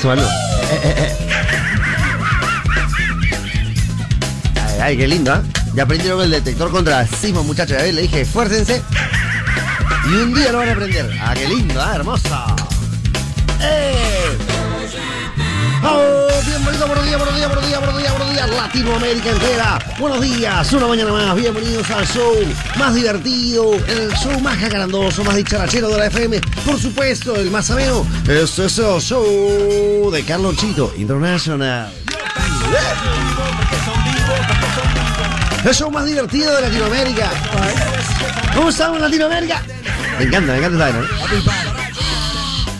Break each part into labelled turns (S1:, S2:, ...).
S1: Súmalo.
S2: Eh, Ay, ay, qué lindo, ¿eh? Ya aprendieron el detector contra sismo, muchachos. Ya ven, le dije, esfuércense. Y un día lo van a aprender. Ah, qué lindo, ah, hermoso. ¡Eh! ¡Oh! Bienvenido, buenos días, buenos días, buenos días, buenos días, buenos días, Latinoamérica entera. Buenos días, una mañana más. Bienvenidos al show más divertido, el show más jacarandoso, más dicharachero de la FM. Por supuesto, el más ameno. Este es el show de Carlos Chito International. El show más divertido de Latinoamérica. ¿Cómo estamos, Latinoamérica? Me encanta, me encanta esta vaina, ¿no?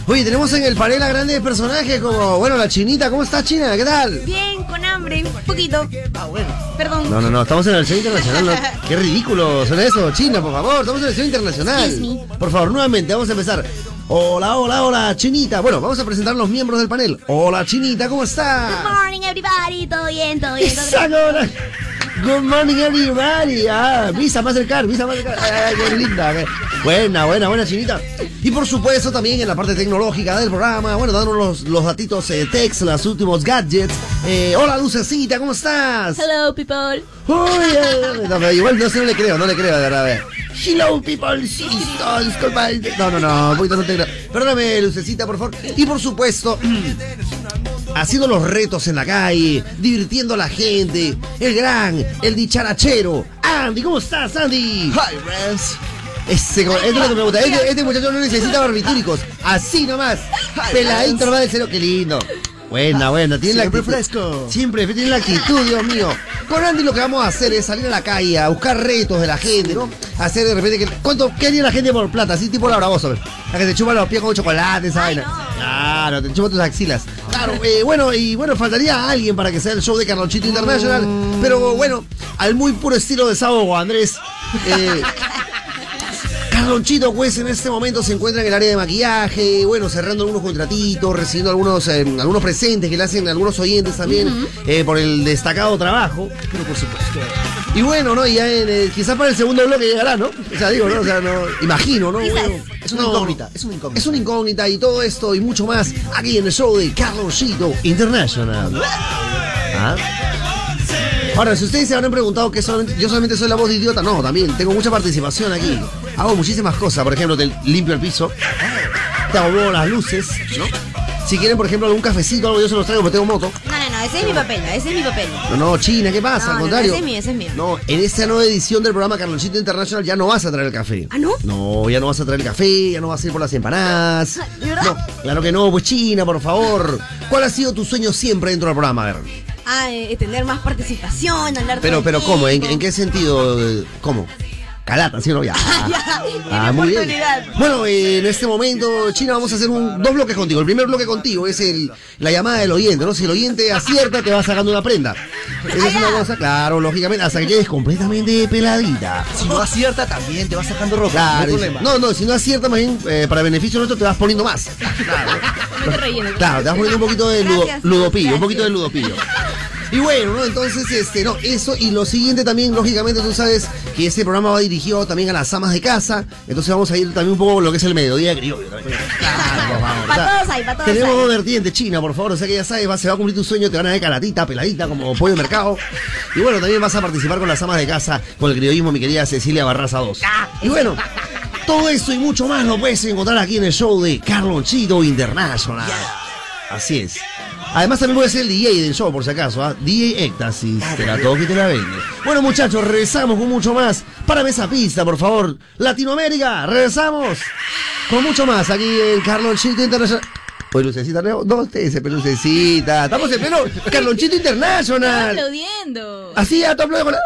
S2: Oye, tenemos en el panel a grandes personajes como, bueno, la chinita. ¿Cómo estás, China? ¿Qué tal?
S3: Bien, con hambre, un poquito. Ah, bueno. Perdón.
S2: No, no, no, estamos en el show internacional. ¿no? Qué ridículo son eso, China, por favor. Estamos en el show internacional. Por favor, nuevamente, vamos a empezar. Hola, hola, hola, Chinita. Bueno, vamos a presentar los miembros del panel. Hola, Chinita, ¿cómo
S3: Good
S2: estás?
S3: morning, everybody. Todo bien, todo bien. todo
S2: Esa
S3: bien.
S2: gora- Good morning, everybody. Ah, visa más cercar, visa más cercar. Ay, qué linda. qué- Buena, buena, buena, chinita. Y por supuesto, también en la parte tecnológica del programa, bueno, dándonos los, los datitos eh, text, los últimos gadgets. Eh, hola, Lucecita, ¿cómo estás?
S3: Hello, people.
S2: Uy, ay, no, pero igual no sé, no le creo, no le creo, de verdad. a ver. Hello, people, sisters, compadre. No, no, no, un poquito no te creo. Perdóname, Lucecita, por favor. Y por supuesto, haciendo los retos en la calle, divirtiendo a la gente, el gran, el dicharachero. Andy, ¿cómo estás, Andy? Hi, Rance. Ese, co- esto es lo que me gusta. Este, este muchacho no necesita barbitúricos. Así nomás. Peladito nomás del cero. Qué lindo. Buena, buena. Tiene
S1: Siempre
S2: la actitud-
S1: fresco.
S2: Siempre tiene la actitud, Dios mío. Con Andy lo que vamos a hacer es salir a la calle, a buscar retos de la gente, ¿no? Hacer de repente que. ¿Cuánto qué haría la gente por plata? Así tipo la bravosa, ¿ves? La que te chupa los pies con chocolate, esa vaina. Claro, te chupa tus axilas. Claro, eh, bueno, y bueno, faltaría alguien para que sea el show de Carlonchito International.
S1: Mm.
S2: Pero bueno, al muy puro estilo de sábado, Andrés. Eh, Carlonchito pues en este momento se encuentra en el área de maquillaje, bueno, cerrando algunos contratitos, recibiendo algunos, eh, algunos presentes que le hacen algunos oyentes también eh, por el destacado trabajo. Pero por supuesto. Y bueno, ¿no? Y ya en, eh, quizás para el segundo bloque llegará, ¿no? O sea, digo, ¿no? O sea, no, imagino, ¿no? Bueno,
S1: Es una
S2: no,
S1: incógnita, es una incógnita.
S2: Es una incógnita y todo esto y mucho más aquí en el show de Carlonchito International. ¿Ah? Ahora, si ustedes se habrán preguntado que solamente- yo solamente soy la voz de idiota, no, también tengo mucha participación aquí. Hago muchísimas cosas, por ejemplo, te limpio el piso, te abono las luces, ¿no? Si quieren, por ejemplo, algún cafecito algo, yo se los traigo porque tengo moto.
S3: No, no, no, ese es mi papel, ese es mi papel.
S2: No, no, China, ¿qué pasa?
S3: No,
S2: Al
S3: no,
S2: contrario.
S3: ese es mío, ese es mío.
S2: No, en esta nueva edición del programa Carlonchito International ya no vas a traer el café.
S3: ¿Ah, no?
S2: No, ya no vas a traer el café, ya no vas a ir por las empanadas.
S3: ¿De verdad?
S2: No, claro que no, pues China, por favor. ¿Cuál ha sido tu sueño siempre dentro del programa? A ver.
S3: Ah, eh, tener más participación, hablar
S2: Pero,
S3: todo
S2: pero
S3: el
S2: ¿cómo? ¿En,
S3: tiempo.
S2: en qué sentido? ¿Cómo? Calata, sí, no, ya.
S3: Ah,
S2: Ah,
S3: Ya, tiene oportunidad.
S2: Bueno, eh, en este momento, China, vamos a hacer un, dos bloques contigo. El primer bloque contigo es el, la llamada del oyente, ¿no? Si el oyente acierta, te va sacando una prenda. Esa es una cosa, claro, lógicamente, hasta que quedes completamente peladita.
S1: Si no acierta, también te vas sacando ropa. no hay
S2: Claro,
S1: problema.
S2: no, no, si no acierta, más bien, eh, para beneficio nuestro, te vas poniendo más.
S3: Vete relleno.
S2: Claro, te vas poniendo un poquito de ludo-
S3: Gracias.
S2: ludopillo, un
S3: Gracias.
S2: poquito de ludopillo. Y bueno, ¿no? Entonces, este, no, eso y lo siguiente también, lógicamente, tú sabes que este programa va dirigido también a las amas de casa, entonces vamos a ir también un poco con lo que es el mediodía criollo. también. Claro, por favor.
S3: Pa' todos hay, pa' todos
S2: Tenemos
S3: hay.
S2: dos vertientes, China, por favor, o sea que ya sabes, va- se va a cumplir tu sueño, te van a dar calatita, peladita, como pollo de mercado. Y bueno, también vas a participar con las amas de casa, con el criollismo, mi querida Cecilia Barraza 2.
S3: Ah,
S2: Y bueno... Todo eso y mucho más lo puedes encontrar aquí en el show de Carlonchito International. Así es. Además también puede ser el DJ del show, por si acaso, ¿ah? DJ Éctasis, te la toca y te la vende. Bueno, muchachos, regresamos con mucho más. Párame esa pista, por favor. Latinoamérica, regresamos con mucho más aquí en Carlonchito International. Pues Lucecita, no, no te ese, pero Lucecita. Estamos en pleno Carlonchito International.
S3: Aplaudiendo.
S2: Así ya, tú aplaudes con la-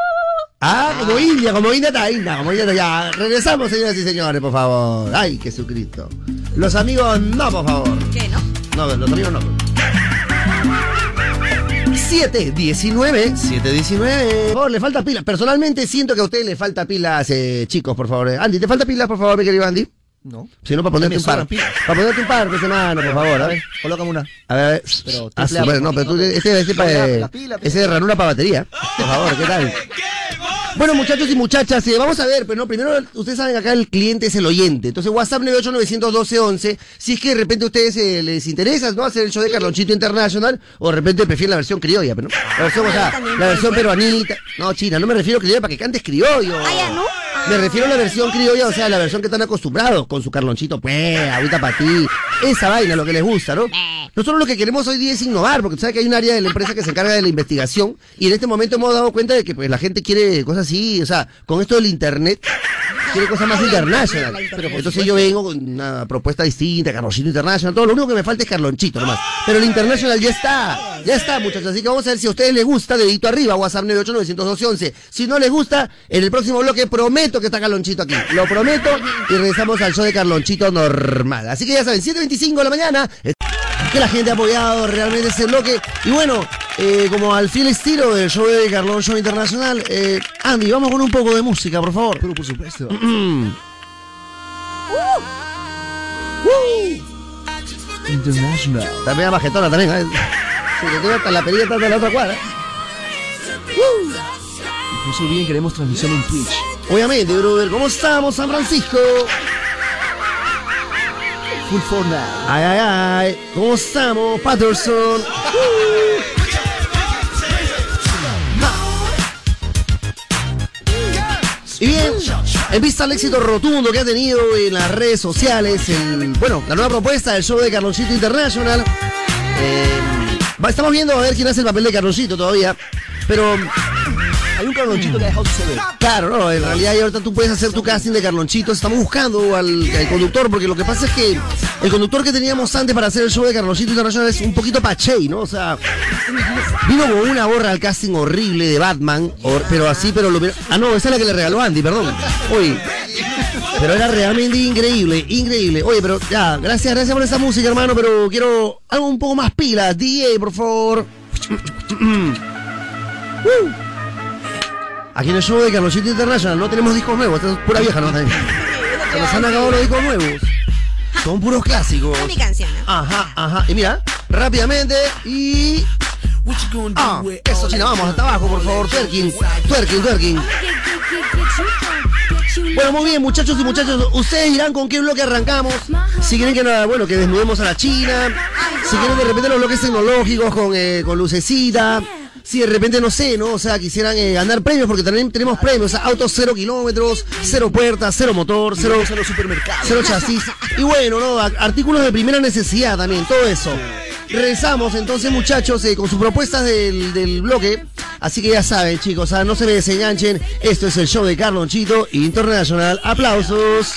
S2: Ah, como India, como India está India, como India está ya. Regresamos, señoras y señores, por favor. Ay, Jesucristo. Los amigos, no, por favor.
S3: ¿Qué, no?
S2: No, los amigos no. 719, 719. Por favor, le falta pila. Personalmente siento que a usted le falta pilas, eh, chicos, por favor. Andy, ¿te falta pilas, por favor, mi querido Andy?
S1: No.
S2: Si no, para ponerte
S1: me
S2: un par.
S1: sobran pilas.
S2: Para ponerte un par, pues, hermano, por favor. A ver,
S1: Colócame una.
S2: a ver. A ver.
S1: Pero
S2: Ah, su
S1: triple A,
S2: madre, no, pero tú, este, este,
S1: La
S2: para,
S1: pila, la pila,
S2: ese de ranura para batería. Por favor, ¿qué tal? Bueno, muchachos y muchachas, eh, vamos a ver, pero no, primero, ustedes saben acá el cliente es el oyente. Entonces, WhatsApp 9891211, si es que de repente a ustedes eh, les interesa, ¿no? Hacer el show de Carlonchito International, o de repente prefieren la versión criolla, pero no.
S3: Ah,
S2: La versión, o sea, la versión peruanita. No, China, no me refiero a criolla para que cantes criollo.
S3: Ah, ya, ¿no?
S2: Me refiero a la versión criolla, o sea, la versión que están acostumbrados con su Carlonchito, pues, agüita para ti. Esa vaina, lo que les gusta, ¿no?
S3: Eh.
S2: Nosotros lo que queremos hoy día es innovar, porque tú sabes que hay un área de la empresa que se encarga de la investigación y en este momento hemos dado cuenta de que pues, la gente quiere cosas así, o sea, con esto del internet, quiere cosas más internacionales. Entonces yo vengo con una propuesta distinta, Carlonchito International, todo, lo único que me falta es Carlonchito nomás. Pero el International ya está, ya está muchachos, así que vamos a ver si a ustedes les gusta, dedito arriba, WhatsApp 9891211. Si no les gusta, en el próximo bloque prometo que está Carlonchito aquí, lo prometo y regresamos al show de Carlonchito normal. Así que ya saben, 7.25 de la mañana que la gente ha apoyado realmente ese bloque. Y bueno, eh, como al fiel estilo del show de Carlón Show Internacional, eh, Andy, vamos con un poco de música, por favor.
S1: Pero por supuesto. International.
S2: También a Bajetona también, ¿eh? Se te queda hasta la perilla atrás de la otra cuadra.
S1: Incluso bien queremos transmisión en Twitch.
S2: Obviamente, brother, ¿cómo estamos, San Francisco?
S1: Full Fortnite.
S2: Ay, ay, ay. ¿Cómo estamos, Patterson? Y bien, en vista al éxito rotundo que ha tenido en las redes sociales, en, bueno, la nueva propuesta del show de Carlosito International, eh, va- estamos viendo a ver quién hace el papel de Carlosito todavía, pero
S1: Hay un carlonchito que ha dejado de ser.
S2: Claro, no, en realidad y ahorita tú puedes hacer tu casting de Carlonchito. Estamos buscando al, al conductor, porque lo que pasa es que el conductor que teníamos antes para hacer el show de Carlonchito Internacional es un poquito pachey, ¿no? O sea, vino con una gorra al casting horrible de Batman, hor- pero así, pero lo. Ah, no, esa es la que le regaló Andy, perdón. Oye, pero era realmente increíble, increíble. Oye, pero ya, gracias, gracias por esa música, hermano, pero quiero algo un poco más pilas. DJ, por favor. Uh. Aquí en el show de Carlosito International no tenemos discos nuevos, esta es pura vieja, ¿no? También. Se nos han acabado los discos nuevos. Son puros clásicos.
S3: Única anciana.
S2: Ajá, ajá. Y mira, rápidamente y. Ah, eso sí, no, vamos hasta abajo, por favor, twerking. Twerking, twerking. Bueno, muy bien, muchachos y muchachos, ustedes dirán con qué bloque arrancamos. Si quieren que nada, bueno, que desnudemos a la China. Si quieren de repente los bloques tecnológicos con, eh, con lucecita. Si de repente, no sé, ¿no? O sea, quisieran eh, ganar premios, porque también tenemos premios. O sea, autos cero kilómetros, cero puertas, cero motor, cero,
S1: Vamos a los supermercados.
S2: cero chasis. Y bueno, ¿no? A- Artículos de primera necesidad también, todo eso. Regresamos entonces, muchachos, eh, con sus propuestas del, del bloque. Así que ya saben, chicos, ah, no se me desenganchen. Esto es el show de Carlonchito Internacional. Aplausos.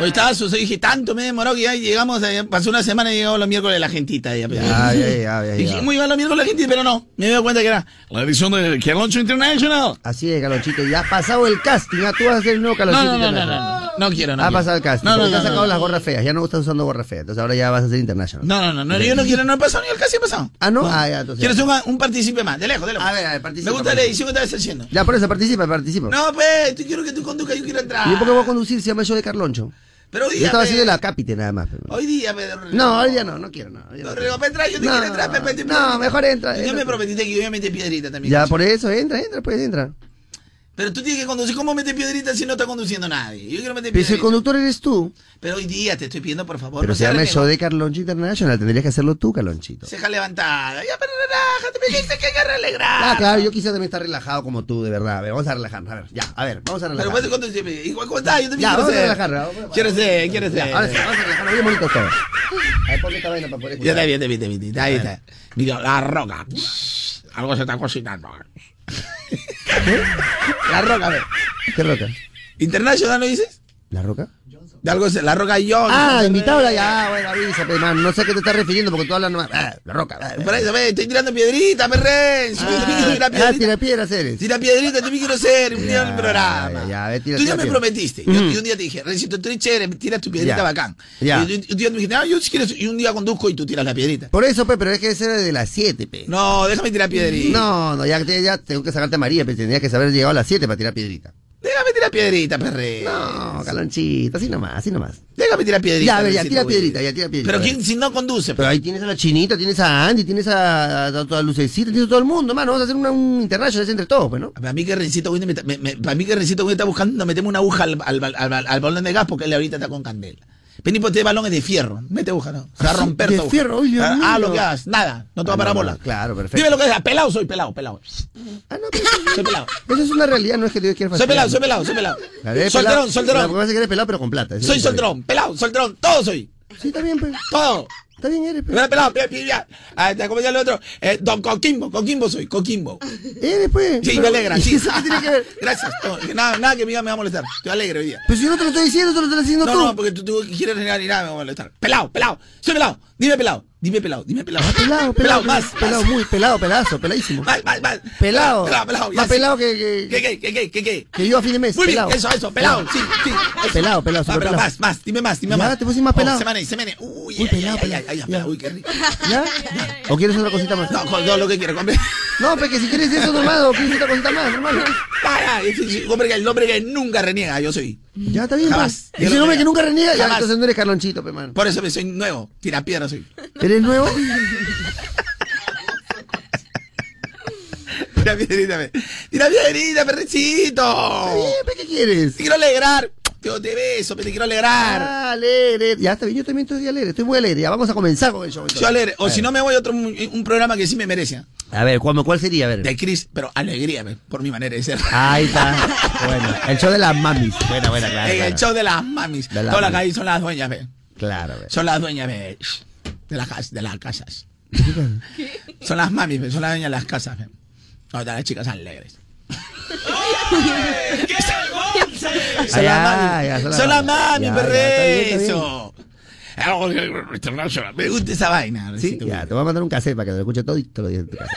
S4: Hoy Pues estaba sucio, dije, tanto me he demorado que ya llegamos, eh, pasó una semana y llegó los miércoles la gentita. Ya, pues.
S2: Ay, ay, ay, ay,
S4: Dije,
S2: ay.
S4: muy bien los miércoles la gentita, pero no, me he dado cuenta que era la edición del Carloncho International.
S2: Así es, Carlonchito. Ya ha pasado el casting. ah, Tú vas a ser el nuevo
S4: No,
S2: Carlonchito
S4: no, no, no, no, no,
S2: Internacional.
S4: no, no quiero, no
S2: Ha
S4: quiero.
S2: pasado el casting.
S4: No, no,
S2: porque
S4: no,
S2: has sacado
S4: no,
S2: las
S4: no.
S2: gorras feas. Ya no estás usando gorras feas. Entonces ahora ya vas a ser internacional.
S4: No, no, no, no, yo no quiero, no he pasado ni el casi he pasado.
S2: Ah, ¿no? Ah, ya, entonces.
S4: Quiero ser un, un partícipe más, de lejos, de lejos.
S2: A ver, a ver, participa,
S4: Me gusta la
S2: participa.
S4: edición que estás haciendo.
S2: Ya, por eso, participa, participa.
S4: No, pues, tú quiero que tú conduzcas, yo quiero entrar.
S2: ¿Y por qué voy a conducir? Se llama el show de Carloncho.
S4: Pero hoy
S2: Yo
S4: día,
S2: estaba
S4: pe,
S2: haciendo la cápite nada más. pero-
S4: Hoy día, Pedro.
S2: No, hoy día no, no quiero, no. hoy día
S4: No,
S2: no
S4: Rodrigo,
S2: quiero.
S4: pues, entra, yo te
S2: No,
S4: quiero entrar, Pepe. te-
S2: no, mejor entra,
S4: Tú ya
S2: entra.
S4: me prometiste que yo iba a meter piedrita también.
S2: Ya,
S4: Cacho.
S2: por eso, entra, entra, pues entra.
S4: Pero tú tienes que conducir. ¿Cómo meter piedrita si no está conduciendo nadie? Yo quiero meter
S2: Pero si Pues, el
S4: piedrita.
S2: conductor eres tú.
S4: Pero hoy día te estoy pidiendo, por favor.
S2: Pero
S4: no
S2: se llama el
S4: seas
S2: show
S4: renegón.
S2: de Carloncho International, tendrías que hacerlo tú, Carlonchito.
S4: Ceja levantada. Ya, pero relájate. Me dijiste que hay que relajar.
S2: Ah, claro, yo quizás también estar relajado como tú, de verdad. A ver, vamos a relajarnos, a ver, ya, a ver, vamos a
S4: Pero pues, puedes
S2: relajarnos.
S4: conducir. Igual, ¿cómo estás? Yo también
S2: Ya,
S4: quiero
S2: vamos a
S4: ser.
S2: relajarnos, vamos a-
S4: Quiero ser, quiero
S2: Ya, ahora sí,
S4: ser.
S2: vamos a relajarnos, bien bonito todo. A ver, ponle esta vaina para poder
S4: Ya está
S2: escuchar.
S4: bien, te vi, te vi, te vi. Ahí está. Mira, la roca. Algo se está cocinando. La roca, a ver.
S2: ¿Qué roca?
S4: ¿International lo dices?
S2: ¿La roca?
S4: De algo se. La roca y yo.
S2: Ah, invitado ya, bueno, avisa, pe, man, no sé a qué te estás refiriendo porque tú hablas nomás. Ah, la roca. ah,
S4: Por eso, ve, estoy tirando piedrita, perre. Si yo también quiero tirar
S2: Ah,
S4: piedrita.
S2: tira piedras eres.
S4: Si la piedrita, también quiero ser un día en el
S2: ya,
S4: programa.
S2: ya, a ver, tira,
S4: Tú
S2: tira,
S4: ya me
S2: tira.
S4: prometiste. Yo, yo un día te dije, Rencito, tú eres chévere, tiras tu piedrita
S2: Ya.
S4: bacán.
S2: Ya.
S4: Y, un- un día me dijiste, ah, yo si quieres, y un día conduzco y tú tiras la piedrita.
S2: Por eso, pe, pero es que ese era de las pues. 7, pe.
S4: No, déjame tirar piedrita.
S2: No, no, ya, ya, ya tengo que sacarte a María, pero tendrías que haber llegado a las 7 para tirar piedrita.
S4: Déjame tirar piedrita, perre.
S2: No, calonchito, así nomás, así nomás.
S4: Déjame tirar piedrita.
S2: Ya, a ver, ya,
S4: Luisito
S2: tira
S4: Willy.
S2: piedrita, ya, tira piedrita.
S4: Pero quién si no conduce, pues?
S2: Pero
S4: pero.
S2: ahí tienes a la chinita, tienes a Andy, tienes a, a, a toda Lucecita, tienes a todo el mundo, mano. Vamos a hacer una, un international así entre todos, pues, ¿no?
S4: Para mí que Rencito Winnie me está- me- me- para mí que Rencito Winnie está buscando metemos una aguja al, al, al, al- al balón de gas porque él ahorita está con candela. Penny, ponte balón es de fierro. Mete aguja, ¿no? Se va a romper
S2: de
S4: tu aguja.
S2: fierro, oye,
S4: Ah,
S2: mira.
S4: lo que hagas, nada. No te va
S2: Ah,
S4: a parar
S2: no,
S4: bola.
S2: no, claro, perfecto.
S4: Dime lo que es. ah, Pelado soy, pelado, pelado.
S2: Ah, no, pero eso,
S4: Soy pelado.
S2: eso es una realidad, no es que Dios quiera
S4: Soy pelado, soy pelado, soy pelado. Solterón,
S2: Lo que
S4: solterón.
S2: pasa es que eres pelado, pero con plata. eso
S4: Soy
S2: es lo que pasa.
S4: solterón, pelado, solterón. Todo soy.
S2: Sí, está bien, pues.
S4: Todo.
S2: Está bien, eres, pues.
S4: Pelado, pelado, pelado, pelado. Ah, ¿Cómo se llama el otro? Eh, don Coquimbo, Coquimbo soy, Coquimbo.
S2: Eres, pues.
S4: Sí,
S2: Pero-
S4: me alegra.
S2: ¿Y
S4: Sí.
S2: eso qué tiene que ver?
S4: Gracias. No, que nada, nada que me diga me va a molestar. Estoy alegre hoy día.
S2: Pues si yo no te lo estoy diciendo, te lo estás diciendo
S4: No,
S2: tú.
S4: no, pues. porque tú, tú quieres negar y nada me va a molestar. Pelado, pelado. Soy pelado. Dime pelado. Dime pelado. Dime pelado.
S2: Ah, pelado, pelado,
S4: pelado.
S2: pelado,
S4: Más. Ah,
S2: pelado,
S4: más.
S2: muy pelado, pelazo, peladísimo.
S4: Más, más, más.
S2: Pelado,
S4: Pelado, pelado. ya
S2: más
S4: sí.
S2: pelado que- que-
S4: ¿Qué, qué, qué, qué, qué?
S2: Que yo a fin de mes,
S4: Muy
S2: pelado.
S4: bien, eso, eso, pelado, sí, sí. eso.
S2: Pelado, pelado,
S4: Ah,
S2: súper pelado.
S4: Más, más, dime más, dime
S2: Ya,
S4: más. Oh,
S2: te puse más pelado.
S4: se mane, se mane. Uy,
S2: Uy,
S4: ay, ay,
S2: pelado,
S4: ay, ay,
S2: pelado.
S4: ay, ay,
S2: Ya.
S4: uy, qué rico.
S2: ¿Ya? ¿O quieres otra cosita más?
S4: No, con todo lo que quiero, compre.
S2: No, pues que si quieres eso nomás, o quieres otra cosita más, hermano.
S4: Para, es- es- hombre que- el hombre que nunca reniega, yo soy.
S2: Ya está bien,
S4: Jamás.
S2: pues. Y si no me que nunca reniega, ya,
S4: Jamás.
S2: entonces no eres Carlonchito, pe, mano.
S4: Por eso me soy nuevo, tira piedra soy.
S2: ¿Eres nuevo?
S4: Tira piedrita, pe. tira piedrita, perrecito.
S2: Bien, pe, ¿qué quieres?
S4: Te quiero alegrar, yo te beso, pe, te quiero alegrar.
S2: Ah, alegre. Ya está bien, yo también estoy alegre, estoy muy alegre. Ya vamos a comenzar con el show. entonces.
S4: Yo alegre, o si no me voy a otro eh, un programa que sí me merece,
S2: A ver, ¿cuál, cuál sería? A ver.
S4: de Chris, pero alegría, pe, por mi manera de ser.
S2: Ahí está. Bueno, el show de las mamis. Buena, buena, claro.
S4: Eh,
S2: claro.
S4: El show de las mamis.
S2: De las
S4: Todas las que
S2: mamis.
S4: ahí son las dueñas, ve.
S2: Claro, a ver.
S4: Son las dueñas, ve. Shh. De las, cas- de las casas. Son las mamis, ve. Son las dueñas de las casas, ve. No, de las chicas alegres. son las
S2: Ah,
S4: mamis.
S2: ya,
S4: son las mamis,
S2: Ya, ya, está bien, está
S4: perrezo. Me gusta esa vaina.
S2: Sí,
S4: Luisito.
S2: ya, te voy a mandar un cassette para que lo escuche todo y te lo diga en tu casa.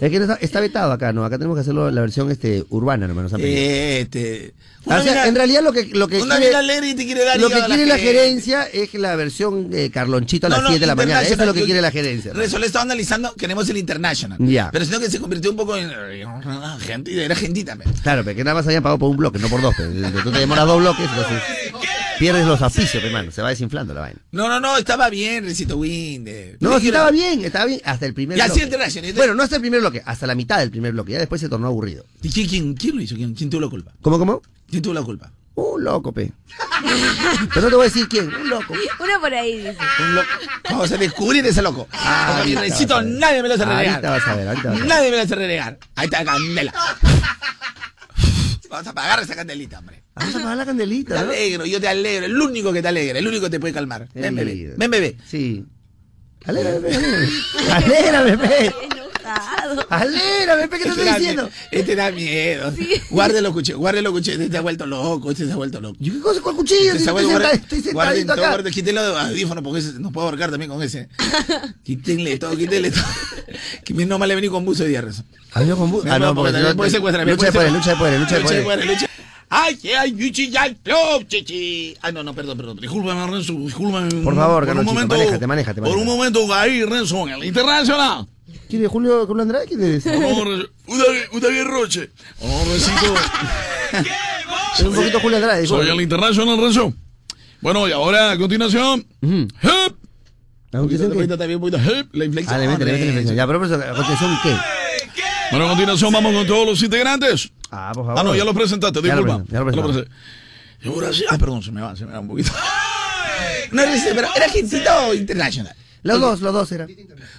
S2: es que no está, está vetado acá, ¿no? Acá tenemos que hacerlo la versión este, urbana, hermano. nos han pedido.
S4: Eh, Este,
S2: o sea,
S4: mina-
S2: en realidad lo que, lo que
S4: una
S2: quiere,
S4: mina alegre y te quiere dar
S2: lo
S4: hígado
S2: que
S4: a
S2: quiere la,
S4: gente.
S2: gerencia es que la versión de Carlonchito a las 7 de la mañana. Eso es lo que quiere la gerencia. ¿no?
S4: Resolé estaba analizando, queremos el International.
S2: Ya.
S4: Pero sino que se convirtió un poco en. Gente, era gentita. pe.
S2: Claro, pero que nada más habían pagado por un bloque, no por dos. pero Tú te demoras dos bloques, entonces pierdes los auspicios, hermano. Se va desinflando la vaina.
S4: No, no, no, estaba bien, Recito Winde.
S2: No, sí, estaba bien, estaba bien hasta el primer
S4: Ya,
S2: bloque.
S4: sí, International, entonces-
S2: Bueno, no hasta el primer bloque, hasta la mitad del primer bloque. Ya después se tornó aburrido.
S4: ¿Y quién, quién, quién lo hizo? ¿Quién, quién tuvo la culpa?
S2: ¿Cómo, cómo?
S4: ¿Quién tuvo la culpa?
S2: Un loco, pe. Pero no te voy a decir quién, un loco.
S3: Uno por ahí dice.
S4: Un loco. Vamos a descubrir ese loco. Ah, mi
S2: ahorita
S4: Recito,
S2: vas a ver.
S4: nadie me lo hace relegar.
S2: Ahorita vas a ver, ahorita vas a ver.
S4: Nadie me lo hace relegar. Ahí está Candela. Vamos a apagar esa candelita, hombre.
S2: Vamos a apagar la
S4: Te
S2: candelita, ¿no?
S4: alegro, yo te alegro. El único que te alegra, el único que te puede calmar. Ven, bebé. Ven, bebé.
S2: Sí. Alégrame, pe, alégrame. Alégrame, pe.
S3: Enojado.
S2: Alégrame, pe, ¿qué
S4: Este
S2: te estoy
S4: da
S2: diciendo?
S4: mie- Este da miedo. Guárdelo, cuché, guárdelo, cuché. Este se ha vuelto loco, este se ha vuelto loco.
S2: ¿Yo qué cosa? ¿Cuál cuchillo?
S4: Este
S2: Si
S4: se ha
S2: estoy,
S4: vuelto-
S2: senta-
S4: guarde-
S2: estoy
S4: guarden
S2: sentadito
S4: todo,
S2: acá.
S4: guarden- Quítenlo de audífono porque ese nos puede ahorcar también con ese. Quítenle todo, quítenle todo. Que bien, no mal le vení con buzo de diarrezo.
S2: Ah, yo con bu- Ah, no, porque si no-
S4: puede secuestrar.
S2: Lucha de poderes, lucha de poderes, lucha de poderes.
S4: lucha. Ay, que ay, yuchi, ya, club, chichi. Ay, no, no, perdón, perdón. Discúlpame, Renzo, discúlpame.
S2: Por favor, Carlonchito, manéjate, manéjate,
S4: Por un momento ahí, Renzo, en el internacional.
S2: ¿Quiere Julio Cruz Andrade? ¿Quién es? ese?
S4: Honor, Udavier Roche. Honor, Rencito.
S2: Es un poquito Julio Andrade.
S5: Soy el International Renzo. Bueno, y ahora a continuación. hip.
S2: ¿A continuación qué?
S4: también un poquito, hip, la
S2: Ah, le mete, le mete, le mete. Ya, pero por eso, ¿a continuación qué?
S5: Bueno, a continuación vamos con todos los integrantes.
S2: Ah, por favor.
S5: Ah, no, ya lo presentaste,
S2: Ya lo
S5: disculpa.
S2: presenté, ya lo presenté.
S5: presenté.
S4: Y ahora sí- Ah, perdón, se me va, se me va un poquito. No, no sé, pero era gentita o international.
S2: Los dos, los dos eran.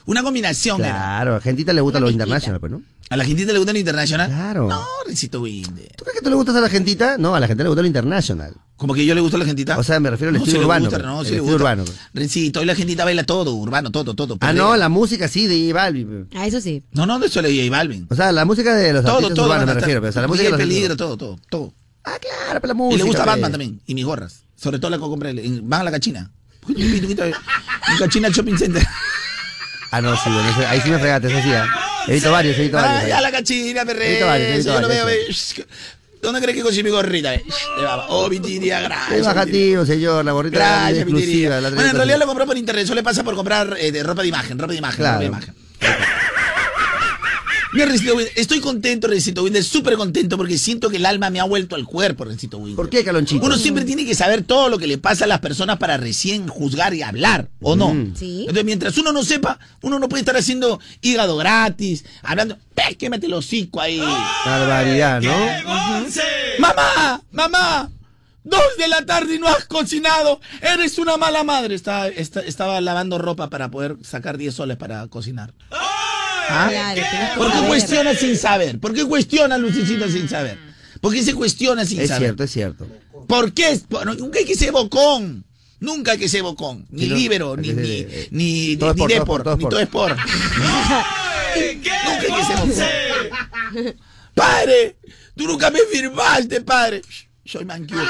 S4: Una combinación era.
S2: Claro, a gentita le gusta lo internacional, pues, ¿no?
S4: ¿A la gentita le gusta lo international?
S2: Claro.
S4: No, Rencito Winde.
S2: ¿Tú crees que tú le gustas a la gentita? No, a la gente le gusta lo internacional.
S4: Como que yo le gusta a la gentita.
S2: O sea, me refiero al
S4: no,
S2: estilo
S4: sí le
S2: urbano,
S4: gusta,
S2: pero,
S4: no,
S2: el
S4: sí le
S2: estilo
S4: gusta.
S2: urbano. pues.
S4: Rencito, hoy la gentita baila todo, urbano, todo, todo.
S2: Ah,
S4: perreo.
S2: no, la música sí de J Balvin.
S3: Ah, eso sí.
S4: No, no, de eso le dio J Balvin.
S2: O sea, la música de los
S4: Todo,
S2: artistas
S4: todo.
S2: urbanos me
S4: hasta-
S2: refiero. Pero, o sea, la música de
S4: Miguel
S2: los
S4: peligro, todo,
S2: artistas-
S4: todo, todo.
S2: Ah, claro, pero
S4: Y
S2: la música.
S4: le gusta
S2: pues.
S4: Batman también. Y mis gorras. Sobre todo la que compré. en- Van a la cachina. En cachina shopping center.
S2: Ah, no, sí, bueno, eso- ahí sí me fregaste, eso sí. ah. He visto varios, he visto varios.
S4: Ay, a Ah, la cachina, perre.
S2: Evito varios, evito
S4: Yo lo
S2: varios,
S4: veo, ve. ¿Dónde crees que conseguí mi gorrita? eh? De baba. Oh, mi tiria,
S2: Es
S4: gracias. mi tiria.
S2: bajativo, señor, la gorrita es
S4: Gracias, mi
S2: exclusiva.
S4: tiria.
S2: La
S4: Bueno, en realidad lo compré por internet. Eso le pasa por comprar eh, de ropa de imagen, ropa de imagen, ropa de
S2: Claro.
S4: imagen. No, Rencito Winder, estoy contento, Rencito Winder, súper contento porque siento que el alma me ha vuelto al cuerpo, Rencito Winder.
S2: ¿Por qué, Calonchito?
S4: Uno siempre tiene que saber todo lo que le pasa a las personas para recién juzgar y hablar, ¿o no?
S2: Mm.
S3: Sí.
S4: Entonces, mientras uno no sepa, uno no puede estar haciendo hígado gratis, hablando, "Pe, quémate el hocico ahí!
S2: ¡Ah! Barbaridad, ¿no?
S4: ¡Mamá! ¡Mamá! Dos de la tarde y no has cocinado. Eres una mala madre. Estaba, esta- estaba lavando ropa para poder sacar 10 soles para cocinar. ¿Ah?
S3: Claro, tienes que
S4: ¿Por qué
S3: saber.
S4: cuestiona sin saber? ¿Por qué cuestiona Lucicita sin saber? ¿Por qué se cuestiona sin
S2: Es
S4: saber?
S2: cierto, es cierto.
S4: ¿Por qué? es- por- nunca hay que ser bocón. Nunca hay que ser bocón. Ni
S2: Sí, no.
S4: libero, ni,
S2: Sí,
S4: ni,
S2: sí, sí.
S4: ni,
S2: Eh, Todo es
S4: ni
S2: por, todo es
S4: Depor,
S2: por, todo es
S4: ni
S2: por.
S4: todo es por. nunca hay que ser bocón. ¡Padre! ¡Tú nunca me firmaste, padre! Shh, Soy manquillo.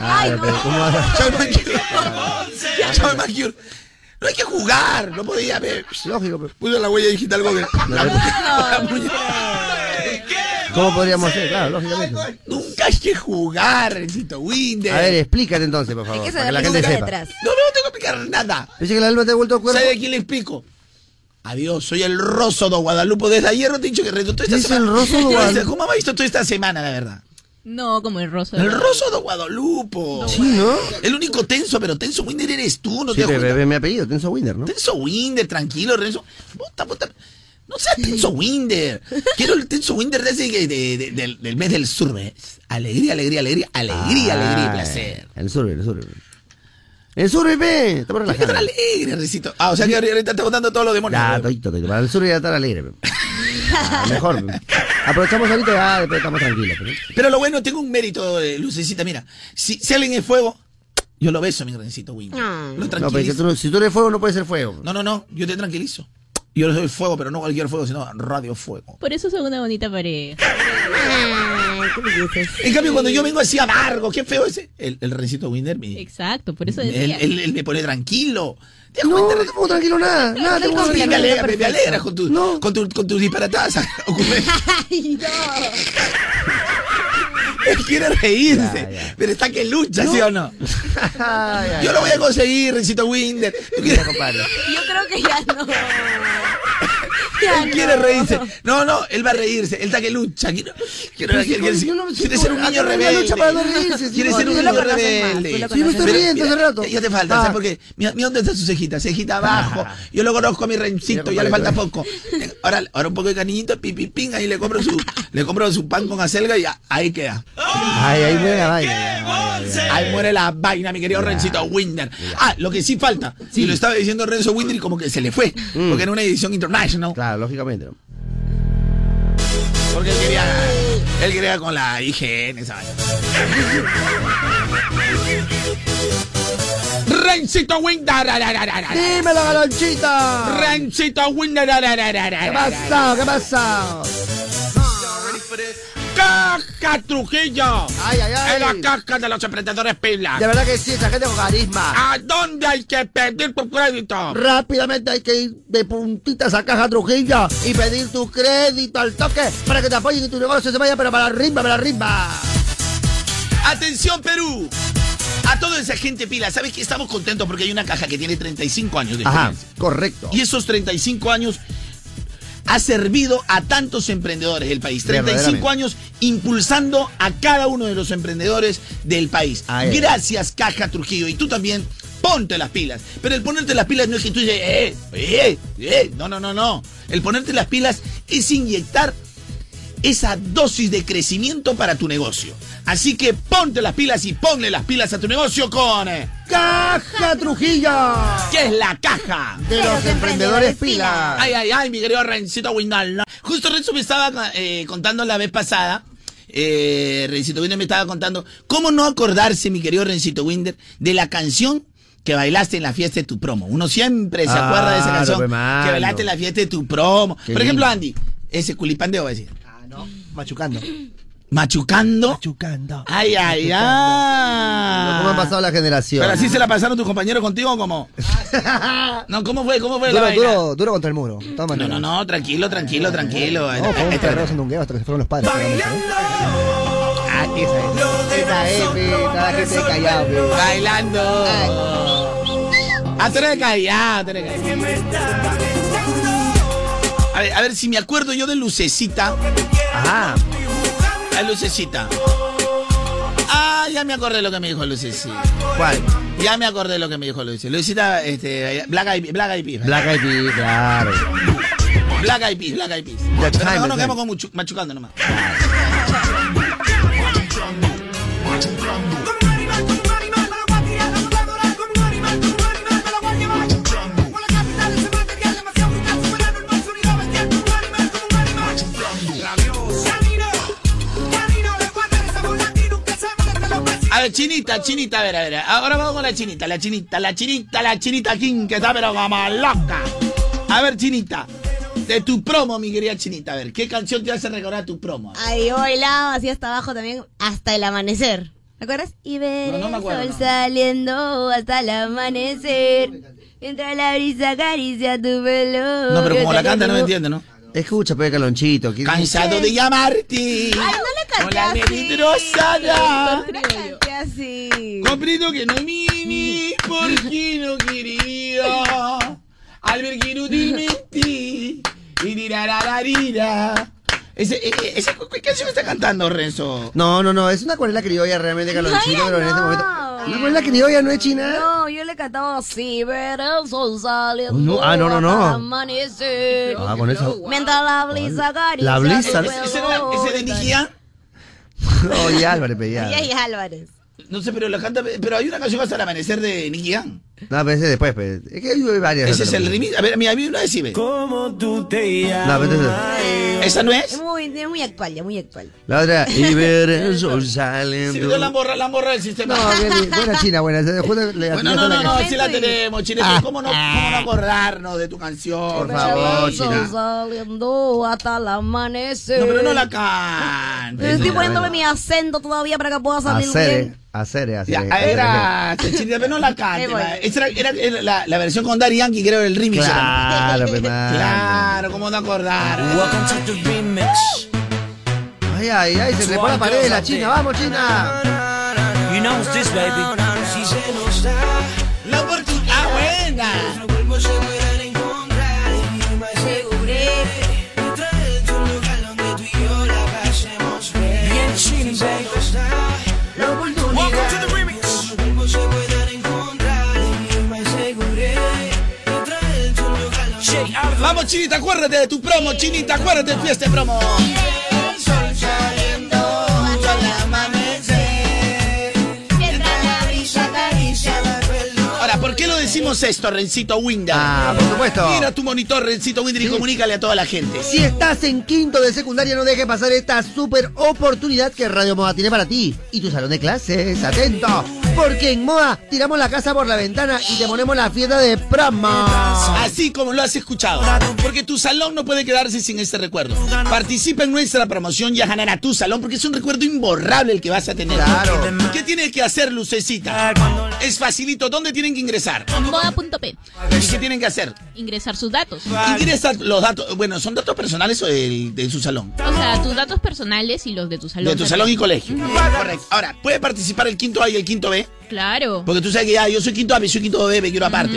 S2: Ay, pero ¿cómo vas a-
S4: Soy manquillo. Soy manquillo. No hay que jugar. No podía ver.
S2: Lógico, pero-
S4: Puso la huella digital Google. La- la muñeca.
S2: ¿Cómo podríamos hacer? Claro, lógicamente.
S4: Nunca hay que jugar, Rencito Winder.
S2: A ver, explícate entonces, por favor.
S3: Hay que
S2: para que
S3: saber
S2: la
S3: las
S2: gente
S3: letras
S2: sepa.
S3: detrás.
S4: No, no, no tengo que explicar nada.
S2: Dice que el alma te ha vuelto cuerpo.
S4: ¿Sabe de quién le explico? Adiós, soy el Rosso de Guadalupe. Desde ayer no te he dicho que reto toda esta
S2: ¿Es
S4: semana.
S2: el Rosso de
S4: Yo,
S2: Guadalupe?
S4: ¿Cómo me ha visto toda esta semana, la verdad?
S6: No, como el roso.
S4: El Rosso de Guadalupe.
S2: Sí, ¿no?
S4: El único tenso, pero tenso Winder eres tú, no
S2: Sí,
S4: te
S2: pero-
S4: jodas.
S2: pero mi apellido, Tenso Winder, ¿no?
S4: Tenso Winder, tranquilo, Renzo. Puta, puta. No seas Tenso Winder. Quiero el Tenso Winder de ese que- de- de- del, del mes del sur. ¿ves? Alegría, alegría, alegría, alegría, alegría y
S2: Ah,
S4: placer.
S2: El sur, el sur. El sur, pe. Estamos
S4: Hay que estar
S2: relajando.
S4: alegre, Rencito. Ah, o sea que ahorita está votando todos los demonios.
S2: Ya, todito, todito. Para el sur ya estar alegre, pe. Ah, Mejor, pe. Aprovechamos ahorita y ya después estamos tranquilos, pe.
S4: Pero lo bueno, tengo un mérito, eh, Lucecita. Mira, si, si alguien es fuego, yo lo beso, mi rencito Winnie. Lo
S2: No, pero es que
S4: tranquilizo.
S2: tú no- pues, si tú eres fuego, no puedes ser fuego.
S4: No, no, no, yo te tranquilizo. Yo soy fuego, pero no cualquier fuego, sino radio fuego.
S6: Por eso son una bonita pareja.
S4: En cambio, cuando yo vengo así amargo, qué feo ese. El, el rencito Winder me, él,
S6: Exacto, por eso decía.
S4: él- él me pone tranquilo. ¿Te das
S2: No,
S4: cuenta?
S2: no te pongo tranquilo nada. Nada, te
S4: Te
S2: pongo
S4: alegra, me
S2: tranquilo.
S4: alegra, me alegra con, tu,
S2: No.
S4: con, tu- con tus disparatadas.
S3: Ay, no.
S4: Él quiere reírse,
S2: Ya, ya.
S4: pero está que lucha, ¿sí o no?
S2: Ay, ay,
S4: Yo lo voy a conseguir, rencito Winder. Tú quieres-
S2: mira, compadre.
S3: Yo creo que ya no. Ya
S4: Él
S3: no.
S4: quiere reírse. No, no, él va a reírse. Él está que lucha. Quiero, quiero-
S2: sí,
S4: quiere-
S2: yo no me
S4: quiere
S2: siento-
S4: ser un
S2: acá
S4: niño
S2: no me
S4: rebelde.
S2: lucha para no reírse, sí,
S4: Quiere
S2: no,
S4: ser un
S2: tú
S3: lo
S4: niño
S3: conoces más,
S4: rebelde.
S3: tú lo
S4: Sí,
S2: me estoy
S4: pero
S2: riendo hace
S4: mira,
S2: rato.
S4: Ya, ya te falta,
S2: Ah.
S4: ¿sabes por qué? Mira, mira dónde está su cejita. Cejita abajo. Yo lo conozco a mi rencito,
S2: Mira,
S4: ya le
S2: compadre,
S4: falta poco. Ahora, ahora un poco de cariñito, pipipín, ahí le compro su, le compro su pan con acelga y a- ahí queda.
S2: Ay, ahí muere la vaina.
S4: Ahí muere la vaina, mi querido Rencito Winder. Ah, lo que sí Mm. falta. Y lo estaba diciendo Renzo Winder y como que se le fue. Porque era una edición international.
S2: Claro, lógicamente. ¿no?
S4: Porque él quería, él quería con la higiene, ¿sabes? Rencito Winder.
S2: Dímelo, galonchita.
S4: Rencito Winder.
S2: ¿Qué pasa? ¿Qué pasa?
S4: Caja Trujillo.
S2: Ay, ay, ay.
S4: Es la caja de los emprendedores pilas.
S2: De verdad que sí, esa gente con carisma.
S4: ¿A dónde hay que pedir tu crédito?
S2: Rápidamente hay que ir de puntitas a Caja Trujillo y pedir tu crédito al toque para que te apoyen y tu negocio se vaya, pero para arriba, para arriba.
S4: Atención Perú. A toda esa gente pila, ¿sabes que estamos contentos porque hay una caja que tiene 35 años de
S2: Ajá,
S4: experiencia?
S2: correcto.
S4: Y esos 35 años ha servido a tantos emprendedores del país. 35
S2: Verdaderamente.
S4: años impulsando a cada uno de los emprendedores del país.
S2: Ahí es.
S4: Gracias, Caja Trujillo. Y tú también, ponte las pilas. Pero el ponerte las pilas no es que tú dices, eh, eh, eh. No, no, no, no. El ponerte las pilas es inyectar esa dosis de crecimiento para tu negocio. Así que ponte las pilas y ponle las pilas a tu negocio con... eh,
S2: Caja Trujillo.
S4: ¿Qué es la caja?
S2: de los, emprendedores pila.
S4: Ay, ay, ay, mi querido Rencito Winalda. Justo Renzo me estaba eh, contando la vez pasada. Eh, Rencito Winder me estaba contando. ¿Cómo no acordarse, mi querido Rencito Winder, de la canción que bailaste en la fiesta de tu promo? Uno siempre se
S2: Claro,
S4: acuerda de esa canción
S2: pe, mano.
S4: que bailaste en la fiesta de tu promo.
S2: Qué
S4: Por ejemplo,
S2: lindo.
S4: Andy, ese culipandeo va a decir.
S1: Machucando.
S4: Machucando.
S1: Machucando.
S4: Ay, ay, ay.
S2: ¿Cómo han pasado las generaciones?
S4: Pero así se la pasaron tus compañeros contigo, como. No, ¿cómo fue? ¿Cómo fue la
S1: Duro,
S4: vaina?
S1: duro, duro contra el muro. De todas
S4: No,
S1: maneras.
S4: no, no, tranquilo, tranquilo, tranquilo.
S1: No, fue un perreo haciendo un gueo hasta que se fueron los padres. seguramente,
S2: Ah, esa es. Esa es, pe, toda la gente de Callao, pe.
S4: ah, Bailando. Ah, tú eres de Callao, tú eres de Callao. A ver, a ver si me acuerdo yo de Lucecita.
S2: Ah,
S4: La Lucecita. Ah, ya me acordé lo que me dijo Lucecita.
S2: ¿cuál?
S4: Ya me acordé lo que me dijo Lucecita. Lucecita, este, Black Eyed Black Eyed Peas.
S2: Black Eyed Peas, claro.
S4: Black Eyed Peas, Black Eyed Peas.
S2: The
S4: Pero no,
S2: time, the
S4: nos
S2: time.
S4: quedamos con Muchu- machucando nomás. A ver, chinita, chinita, a ver, a ver. Ahora vamos con la chinita, la chinita, la chinita, la chinita King, que está pero como loca. A ver, chinita, de tu promo, mi querida chinita, a ver, ¿qué canción te hace recordar tu promo?
S3: Ahí yo bailaba así hasta abajo también, hasta el amanecer. ¿Te acuerdas? Y ver
S4: No, no me
S3: el
S4: acuerdo,
S3: sol
S4: no.
S3: saliendo hasta el amanecer. Mientras la brisa acaricia tu pelo.
S4: No, pero como la
S3: Mientras
S4: canta no me
S3: tú-
S4: entiende, ¿no?
S2: Escucha, pega calonchito. ¿qué-
S4: Cansado de llamarte.
S3: Ay, no le canté
S4: Hola,
S3: así.
S4: Nelly Rosada.
S3: No le canté así.
S4: Comprendo que no mini porque no quería. Al ver que inútilmente. Y tirarararira. Ese, e- e- ese- ¿Qué canción está cantando, Renzo?
S2: No, no, no, es una acuarela criolla realmente calonchito,
S3: No,
S2: pero en este
S3: no.
S2: momento. ¿Una acuarela criolla no es china?
S3: No, yo le cantaba así, ver el sol saliendo.
S2: No, ah, no, no, no.
S3: hasta el amanecer.
S2: Ah, con esa.
S3: Mientras la brisa acaricia.
S2: La brisa, ¿no?
S3: tu
S4: ¿Ese, ese no-
S3: pelo.
S4: ese de ¿ah? Nigia?
S2: Oye, Álvarez, pedía.
S3: Yey Álvarez.
S4: No sé, pero la canta. Pero hay una canción hasta el amanecer de Nigia.
S2: No, pero ese después, pues. Es que hay varias.
S4: Ese es el remix. A ver, mira, a mí una vez sí ve.
S2: No, pues, pero ese es-
S4: ¿Esa no
S3: Es
S4: es?
S3: muy, es muy actual, ya muy actual.
S2: La otra, y ver el sol
S4: Sí,
S2: saliendo.
S4: yo la borra, la borra del sistema.
S2: No, bien, buena china, buena. Se- justo le-
S4: Bueno,
S2: le-
S4: no, no, no,
S3: la
S4: sí la
S3: canción.
S4: tenemos, Chinete. ¿Cómo no, ¿Cómo no acordarnos de tu canción?
S2: Por favor,
S3: el sol
S2: China.
S3: saliendo hasta el amanecer.
S4: No, pero no la cantes.
S3: Pero estoy
S2: Bueno,
S3: poniéndome
S2: bueno.
S3: mi acento todavía para que pueda salir
S2: Hacer, eh,
S3: bien.
S2: hacer, eh, hacer.
S4: Ya,
S2: eh, hacer,
S4: era, este, Chinete, pero no la cantes.
S3: Ahí voy.
S4: ma. Esa Era, era- era la, la versión con Daddy Yankee, creo, el
S2: eh.
S4: remix. era.
S2: Claro, pues, man.
S4: Claro, ¿cómo no acordar?
S2: Ay, ay, ay, se trepó la pared de la china. ¡Vamos, china!
S4: La oportunidad buena. Vamos, Chinita, acuérdate de tu promo, Chinita, acuérdate de fiesta de promo. Ahora, ¿por qué lo decimos esto, Rencito Winder?
S2: Ah, por supuesto.
S4: Mira tu monitor, Rencito Winder, y comunícale a toda la gente.
S2: Si estás en quinto de secundaria, no dejes pasar esta super oportunidad que Radio Moda tiene para ti y tu salón de clases. Atento, porque en Moda tiramos la casa por la ventana y te ponemos la fiesta de promo.
S4: Así como lo has escuchado. Porque tu salón no puede quedarse sin este recuerdo. Participa en nuestra promoción y a ganar a tu salón porque es un recuerdo imborrable el que vas a tener.
S2: Claro.
S4: ¿Qué tienes que hacer, Lucecita? Es facilito. ¿Dónde tienen que ingresar?
S6: Moda.p.
S4: ¿Y qué tienen que hacer?
S6: Ingresar sus datos.
S4: Ingresan los datos. Bueno, ¿son datos personales o del- de su salón?
S6: O sea, tus datos personales y los de tu salón.
S4: De tu salón y colegio. Correcto. Ahora, ¿puede participar el quinto A y el quinto B?
S6: Claro.
S4: Porque tú sabes que ya yo soy quinto A, pero soy quinto B, me quiero aparte.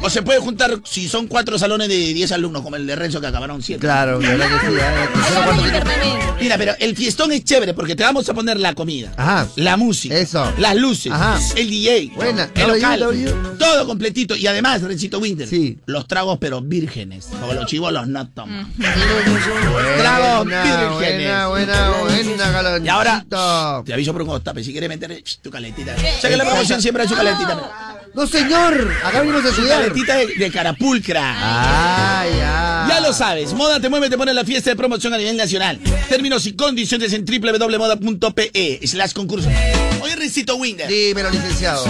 S4: O se puede juntar si son cuatro salones de 10 alumnos, como el de Renzo que acabaron siete.
S2: Claro, la verdad que sí. eh.
S6: Ahí habla de internet.
S4: Mira, pero el fiestón es chévere porque te vamos a poner la comida,
S2: Ajá.
S4: la música,
S2: Eso.
S4: las luces,
S2: Ajá.
S4: el DJ,
S2: Buena.
S4: el
S2: W,
S4: local,
S2: W.
S4: todo completito. Y además, Rencito Winter,
S2: Sí.
S4: los tragos pero vírgenes, como los chivolos no toman.
S2: Buena,
S4: Tragos
S2: buena,
S4: vírgenes.
S2: buena, buena, galonchito.
S4: Y ahora, te aviso por un costape, si quieres meter sh, tu calentita. O sea que la promoción siempre es su calentita.
S2: No, señor, acá venimos a
S4: Su
S2: estudiar.
S4: calentita de, de carapulcra.
S2: Ay, ay.
S4: Ya lo sabes, Moda te mueve, te pone la fiesta de promoción a nivel nacional. Términos y condiciones en www.moda.pe slash concurso. Oye, Rencito Winder,
S2: Dímelo, licenciado.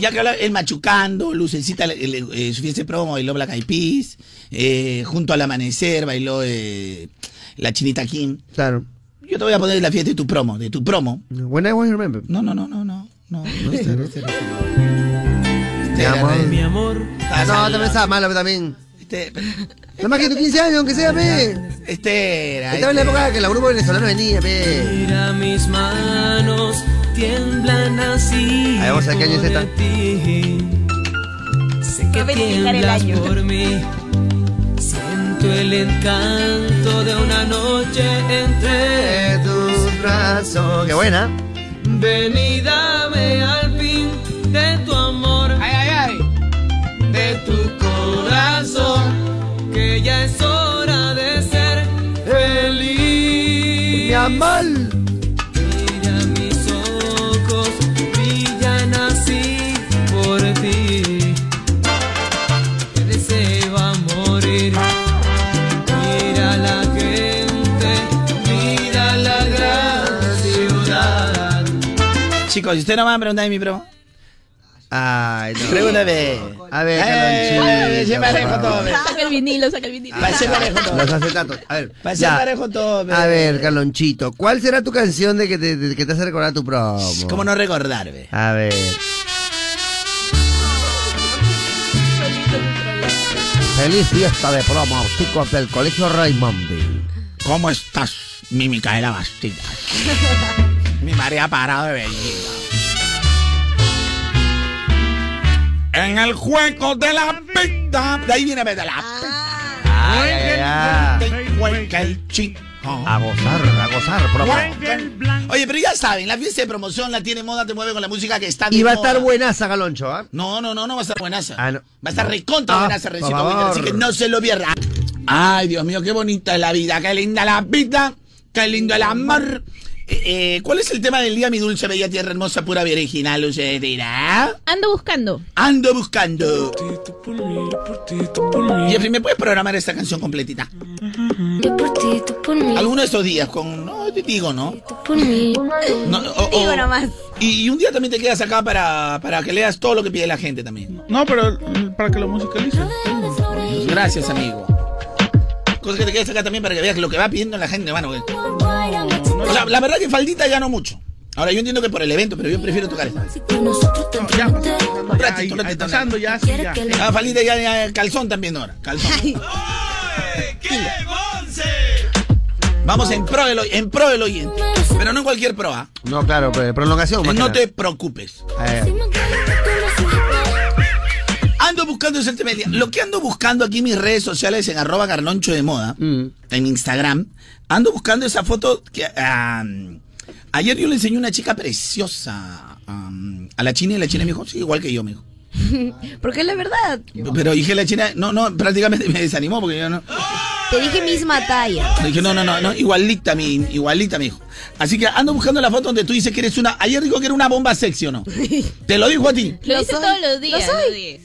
S4: ya que habla el Machucando, Lucecita, el- el- eh, su fiesta de promo, bailó Black Eyed Peas, eh, Junto al Amanecer, bailó eh, La Chinita Kim.
S2: Claro.
S4: Yo te voy a poner la fiesta de tu promo, de tu promo.
S2: When I want you remember.
S4: No, no, no, no, no. No, no está, no está, no está.
S2: Mi amor.
S4: Este,
S2: Ah, No, también estaba malo, pero también.
S4: Este,
S2: Nada más que tus 15 años, aunque sea, pe.
S4: este era,
S2: Estaba en la
S4: este.
S2: época que los grupos venezolanos venían, pe.
S7: Mira mis manos tiemblan así.
S2: Ahí vamos a ver qué año es esta.
S7: por ti. Sé que
S3: verificar el
S7: tiemblas
S3: año.
S7: por mí. Siento siento el encanto de una noche entre tus brazos.
S2: Qué buena.
S7: Ven y dame al fin de tu amor. De tu corazón. Que ya es hora de ser feliz.
S2: Mi amor.
S7: Mira mis ojos, brillan así por ti. Te deseo a morir. Mira la gente, mira la gran ciudad.
S4: Chicos, si usted no me va a preguntar de mi promo,
S2: Ay, no.
S4: pregúntame.
S2: A ver,
S4: Eh,
S2: Carlonchito,
S4: se parejo
S2: por favor.
S4: todo. ve.
S6: Saca el vinilo, saca el vinilo.
S4: Parece parejo todo.
S2: Los acetatos. A ver.
S4: Parece
S2: ya.
S4: parejo todo. ve.
S2: A ver, Carlonchito, ¿cuál será tu canción de que te, de que te hace recordar tu promo?
S4: ¿Cómo no recordar, ve?
S2: A ver. Feliz fiesta de promo, chicos del Colegio Raymond.
S4: ¿Cómo estás, mi Micaela Bastida? mi María Parado de Bellina. En el juego de la pita. De ahí viene, ve, de la
S2: Ah.
S3: Ah,
S2: Ay, ay, Ah.
S4: pita.
S2: ay.
S4: Te cuelga el chico.
S2: A gozar, a gozar, promo.
S4: Oye, pero ya saben, la fiesta de promoción la tiene moda, te mueve con la música que está de
S2: Y va a
S4: moda.
S2: estar buenaza, Galoncho, ¿ah?
S4: No, no, no, no va a estar buenaza.
S2: Ah, no.
S4: Va a estar recontra
S2: Ah,
S4: buenaza
S2: por
S4: Rencito Winter, así
S2: favor.
S4: que no se lo pierda. Ay, Dios mío, qué bonita es la vida, qué linda la vida, qué lindo el amor. Eh, eh, ¿Cuál es el tema del día, mi dulce bella tierra hermosa, pura virginal, luce dirá?
S6: Ando buscando.
S4: Ando buscando. Jeffrey, ¿me puedes programar esta canción completita?
S8: Yo por ti, tú por mí.
S4: Alguno de estos días, con. No, te digo, ¿no?
S8: Tú por mí.
S4: No, o- o-
S3: Digo nomás.
S4: Y, y un día también te quedas acá para, para que leas todo lo que pide la gente también.
S5: No, pero mm, para que lo musicalice.
S4: Pues Gracias, amigo. Cosa que te quedes acá también para que veas lo que va pidiendo la gente, hermano. que- O sea, la verdad que faldita ya no mucho. Ahora, yo entiendo que por el evento, pero yo prefiero tocar esta.
S5: Ya,
S4: Un
S5: ya,
S4: ratito,
S5: ahí-
S4: un
S5: ahí
S4: ratito.
S5: pasando, ya, sí, ya.
S4: Ah, faldita ya, ya, calzón también ahora. Calzón. Vamos en pro, del, oy- en pro del oyente. Pero no en cualquier pro, ¿ah?
S2: No, claro, pero prolongación. más que
S4: No
S2: nada.
S4: te preocupes.
S2: Eh,
S4: Ando buscando ese tema del día. Lo que ando buscando aquí en mis redes sociales, en arroba garloncho de moda, en Instagram, ando buscando esa foto que... ah, ayer yo le enseñé una chica preciosa ah, a la china y la china me dijo, sí, igual que yo, me dijo.
S3: Porque es la verdad.
S4: Pero dije la china, no, no, prácticamente me desanimó porque yo no...
S3: Te dije misma talla.
S4: Le dije, no, no, no, no, igualita, mi, igualita, mi hijo. Así que ando buscando la foto donde tú dices que eres una... Ayer dijo que era una bomba sexy, ¿o no? Te lo dijo a ti.
S6: Lo
S3: Lo
S6: dice
S3: soy.
S6: todos los días.
S3: Lo soy.
S6: los días.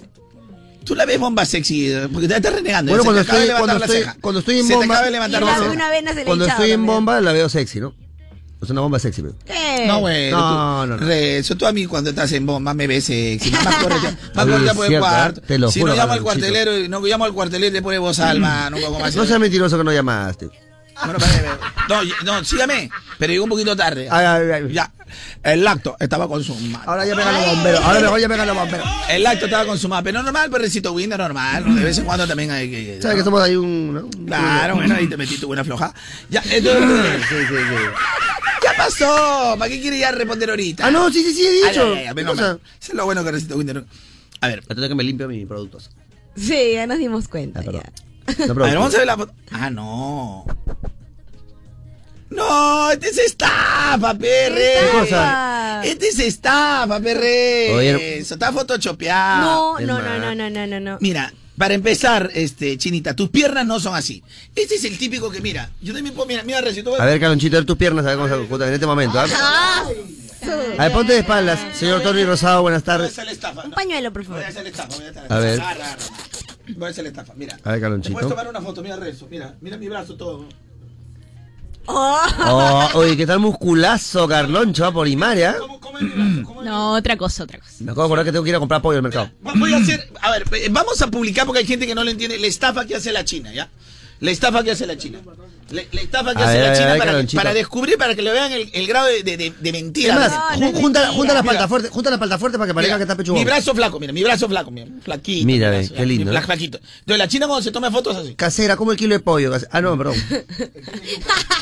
S4: Tú la ves bomba sexy, eh, porque te estás renegando.
S2: Bueno,
S4: Se te
S2: cuando
S4: acaba de
S2: estoy-
S4: levantar
S2: cuando
S4: la
S2: estoy-
S4: ceja.
S2: cuando estoy en
S4: Se
S2: bomba-
S4: te acaba de
S3: Y
S4: levantar la
S3: más
S4: ceja.
S3: de una vez se le
S2: cuando
S3: hinchaba
S2: estoy en
S3: también.
S2: bomba la veo sexy, ¿no? Es una bomba sexy, pero.
S3: ¿Qué?
S4: No, güey.
S2: No,
S4: tú-
S2: no, no.
S4: re- eso tú a mí cuando estás en bomba me ves sexy. Mamá, córrete.
S2: Oye,
S4: Mamá, córrete
S2: es
S4: por el
S2: cierto,
S4: cuarto.
S2: ¿eh? Te lo
S4: si
S2: juro,
S4: no llamo al
S2: Carlos Luchito.
S4: cuartelero, y no llamo al cuartelero y te pone voz alma, no poco más.
S2: No seas mentiroso que no llamaste.
S4: No, no, espérate, espérate. No, y- no, sígame, pero llegó un poquito tarde.
S2: Ay, ay, ay.
S4: Ya. El lacto estaba consumado.
S2: Ahora ya pegan los bomberos. Ahora mejor ya pegan los bomberos.
S4: El lacto estaba consumado, pero normal, perrecito Windows, normal. De vez en cuando también hay que.
S2: ¿Sabes que somos ahí un. no?
S4: Claro, bueno, ahí te metiste buena floja. Ya, entonces.
S2: Sí, sí, sí.
S4: ¿Qué pasó? ¿Para qué quiere ya responder ahorita?
S2: Ah, no, sí, sí, sí, he
S4: Ay,
S2: dicho.
S4: ay, ay,
S2: ¿Qué
S4: menos
S2: cosa?
S4: mal. Eso es lo bueno que recito Winter. A ver,
S2: Ya tengo que me limpio mis productos.
S3: Sí, ya nos dimos cuenta.
S2: Ah, perdón.
S3: ya.
S4: a
S2: No,
S4: ver,
S2: productos.
S4: vamos a ver la foto. Ah, no. No, este es estafa,
S2: ¿Qué
S4: perre.
S2: cosa?
S4: Este es estafa, perre.
S2: Oye.
S4: Eso está photoshopeado.
S3: No,
S2: es
S3: no,
S2: más.
S3: no, no, no, no, no, no.
S4: Mira, para empezar, este, Chinita, tus piernas no son así. Este es el típico que, mira, yo también puedo, mira, mira, recito.
S2: A ver, Calonchito, a ver tus piernas, a ver cómo se ejecutan en este momento. ¿ah? A ver, ponte de espaldas. Señor Tony Rosado, buenas
S4: Voy a
S2: tardes.
S4: hacer la estafa.
S3: Un
S4: ¿no?
S3: pañuelo, por
S4: Voy
S3: favor.
S4: a hacer la estafa, voy a hacer la
S2: A ver.
S4: estafa. Agarra, agarra. Voy a hacer la estafa, mira.
S2: A ver,
S4: Te puedes
S2: Calonchito.
S4: tomar una foto, mira, Renzo, mira, mira mi brazo todo.
S3: Oh,
S2: Oh, oye, qué tal musculazo, Carloncho, ah, por Imaria.
S4: ¿Cómo, cómo es mi
S2: Mm.
S4: brazo? ¿Cómo es mi
S6: No, otra cosa, otra cosa.
S2: Me acabo de acordar que tengo que ir a comprar pollo al mercado.
S4: Va- Voy a hacer, a ver, eh, vamos a publicar porque hay gente que no lo entiende, la estafa que hace la China, ¿ya? La estafa que hace la China. La, la estafa que
S2: A
S4: hace
S2: ver, a
S4: la
S2: ver, a
S4: China
S2: ver,
S4: para, que-
S2: Calonchito.
S4: para descubrir, para que le vean el, el grado de, de- de- de mentira.
S2: Es más,
S4: Mira,
S2: ju- junta, junta las paltas fuertes, junta las paltas fuertes para que parezca que está
S4: mi
S2: pechugón.
S4: brazo flaco, mira, mi brazo flaco, mira, flaquito.
S2: Mira,
S4: mi
S2: ve,
S4: brazo,
S2: qué lindo,
S4: mi bra-
S2: ¿eh?
S4: flaquito. Entonces la China cuando se toma fotos así.
S2: Casera, como el kilo de pollo. case- Ah, no, perdón.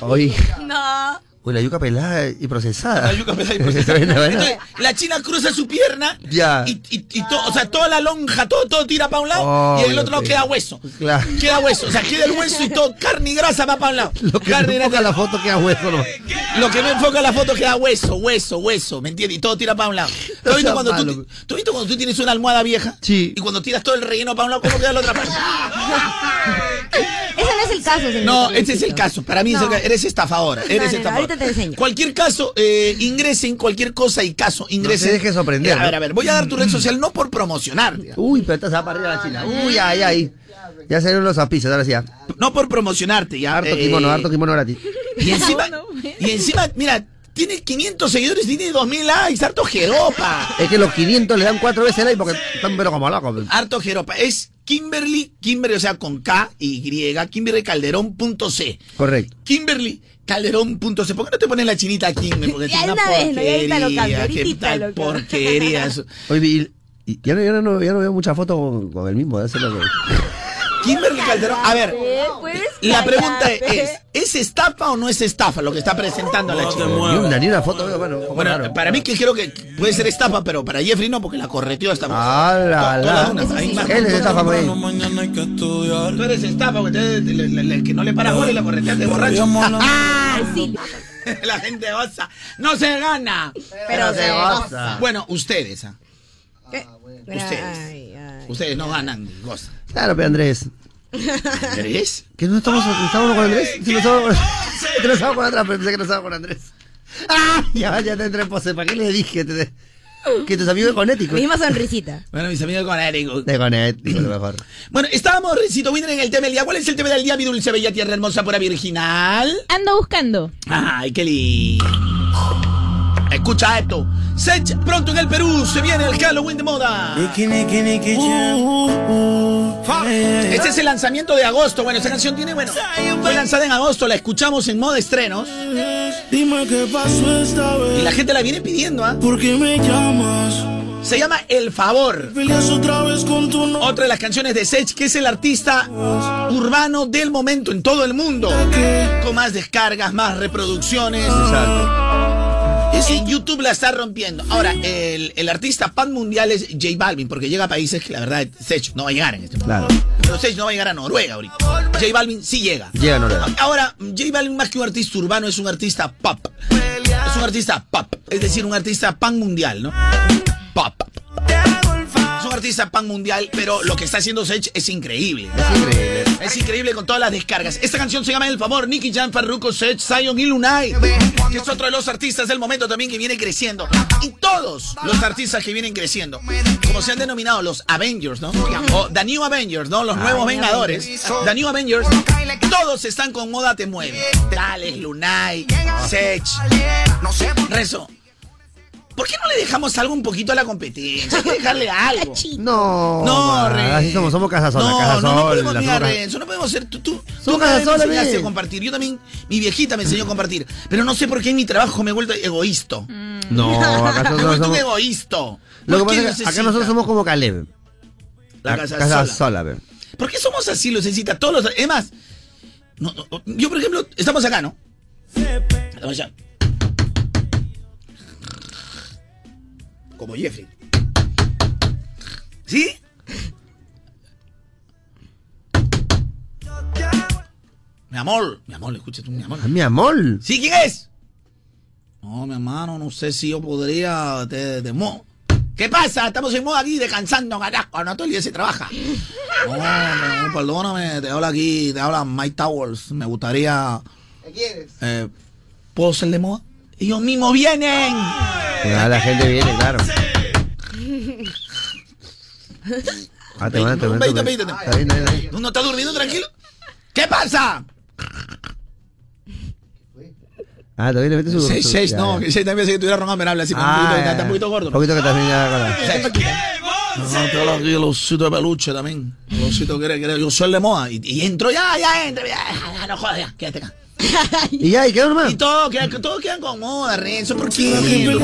S2: Oye,
S3: no.
S2: Uy, la yuca pelada y procesada.
S4: La yuca pelada y procesada. Entonces, la china cruza su pierna
S2: Ya.
S4: y, y- y to- o sea, toda la lonja, todo, todo tira para un lado
S2: Oh,
S4: y en el otro
S2: lo
S4: lado
S2: que-
S4: queda hueso.
S2: Claro.
S4: Queda hueso, o sea, queda el hueso y todo, carne y grasa va para un lado.
S2: Lo que
S4: carne
S2: me
S4: y grasa-
S2: enfoca la foto queda hueso, ¿no?
S4: lo que me enfoca la foto queda hueso, hueso, hueso, ¿me entiendes? Y todo tira para un lado. ¿Tú has
S2: sea
S4: visto cuando
S2: malo.
S4: tú, tú has visto cuando tú tienes una almohada vieja?
S2: Sí.
S4: Y cuando tiras todo el relleno para un lado, ¿cómo queda la otra parte?
S3: Ese no es el caso, señor.
S4: No, ese es el caso. Para mí, es el
S3: No.
S4: ca- eres estafadora.
S3: No,
S4: Eres
S3: no, no,
S4: estafadora.
S3: ahorita te enseño.
S4: Cualquier caso, eh, ingresen, cualquier cosa y caso, ingresen.
S2: No te dejes sorprender,
S4: Eh, a
S2: ¿no?
S4: ver, a ver, voy a dar tu red social no por promocionar.
S2: Uy, pero esta se va para arriba la china. Uy, ay, ay. Ya salieron los apices, ahora sí. ya.
S4: No por promocionarte, ya.
S2: Harto
S4: eh,
S2: kimono, harto kimono gratis.
S4: Y encima,
S6: No, no.
S4: y encima, mira, tiene 500 seguidores, tiene 2000 likes, harto jeropa.
S2: Es que los 500 le dan cuatro veces el like porque están pero como locos. pues.
S4: Harto jeropa. Es Kimberly, Kimberly, o sea, con K y griega, Kimberly Calderón.c.
S2: Correcto.
S4: Kimberly Calderón.c. ¿Por qué no te pones la chinita aquí? Porque
S3: Ya
S4: es una
S3: una vez, ¿no? Ya ahorita lo cambio,
S4: porquería. ¿Qué
S3: ahorita
S4: tal
S3: lo cambio.
S4: porquería? eso.
S2: Oye, y- y ya, no, ya no- ya no veo mucha foto con, con el mismo. ya sé lo que-
S4: Kimberly Calderón. A ver,
S3: Eh, puedes ¿eh?
S4: la
S3: callarte.
S4: pregunta es: ¿es estafa o no es estafa lo que está presentando la chica?
S2: Ni una, ni una foto veo, mano. como
S4: Bueno,
S2: raro.
S4: para mí que creo que puede ser estafa, pero para Jeffrey no, porque la correteó
S2: Ah.
S4: esta mujer.
S2: ¡Ala,
S4: To- todas
S2: ala!
S4: las- hay más-
S2: Él es de estafa, güey.
S4: Tú eres estafa, güey. te- te- le- le- le- que no le paras bola y la correteaste borracho.
S3: Ah,
S4: la gente osa. No se gana.
S3: Pero se goza.
S2: Pasa.
S4: Bueno, ustedes, ah,
S3: Eh, ay, ay.
S4: ustedes no ganan, gozan.
S2: Claro, pero Andrés.
S4: ¿Crees?
S2: ¿Que no estamos, estamos con Andrés? Si no estamos con que no estamos con Andrés, pensé que no estaba con Andrés. ¡Ah! Ya, ya te entré en pose. ¿Para qué le dije? Te- que tus amigos de Connecticut.
S3: Misma sonrisita.
S4: Bueno, mis amigos con Eric.
S2: De Connecticut, lo mejor.
S4: Bueno, estábamos recito Winner en el tema del día. ¿Cuál es el tema del día, mi dulce bella tierra hermosa pura virginal?
S6: Ando buscando.
S4: Ay, qué lindo. Escucha esto. Se- pronto en el Perú se viene el Halloween de moda.
S9: Uh,
S4: Este es el lanzamiento de agosto. Bueno, esta canción tiene, bueno, fue lanzada en agosto. La escuchamos en moda estrenos.
S9: Dime qué pasó esta
S4: Y la
S9: vez.
S4: gente la viene pidiendo, ¿ah?
S9: ¿Por qué me llamas?
S4: Se llama El Favor.
S9: Peleas otra vez con tu no.
S4: Otra de las canciones de Sech, que es el artista urbano del momento en todo el mundo.
S9: ¿Qué?
S4: Con más descargas, más reproducciones. En YouTube la está rompiendo. Ahora, el, el artista pan mundial es J Balvin, porque llega a países que la verdad Sech no va a llegar en este momento.
S2: Claro.
S4: Pero Sech no va a llegar a Noruega ahorita. J Balvin sí llega.
S2: Llega a Noruega.
S4: Ahora, J Balvin más que un artista urbano es un artista pop. Es un artista pop. Es decir, un artista pan mundial, ¿no? Pop. Es un artista pan mundial, pero lo que está haciendo Sech es increíble.
S2: Es increíble.
S4: Es increíble con todas las descargas. Esta canción se llama El Favor, Nicky Jam, Farruko, Seth, Zion y Lunay, que es otro de los artistas del momento también que viene creciendo. Y todos los artistas que vienen creciendo, como se han denominado los Avengers, ¿no? O The New Avengers, ¿no? Los nuevos Vengadores. The New Avengers, todos están con moda te mueve. Tales, Lunay, Sech. Rezo. ¿Por qué no le dejamos algo un poquito a la competencia? Hay que dejarle algo.
S2: No.
S4: No,
S2: man,
S4: Renzo.
S2: Así somos, somos Casasola.
S4: No,
S2: Casasola.
S4: no, no podemos
S2: la
S4: negar,
S2: somos-
S4: Renzo, no podemos ser. Tú, tú, tú
S2: Somos
S4: una vez me
S2: sola,
S4: enseñaste
S2: ven.
S4: a compartir. Yo también, mi viejita me enseñó a compartir. Pero no sé por qué en mi trabajo me he vuelto egoísta.
S2: No, acá
S4: me he
S2: nosotros
S4: vuelto un
S2: somos.
S4: egoísta.
S2: Lo que
S4: ¿Por qué,
S2: pasa es que acá
S4: Lucecita?
S2: nosotros somos como Caleb.
S4: La
S2: Ca-
S4: casa,
S2: Casa
S4: sola.
S2: sola, ve.
S4: ¿Por qué somos así, Lucecita? Todos los. Es más, no, no, yo, por ejemplo, estamos acá, ¿no? Estamos allá. Como Jeffrey. ¿Sí? Mi amor, mi amor, escucha tú, mi amor.
S2: Ah, Mi amor.
S4: ¿Sí quién es? No, mi hermano, no sé si yo podría te, te mo- ¿Qué pasa? Estamos en moda aquí descansando, carajo. No todo el día se trabaja. No, no, perdóname, te habla aquí, te habla Mike Towers. Me gustaría. ¿Qué quieres? ¿Puedo ser de moda? Ellos mismos vienen.
S2: Ah, la gente viene, claro. Ah, te van, te van. te
S4: Pedito, pedito,
S2: van.
S4: pedito.
S2: Está bien, está bien, está bien.
S4: ¿Tú no estás durmiendo tranquilo? ¿Qué pasa?
S2: Ah, todavía le metes su.
S4: Seis,
S2: su-
S4: seis,
S2: ya,
S4: no,
S2: ya.
S4: que seis también se que tuviera rongado, pero habla así, con un
S2: Ah,
S4: poquito,
S2: ya,
S4: está
S2: ya.
S4: un poquito gordo.
S2: Un poquito que también ya con la-
S4: No, te hablo aquí del osito de peluche también. El osito que era, que era- yo soy el de moda. Y, y entro, ya, ya, entro, ya, ya, no jodas, ya, quédate acá.
S2: Y ya, y quedó nomás.
S4: Y todos quedan, todos quedan con moda, Renzo. ¿Por qué?
S2: Ah.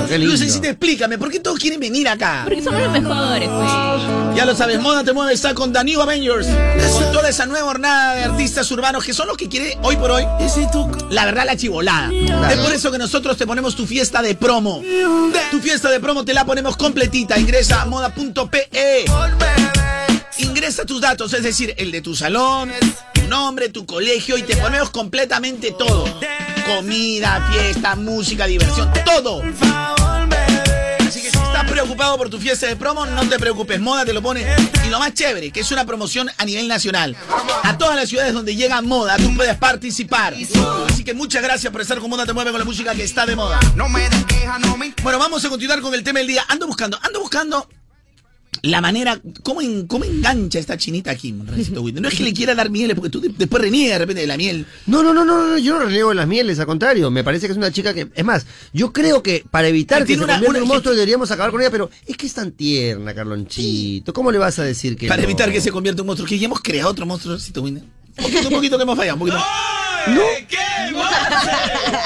S2: Qué lindo.
S4: Lucecita, explícame, ¿por qué todos quieren venir acá?
S6: Porque somos los mejores, pues. güey.
S4: Ya lo sabes, Moda Te Mueve está con The New Avengers, con toda esa nueva jornada de artistas urbanos que son los que quiere hoy por hoy, la verdad, la chivolada. Es por eso que nosotros te ponemos tu fiesta de promo. Tu fiesta de promo te la ponemos completita. Ingresa a moda.pe. Ingresa tus datos, es decir, el de tu salón, tu nombre, tu colegio y te ponemos completamente todo. Comida, fiesta, música, diversión, todo. Así que si estás preocupado por tu fiesta de promo, no te preocupes, Moda te lo pone. Y lo más chévere, que es una promoción a nivel nacional. A todas las ciudades donde llega Moda, tú puedes participar. Así que muchas gracias por estar con Moda Te Mueve con la música que está de moda. Bueno, vamos a continuar con el tema del día. Ando buscando, ando buscando la manera, cómo, en- cómo engancha esta chinita aquí, Rencito Winder. No es que le quiera dar miel, porque tú de- después reniegas de repente de la miel.
S2: No, no, no, no, no, yo no reniego de las mieles, al contrario, me parece que es una chica que, es más, yo creo que para evitar
S4: Que
S2: que
S4: tiene
S2: se
S4: una-
S2: convierta en
S4: una-
S2: un monstruo deberíamos acabar con ella, pero es que es tan tierna, Carlonchito, ¿cómo le vas a decir que
S4: Para
S2: no?
S4: evitar que se convierta en un monstruo. Que ya hemos creado otro monstruo, Rencito Winder. Un poquito, un poquito que hemos fallado, un poquito.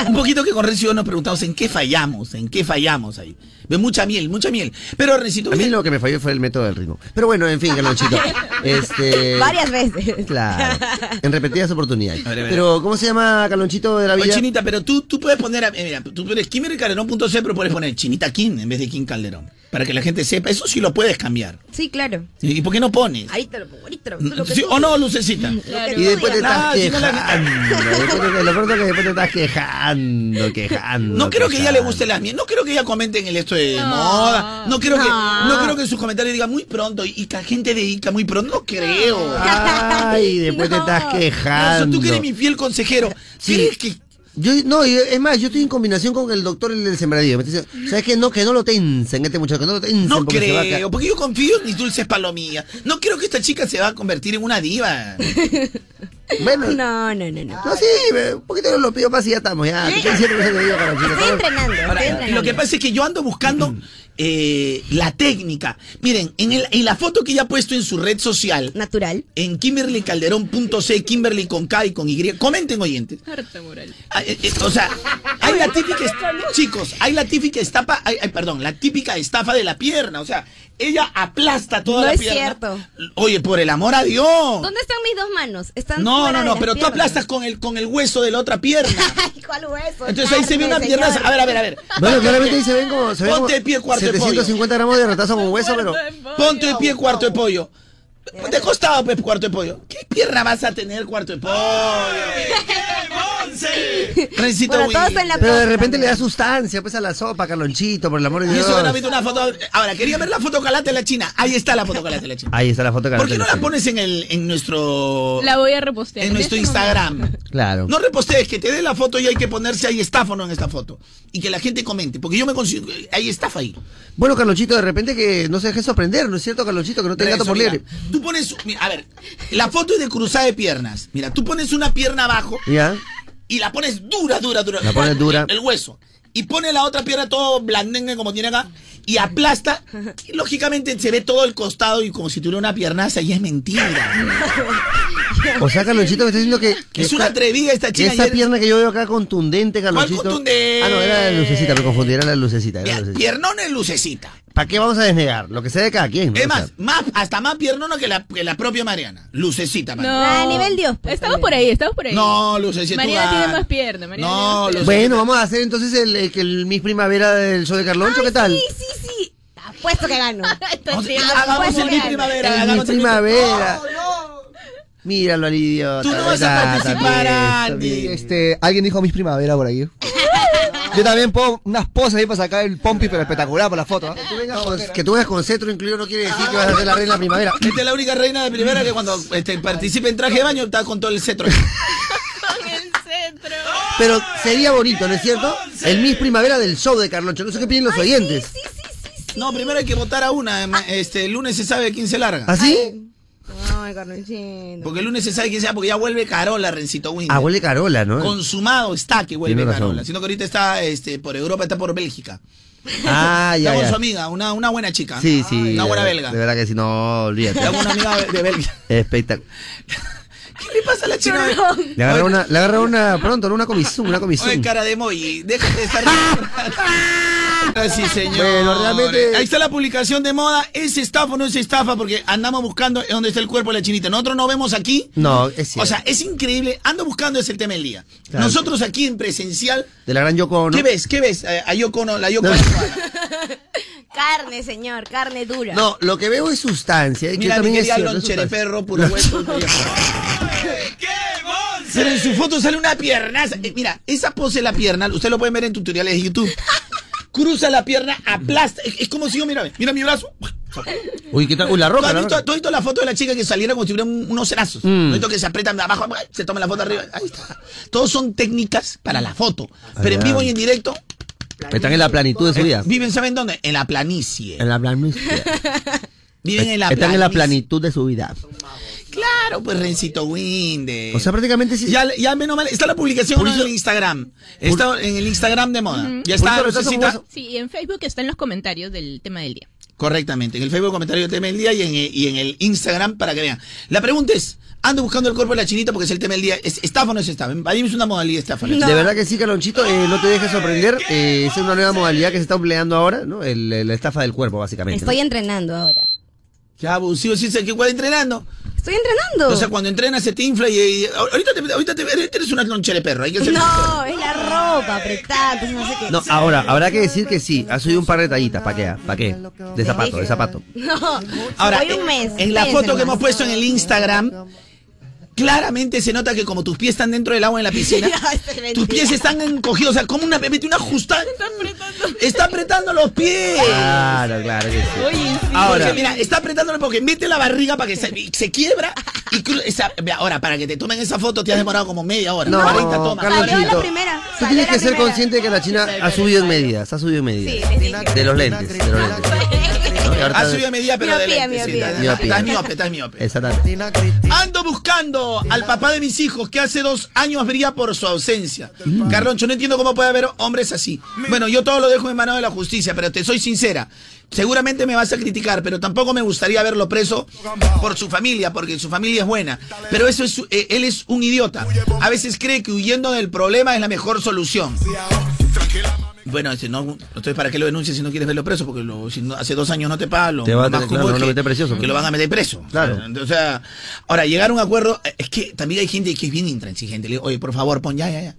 S4: Un poquito que con Renzo y yo nos preguntamos en qué fallamos, en qué fallamos ahí. Ve mucha miel, mucha miel. Pero Rencito,
S2: A mí
S4: Winder,
S2: lo que me falló fue el método del ritmo. Pero bueno, en fin, Carlonchito,
S4: Eh,
S2: este...
S3: Varias veces.
S2: Claro, en repetidas oportunidades.
S4: A ver, a ver.
S2: Pero, ¿cómo se llama Carlonchito de la
S4: oye,
S2: vida?
S4: Chinita, pero tú, tú puedes poner, eh, mira, tú pones Kimberly Calderón.c, pero puedes poner Chinita Kim en vez de Kim Calderón. Para que la gente sepa, eso sí lo puedes cambiar.
S3: Sí, claro.
S4: ¿Y por qué no pones?
S3: Ahorita lo pongo, ahorita Pues lo pongo.
S4: Sí, ¿O no, Lucecita?
S2: Y después te
S4: Ah,
S2: estás
S4: sí, no la-
S2: quejando. después te- Lo pronto que después te estás quejando, quejando.
S4: No creo que ella le
S2: quejando.
S4: guste las mías, no creo que ella comente en el esto de moda, no creo que no creo que sus comentarios digan muy pronto y y que la gente de Ica muy pronto, no creo.
S2: Ay, después te
S3: No.
S2: estás
S4: Nelson,
S2: quejando.
S4: tú que eres mi fiel consejero,
S2: Sí.
S4: ¿crees que
S2: Yo, no, y es más, yo estoy en combinación con el doctor el del sembradío. Me está diciendo, ¿sabes qué? No, que no lo tensen, este muchacho, que no lo tensen.
S4: No
S2: porque se va a
S4: creo, porque yo confío en mis dulces palomillas. No creo que esta chica se va a convertir en una diva.
S2: ca- Bueno, no.
S3: No, no, no,
S4: Ah,
S3: no.
S2: sí, me- un poquito lo pido más y ya estamos, ya. Estoy diciendo que se te digo, Carlonchito,
S3: Estoy
S2: Carlonchito.
S3: entrenando,
S4: Ahora,
S3: estoy entrenando.
S4: lo que pasa es que yo ando buscando eh, la técnica. Miren, en, el- en la foto que ella ha puesto en su red social,
S3: Natural.
S4: en kimberlycalderón.c, Kimberly con K y con Y, comenten oyentes.
S6: Harta moral.
S4: Ah, eh, eh, O sea, hay la típica est- chicos, hay la típica estafa, ay, ay, perdón, la típica estafa de la pierna, o sea, ella aplasta toda
S3: No
S4: la
S3: es
S4: pierna.
S3: cierto.
S4: Oye, por el amor a Dios.
S3: ¿Dónde están mis dos manos? Están
S4: No, no,
S3: fuera de
S4: no,
S3: las
S4: pero tú
S3: piernas.
S4: aplastas con el con el hueso de la otra pierna.
S3: Ay, ¿cuál hueso?
S4: Entonces ahí se ve una
S3: Carne,
S4: pierna.
S3: señor.
S4: A ver, a ver, a ver.
S2: Bueno, claramente ahí se ven como. Se ven
S4: Ponte
S2: como
S4: de pie, cuarto de pollo.
S2: 750 gramos de retraso con hueso, pero.
S4: Ponte de pie cuarto de pollo. De costado, pues, cuarto de pollo. ¿Qué pierna vas a tener cuarto de pollo? Rencito
S3: Bueno, todos
S4: Willy.
S3: en la
S2: Pero de
S3: próxima.
S2: repente le da sustancia, pues a la sopa, Carlonchito, por el amor de
S4: Y
S2: Dios.
S4: eso no ha visto una foto. Ahora, quería ver la foto calate de la China. Ahí está la foto calate de la China.
S2: Ahí está la foto que
S4: ¿Por qué no la pones en el en nuestro
S6: La voy a repostear.
S4: en nuestro
S6: este momento.
S4: Instagram?
S2: Claro.
S4: No repostees, que te dé la foto y hay que ponerse ahí estáfono en esta foto. Y que la gente comente, porque yo me consigo. Ahí estafa ahí.
S2: Bueno, Carlonchito, de repente que no se deje sorprender, ¿no es cierto, Carlonchito? Que no tenga gato
S4: Renzo,
S2: por
S4: mira,
S2: liebre.
S4: Tú pones. mira, A ver, la foto es de cruzada de piernas. Mira, tú pones una pierna abajo
S2: ¿Ya?
S4: y la pones dura, dura, dura.
S2: La pones dura.
S4: El hueso. Y pone la otra pierna todo blandengue como tiene acá. Y aplasta. Y lógicamente se ve todo el costado y como si tuviera una piernaza. Y es mentira.
S2: O sea, Carlonchito me está diciendo que. que
S4: es una
S2: esta-
S4: atrevida esta
S2: que
S4: chica.
S2: esa
S4: ayer-
S2: pierna que yo veo acá contundente, Carlonchito.
S4: contundente?
S2: Ah, no, era la lucecita, me confundí, era la lucecita. Era la
S4: Mira,
S2: lucecita.
S4: piernona en lucecita.
S2: ¿Para qué vamos a desnegar? Lo que sea de cada quien. ¿no?
S4: Es
S2: O sea,
S4: más, más, hasta más piernona que la, que la propia Mariana. Lucecita,
S6: No.
S4: Mariana.
S3: A nivel Dios, pues,
S6: estamos
S3: también.
S6: por ahí, estamos por ahí.
S4: No, Lucecita. tú
S6: Mariana tiene
S4: vas.
S6: más pierna. Mariana
S4: No,
S6: tiene más pierna.
S2: Bueno, vamos a hacer entonces el, el, el Miss Primavera del show de Carloncho, ¿qué tal?
S3: Sí, sí, sí. Apuesto que gano.
S4: Vamos-
S6: Entonces,
S4: Hagamos el mi primavera.
S2: El
S4: hagamos
S2: Miss
S4: el Mi-
S2: Primavera. Míralo al idiota.
S4: Tú no vas a
S2: ¿verdad?
S4: participar,
S2: También,
S4: Andy.
S1: Este, alguien dijo mis primavera por aquí. Yo también pongo unas poses ahí para sacar el pompi, pero espectacular por la foto. ¿ah?
S2: también. Que tú vengas con cetro incluido no quiere decir que vas a hacer la reina primavera.
S4: Esta es la única reina de primera que cuando este, participe en traje de baño está con todo el cetro.
S6: Con el centro.
S2: Pero sería bonito, ¿no es cierto? El Miss Primavera del show de Carloncho. No sé qué piden los oyentes.
S3: Sí, sí, sí, sí.
S4: No, primero hay que votar a una. em, Este, el lunes se sabe quién se
S2: Ah,
S4: larga.
S2: ¿Así?
S3: Ay, Carlonchito.
S4: Porque el lunes se sabe quién se va, porque ya vuelve Carola, Rencito Winder.
S2: Ah, huele Carola, ¿no?
S4: Consumado está que vuelve
S2: Tiene razón.
S4: Carola. Sino que ahorita está este, por Europa, está por Bélgica.
S2: Ah,
S4: Está
S2: ya,
S4: con su
S2: ya.
S4: amiga, una, una buena chica.
S2: Sí, sí.
S4: Una
S2: de
S4: buena
S2: verdad-
S4: belga.
S2: De verdad que sí, no, olvídate.
S4: Está con una amiga de Bélgica.
S2: Espectacular.
S4: ¿Qué le pasa a la chica?
S3: Perdón.
S2: Le agarra una, le agarra una, pronto, ¿no? una comisum, una comisum.
S4: Oye, cara de Moy, déjate de estar. Así, señor.
S2: Bueno, realmente-
S4: Ahí está la publicación de moda. ¿Es estafa o no es estafa? Porque andamos buscando dónde está el cuerpo de la chinita. Nosotros no vemos aquí.
S2: No, es cierto.
S4: O sea, es increíble. Ando buscando ese el tema del día.
S2: Claro.
S4: Nosotros aquí en presencial.
S2: de la gran Yoko Ono.
S4: ¿Qué ves? ¿Qué ves? Eh, A Yoko Ono, la Yoko
S2: No.
S4: Ono.
S3: Carne, señor, carne dura.
S2: No, lo que veo es sustancia. que
S4: Mira, mi
S2: también es
S4: querida
S2: cierto, es
S4: lonche de
S2: sustancia.
S4: perro, puro hueso. Pero en su foto sale una piernaza. Eh, mira, esa pose de la pierna, usted lo pueden ver en tutoriales de YouTube. Cruza la pierna, aplasta. Es, es como si yo, mira, mira mi brazo.
S2: Uy, ¿qué tal? Uy, la
S4: ¿Tú
S2: roca.
S4: has
S2: la
S4: visto,
S2: roca.
S4: tú has visto la foto de la chica que saliera como si tuvieran un- unos cerazos?
S2: Mm.
S4: No visto que se aprietan de abajo, se toman la foto arriba. Ahí está. Todos son técnicas para la foto. Pero en
S2: ya.
S4: vivo y en directo,
S2: Están en la planitud de su vida.
S4: viven, ¿saben dónde? En la planicie.
S2: En la planitud.
S4: Viven en la
S2: Están en la
S4: planicie.
S2: planitud de su vida.
S4: Claro, pues Rencito Winde.
S2: O sea, prácticamente sí.
S4: Ya, ya menos mal, está la publicación
S2: Por
S4: ¿no?
S2: eso-
S4: en el Instagram. Está en el Instagram de moda. Ya está,
S2: Por eso retraso
S4: Rosicita.
S2: famoso.
S6: Sí, y en Facebook está en los comentarios del tema del día.
S4: Correctamente. En el Facebook comentario del tema del día y en, el- y en el Instagram para que vean. La pregunta es, ando buscando el cuerpo de la chinita porque es el tema del día. ¿Es estafa o no es estafa? Para mí es una modalidad de estafa.
S2: De verdad que sí, Calonchito, eh, no te dejes sorprender. eh, es una nueva modalidad que se está empleando ahora, ¿no? El- el- la estafa del cuerpo, básicamente. ¿no?
S3: Estoy entrenando ahora.
S4: Qué abusivo, sí, sé que cuál entrenando.
S3: Estoy entrenando.
S4: O sea, cuando entrenas se te infla y, y- ahorita, te, ahorita te- eres una lonchera de perro. Hay que ser
S3: No, es la ropa apretada, entonces no sé qué.
S2: No, ahora, habrá que decir que sí, ha subido un par de tallitas, ¿para qué? ah? ¿Para qué? De zapato, de zapato.
S3: No,
S4: Ahora,
S3: voy un
S4: en-
S3: mes.
S4: en la
S3: espérense
S4: foto que
S3: nomás.
S4: hemos puesto en el Instagram, claramente se nota que como tus pies están dentro del agua en la piscina,
S3: Ya, esto es mentira.
S4: tus pies están encogidos, o sea, como una mete una ajustada. Está apretando los pies.
S2: Claro, claro que sí.
S6: Oye, sí.
S2: Ahora,
S4: Porque, mira, está apretándolo porque mete la barriga para que se, y se quiebra y cru- esa- ve, ahora para que te tomen esa foto te has demorado como media hora.
S2: No,
S4: 40 tomas.
S2: Carlos
S3: Salió
S2: Chito,
S3: la primera.
S2: tú
S3: salió
S2: tienes
S3: la
S2: que ser
S3: primera.
S2: consciente de que la China ha subido en medidas, ha subido en
S3: Sí,
S2: medidas.
S3: les dije.
S2: De los lentes, de los lentes. ¿no? Y ahorita-
S4: Ha subido media, pero de
S3: Miopía,
S4: lente, sí,
S3: miopía.
S4: estás-
S2: Miopía.
S4: Estás miope, estás miope.
S2: Exactamente.
S4: Ando buscando al papá de mis hijos que hace dos años brilla por su ausencia. Carloncho, no entiendo cómo puede haber hombres así. Bueno, yo todo lo dejo en manos de la justicia, pero te soy sincera. Seguramente me vas a criticar, pero tampoco me gustaría verlo preso por su familia, porque su familia es buena. Pero eso es, su- eh, él es un idiota. A veces cree que huyendo del problema es la mejor solución. Bueno, este, no, no estoy para que lo denuncies si no quieres verlo preso, porque lo- si no- hace dos años no te paga, lo
S2: Te va a
S4: lo más
S2: tener-
S4: común
S2: claro,
S4: es
S2: no lo
S4: que-
S2: metes preso.
S4: que lo van a meter preso.
S2: Claro.
S4: O sea, ahora, llegar a un acuerdo, eh, es que también hay gente que es bien intransigente. Le digo, oye, por favor, pon ya, ya, ya.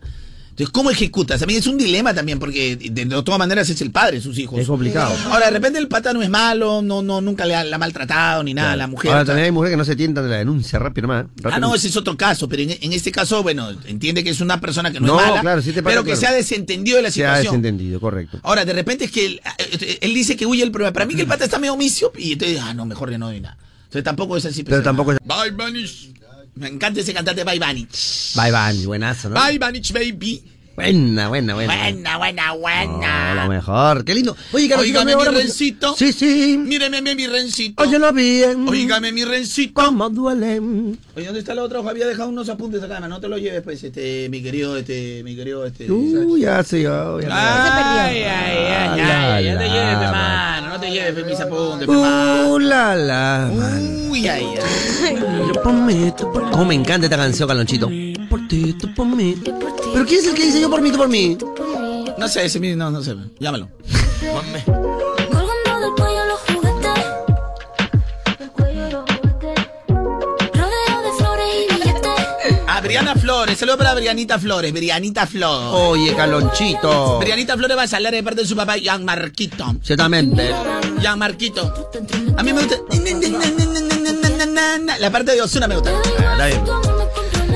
S4: Entonces, ¿cómo ejecutas? También es un dilema también, porque de, de todas maneras es el padre de sus hijos.
S2: Es complicado.
S4: Ahora, de repente el pata no es malo, no, no, nunca le ha, la ha maltratado ni nada, la mujer.
S2: Ahora
S4: o sea,
S2: también hay mujeres que no se tientan de la denuncia, rápido nomás. ¿eh?
S4: Ah,
S2: Rápido.
S4: no, ese es otro caso, pero en, en este caso, bueno, entiende que es una persona que no,
S2: No,
S4: es mala,
S2: claro, sí te pasa,
S4: pero que
S2: claro.
S4: se ha desentendido de la
S2: Se ha
S4: situación.
S2: desentendido, correcto.
S4: Ahora, de repente es que él, eh, él dice que huye el problema. Para mí que el pata está medio omiso y entonces, ah, no, mejor que no doy nada. Entonces tampoco es así.
S2: Pero tampoco es.
S5: Bye, Vanish.
S4: Me encanta ese cantante Bye Vanich.
S2: Bye, bye, buenazo, ¿no?
S5: Bye, Vanish, baby.
S2: Buena, buena, buena.
S4: Buena, buena,
S2: No, lo
S4: buena.
S2: mejor, qué lindo. Oye, Carlos,
S4: Óigame,
S2: ¿no
S4: mi
S2: me ahora-
S4: rencito.
S2: Sí, sí.
S4: Míreme mi- mi rencito.
S2: Oye, lo bien.
S4: Óigame mi rencito.
S2: Cómo duele.
S4: Oye, ¿dónde está la otra hoja? Había dejado unos apuntes acá, no te lo lleves, pues, este, mi querido, este, mi querido, este.
S2: Uy, ya se yo.
S4: Ay, ay, ay, ay,
S2: La,
S4: no te
S2: la,
S4: lleves,
S2: la.
S4: hermano, no te lleves, pues, mis apuntes, hermano.
S2: Uh, la, la. man.
S4: Uy, ay, ay.
S2: Yo por mí, tú por- Cómo me encanta esta canción, Calonchito. Por ti, tú por mí. ¿Pero quién es el que dice yo por mí, tú por mí?
S4: No sé, ese, no, no sé, llámalo.
S8: Colgando del cuello los juguetes. Del cuello los juguetes. Rodeado de flores y billetes.
S4: A Briana Flores, saludo para Brianita Flores, Brianita Flores.
S2: Oye, Calonchito.
S4: Brianita Flores va a salir de parte de su papá, Jan Marquito.
S2: Ciertamente.
S4: Jan Marquito. A mí me gusta. La parte de Osuna me gusta.
S2: Está bien.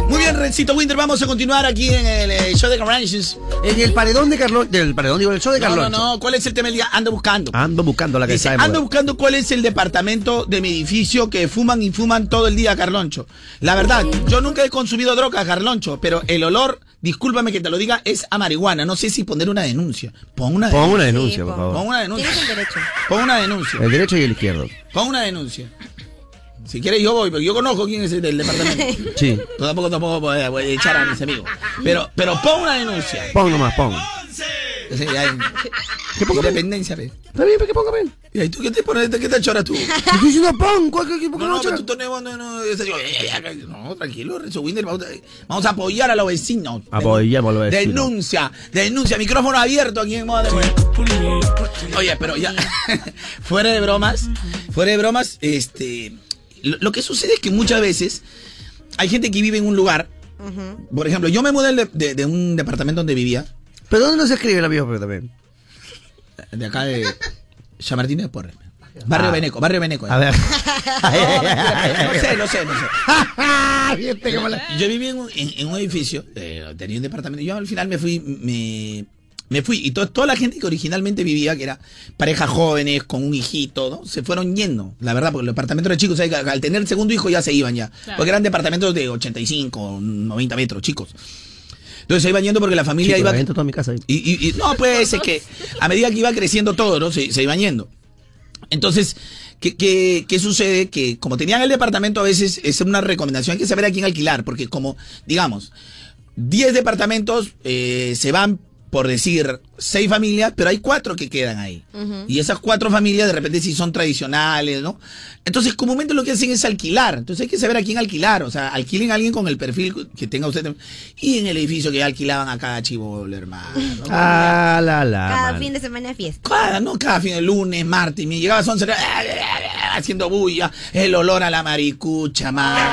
S4: Muy bien, Rencito Winter, vamos a continuar aquí en el eh, show de Carnations.
S2: En el paredón de Carlón. Del paredón, digo, el show de
S4: No, no,
S2: Carloncho.
S4: no, ¿cuál es el tema del día? Ando buscando.
S2: Ando buscando la que
S4: Dice,
S2: sabe.
S4: ando
S2: mover.
S4: buscando cuál es el departamento de mi edificio que fuman y fuman todo el día, Carloncho. La verdad, yo nunca he consumido droga, Carloncho, pero el olor, discúlpame que te lo diga, es a marihuana. No sé si poner una denuncia. Pon una
S2: Pon
S4: denuncia.
S2: una denuncia, por
S3: pon.
S2: favor.
S4: Pon una denuncia.
S3: Tienes el derecho.
S4: Pon una denuncia.
S2: El derecho y el izquierdo.
S4: Pon una denuncia. Si quieres yo voy, porque yo conozco quién es el del departamento.
S2: Sí.
S4: Yo tampoco, tampoco voy a, voy a echar a mis amigos. Pero, pero pon una denuncia.
S2: Pon nomás, pon.
S4: Sí, ya en-
S2: ¿Qué pongo?
S4: Independencia, pe.
S2: Está bien, pero que pongo, ven.
S4: Mira, ¿Y tú qué te pones? ¿Qué te choras tú?
S2: Estoy diciendo pon, ¿cuál qué- por qué
S4: No,
S2: no,
S4: no,
S2: chaval?
S4: pero tú Tony, vos no, no, ese- yo, eh, eh, eh, no, tranquilo, Renzo Winder, vamos, a- vamos a apoyar a los vecinos.
S2: Apoyemos a los vecinos.
S4: Denuncia, denuncia, micrófono abierto aquí en Moda de Mujer. Oye, pero ya, fuera de bromas, fuera de bromas, este, lo, lo que sucede es que muchas veces hay gente que vive en un lugar, por ejemplo, yo me mudé de, de- de un departamento donde vivía,
S2: ¿Pero dónde no se escribe la biografía también?
S4: de acá de San Martín de Porres. Barrio Beneco, Barrio Beneco. eh.
S2: Ah. A ver.
S4: No sé, no sé, no sé.
S2: Viste cómo la-
S4: Yo viví en un, en- en un edificio, eh, tenía un departamento. Yo al final me fui, me, me fui. Y to- toda la gente que originalmente vivía, que era parejas jóvenes, con un hijito, ¿no? Se fueron yendo, la verdad, porque los departamentos de chicos, ¿sabes? al tener el segundo hijo ya se iban ya.
S6: Claro.
S4: Porque eran departamentos de 85, 90 metros, chicos. Entonces se iban yendo porque la familia
S2: Chico,
S4: iba.
S2: la gente toda mi casa ahí.
S4: Y, y- y- no, pues es que a medida que iba creciendo todo, ¿no? Se, se iban yendo. Entonces, ¿qué, qué, qué sucede? Que como tenían el departamento, a veces es una recomendación, hay que saber a quién alquilar, porque como, digamos, 10 departamentos eh, se van, por decir, 6 familias, pero hay 4 que quedan ahí. Y esas 4 familias de repente sí son tradicionales, ¿no? Entonces, comúnmente lo que hacen es alquilar. Entonces, hay que saber a quién alquilar. O sea, alquilen a alguien con el perfil que tenga usted. Y en el edificio que ya alquilaban a cada chivo, hermano. ¿no?
S2: Ah, la, la.
S3: Cada
S2: man.
S3: fin de semana fiesta.
S4: Cada, no, cada fin de lunes, martes, me llegaba a 11 de la- eh, haciendo bulla, el olor a la maricucha, man.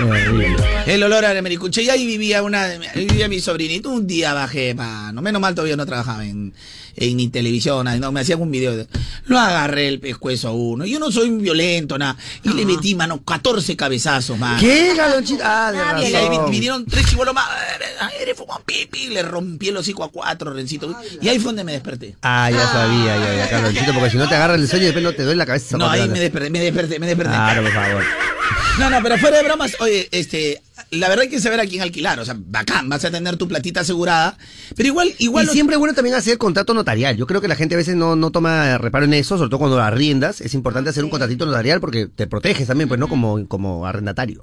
S2: Horrible.
S4: El olor a la maricucha. Y ahí vivía una, vivía mi sobrinito. Un día bajé, mano. Menos mal todavía no trabajaba en, en ni televisión, nada, no, me hacían un video. de- Lo agarré el pescuezo a uno. Yo no soy violento, nada. Y le metí, mano, 14 cabezazos, mano.
S2: ¿Qué, galonchita? Ah, de
S3: Ah,
S4: Y ahí vi-
S2: razón.
S4: vinieron tres chibolos más. eh, Ay, Eres fumón, pipi. Le rompí el hocico a cuatro, Rencito. Y ahí fue donde me desperté.
S2: Ah, ya sabía, ya, ya, Carlonchito, porque si no te agarra el sueño y después no te duele la cabeza.
S4: No, ahí
S2: cuando
S4: me
S2: ganas.
S4: desperté, me desperté, me desperté.
S2: Claro, por favor.
S4: No, no, pero fuera de bromas, oye, este, la verdad hay que saber a quién alquilar, o sea, bacán, vas a tener tu platita asegurada, pero igual, igual
S2: y
S4: los-
S2: siempre es bueno también hacer contrato notarial. Yo creo que la gente a veces no, no toma reparo en eso, sobre todo cuando arriendas. Es importante hacer un contratito notarial porque te proteges también, pues no como, como arrendatario.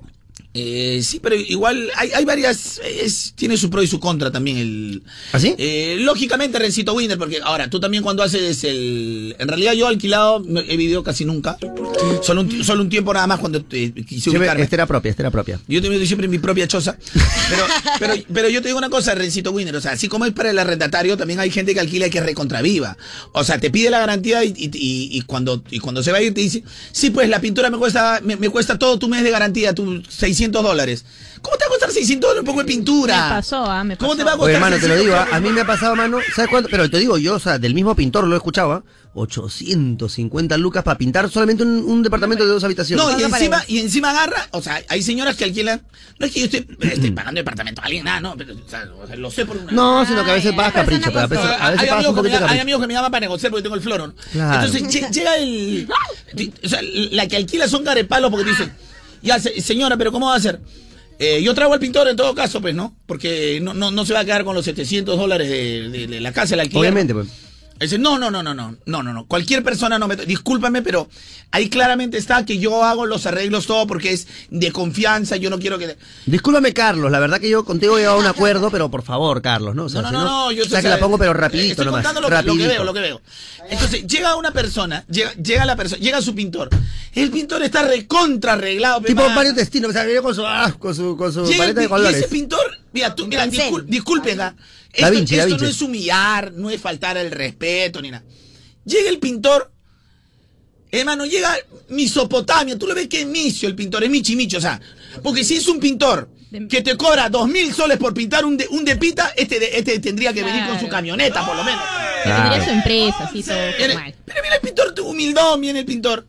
S4: Eh, sí, pero igual hay, hay varias, es- tiene su pro y su contra también el...
S2: ¿Ah, sí?
S4: Eh, lógicamente, Rencito Winner, porque ahora, tú también cuando haces el... En realidad yo alquilado no he vivido casi nunca, solo un, ti- solo un tiempo nada más cuando eh, quise
S2: Siempre-
S4: ubicarme.
S2: esta era propia, esta era propia.
S4: Yo te meto siempre en mi propia choza. Pero, pero, pero yo te digo una cosa, Rencito Winner. O sea, así como es para el arrendatario, también hay gente que alquila y que recontraviva. O sea, te pide la garantía y, y- y- y cuando, y cuando se va a ir te dice, sí, pues la pintura me cuesta, me, me cuesta todo tu mes de garantía, tus 600 dólares. ¿Cómo te va a costar 600 dólares un poco de pintura?
S6: Me pasó, ah, me
S4: ¿Cómo
S6: pasó.
S4: te va a costar
S2: Oye, hermano, te lo
S4: 600
S2: digo, ¿ah?
S4: dólares?
S2: a mí me ha pasado, mano, ¿sabes cuánto? Pero te digo, yo, o sea, del mismo pintor lo he escuchado, ¿ah? 850 lucas para pintar solamente un, un departamento de dos habitaciones.
S4: No, y encima, y encima agarra, o sea, hay señoras que alquilan, no es que yo estoy, estoy pagando departamento a alguien, nada, no, pero o sea, lo sé por una...
S2: No, sino que a veces
S3: Ay,
S2: pagas
S3: la
S2: capricho,
S3: persona
S2: pero a veces,
S3: costó.
S2: a veces
S4: hay,
S2: pagas
S4: amigos
S2: un
S4: que me,
S2: poquito de
S4: llaman- hay
S2: capricho.
S4: amigos que me llaman para negociar porque tengo el floro. ¿no?
S2: Claro.
S4: Entonces lle- llega el. O sea, la que alquila son carepalos porque dicen, ya, se- señora, pero ¿cómo va a ser? Eh, yo traigo al pintor en todo caso, pues, ¿no? Porque no, no, no se va a quedar con los 700 dólares de, de- de la casa del alquiler.
S2: Obviamente, pues.
S4: Dice, no, no, no, no, no, no, no, no. Cualquier persona no me. to- Discúlpame, pero ahí claramente está que yo hago los arreglos todo porque es de confianza. Yo no quiero que.
S2: Discúlpame, Carlos, la verdad que yo contigo he llegado a un acuerdo, pero por favor, Carlos, ¿no? O sea,
S4: no,
S2: si
S4: no, no, no, yo eh,
S2: o sea, que la pongo, pero rapidito
S4: estoy
S2: nomás.
S4: contando lo, que- lo
S2: rapidito.
S4: que veo, lo que veo. Entonces, llega una persona, llega, llega la persona, llega su pintor. El pintor está recontra arreglado. pe,
S2: Tipo
S4: mano.
S2: Mario Destino, o sea, viene con su, ah, con su, con su
S4: Llega el
S2: paleta de
S4: pi- y ese
S2: colores.
S4: pintor, mira, tú, mira,
S3: Pincel.
S4: discul- disculpen, ah, esto,
S2: Da Vinci, Da
S4: esto
S2: Vinci.
S4: no es humillar, no es faltar el respeto, ni nada. Llega el pintor, hermano, llega Misopotamia, tú lo ves que es Micio el pintor, es Michi Micho, o sea, porque si es un pintor que te cobra dos mil soles por pintar un, de, un depita, este, de- este tendría que venir con su
S6: Claro.
S4: camioneta, por lo menos.
S6: Tendría su empresa, así todo
S4: Viene-
S6: formal.
S4: pero mira el pintor, tu humildón, viene el pintor.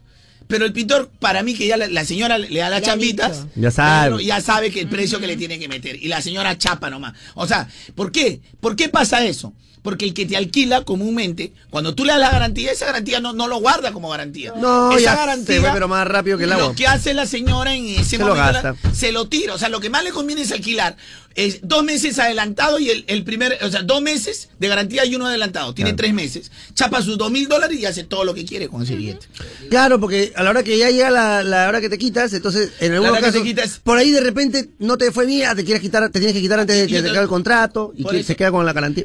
S4: Pero el pintor, para mí, que ya la, la señora le da las
S3: Ya
S4: chambitas.
S3: dicho.
S2: Ya sabe.
S4: claro, Ya sabe que el precio que le tiene que meter. Y la señora chapa nomás. O sea, ¿por qué? ¿Por qué pasa eso? Porque el que te alquila comúnmente, cuando tú le das la garantía, esa garantía no, no lo guarda como garantía.
S2: No,
S4: esa
S2: ya se fue, pero más rápido que el agua.
S4: Lo que hace la señora en ese
S2: Se lo
S4: momento la-
S2: gasta.
S4: se lo tira. O sea, lo que más le conviene es alquilar. Es dos meses adelantado y el, el primer, o sea, dos meses de garantía y uno adelantado. Tiene
S2: Claro.
S4: tres meses. Chapa sus dos mil dólares y hace todo lo que quiere con ese billete.
S2: Claro, porque a la hora que ya llega la, la hora que te quitas, entonces en algunos
S4: hora que te
S2: casos
S4: quitas.
S2: por ahí de repente no te fue bien, ah, te quieres quitar, te tienes que quitar antes de
S4: Y
S2: que te
S4: entonces-
S2: acabe el contrato y
S4: por
S2: que
S4: eso-
S2: se queda con la garantía.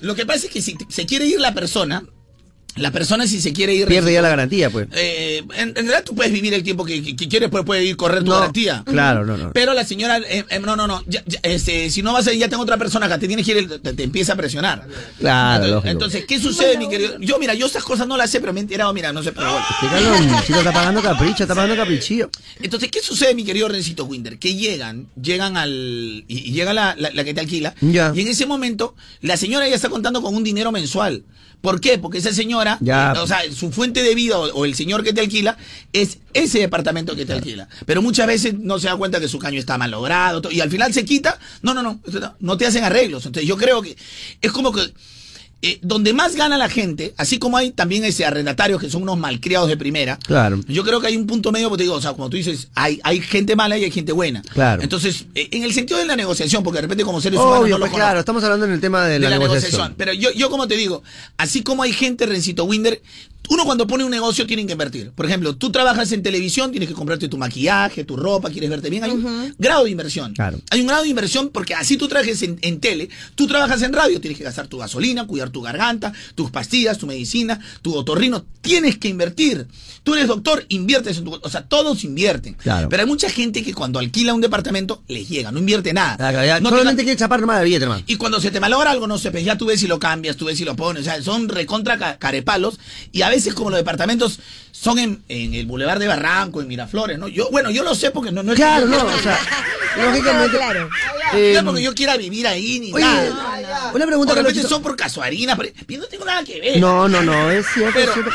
S4: Lo que pasa es que si te- se quiere ir la persona, la persona si se quiere ir...
S2: Pierde ya la garantía, pues.
S4: Eh, en, en realidad tú puedes vivir el tiempo que, que- que quieres, pues puedes ir correr tu
S2: No,
S4: garantía.
S2: claro, no, no.
S4: Pero la señora, eh, eh, no, no, no, ya- ya, este, si no vas a ir, ya tengo otra persona acá, te tienes que ir, el- te, te empieza a presionar.
S2: Claro, lógico.
S4: Entonces, ¿qué sucede, mi querido? Yo, mira, yo estas cosas no las sé, pero me he enterado, mira, no sé, pero bueno.
S2: Este cabrón, chico, está pagando capricho, está pagando caprichillo.
S4: Entonces, ¿qué sucede, mi querido Rencito Winder? Que llegan, llegan al. Y, y llega la, la- la que te alquila.
S2: Ya.
S4: Y en ese momento, la señora ya está contando con un dinero mensual. ¿Por qué? Porque esa señora,
S2: Ya.
S4: eh, o sea, su fuente de vida o, o el señor que te alquila es ese departamento que te alquila. Pero muchas veces no se da cuenta que su caño está mal logrado todo, y al final se quita. No, no, no, esto no, no te hacen arreglos. Entonces, yo creo que es como que eh, donde más gana la gente, así como hay también ese arrendatarios que son unos malcriados de primera.
S2: Claro.
S4: Yo creo que hay un punto medio, porque te digo, o sea, como tú dices, hay, hay gente mala y hay gente buena.
S2: Claro.
S4: Entonces, eh, en el sentido de la negociación, porque de repente como seres humanos
S2: Obvio,
S4: no lo
S2: pues claro,
S4: conozco,
S2: estamos hablando en el tema de
S4: de
S2: la,
S4: la negociación.
S2: negociación.
S4: Pero yo, yo como te digo, así como hay gente, Rencito Winder, uno cuando pone un negocio tiene que invertir. Por ejemplo, tú trabajas en televisión, tienes que comprarte tu maquillaje, tu ropa, quieres verte bien, hay un grado de inversión.
S2: Claro.
S4: Hay un grado de inversión porque así tú trajes en, en tele, tú trabajas en radio, tienes que gastar tu gasolina, cuidar tu garganta, tus pastillas, tu medicina, tu otorrino, tienes que invertir. Tú eres doctor, inviertes en tu... O sea, todos invierten.
S2: Claro.
S4: Pero hay mucha gente que cuando alquila un departamento les llega, no invierte nada.
S2: Ah, claro, ya,
S4: No te
S2: solamente
S4: da-
S2: quiere chapar nomás de billete, hermano.
S4: y cuando se te malogra algo, no sé, pues ya tú ves si lo cambias, tú ves si lo pones. O sea, son recontra ca- carepalos. Y a veces, como los departamentos son en, en el Boulevard de Barranco, en Miraflores, ¿no? Yo, bueno, yo lo sé porque no, no es que
S2: Claro,
S4: yo,
S2: no, o sea, lógicamente.
S3: claro.
S2: eh,
S4: no es porque yo quiera vivir ahí ni
S2: Oye,
S4: nada.
S2: una
S4: O
S2: pregunta
S4: de
S2: que
S4: repente son por casuarinas, pero yo no tengo nada que ver.
S2: No, no, no, es cierto,
S4: Pero-
S2: es cierto.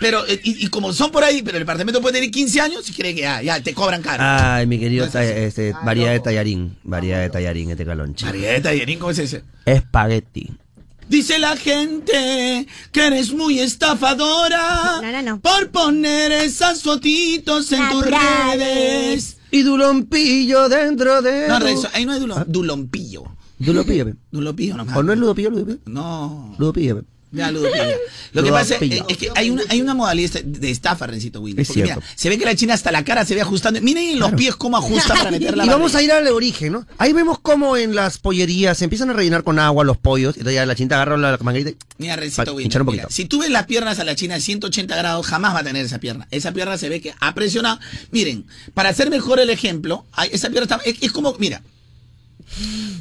S4: Pero, eh, y, y como son por ahí, pero el departamento puede tener 15 años, si cree que ah, ya te cobran caro.
S2: Ay, mi querido,
S4: No es así.
S2: ta- este, variedad de tallarín, variedad de tallarín, este calonche.
S4: Marieta, Yerín, ¿cómo es ese?
S2: Espagueti.
S4: Dice la gente que eres muy estafadora
S3: No, no, no.
S4: por poner esas fotitos en tus
S3: Naturales.
S4: redes.
S2: Y dulompillo dentro de.
S4: No,
S2: tu-
S4: Renzo, ahí no es dulom- dulompillo.
S2: Dulopillo, pe.
S4: Dulompillo nomás.
S2: ¿O no es ludopillo, ludopillo?
S4: No.
S2: Ludopillo, pe.
S4: Ya, ludopillo. Lo que pasa es,
S2: Ludopillo.
S4: es que hay una, hay una modalidad este de estafa, Rencito Willy.
S2: Es
S4: Porque mira,
S2: cierto.
S4: se ve que la china hasta la cara se ve ajustando. Miren en los pies cómo ajusta para meter la
S2: Y vamos
S4: barriga.
S2: a ir al origen, ¿no? Ahí vemos cómo en las pollerías se empiezan a rellenar con agua los pollos. Y entonces ya la chinta agarra la manguerita. y-
S4: Mira, Rencito
S2: Pa-
S4: Willy.
S2: hinchar un
S4: mira,
S2: poquito.
S4: si tú ves las piernas a la china de 180 grados, jamás va a tener esa pierna. Esa pierna se ve que ha presionado. Miren, para hacer mejor el ejemplo, hay- esa pierna está, es, es como, mira.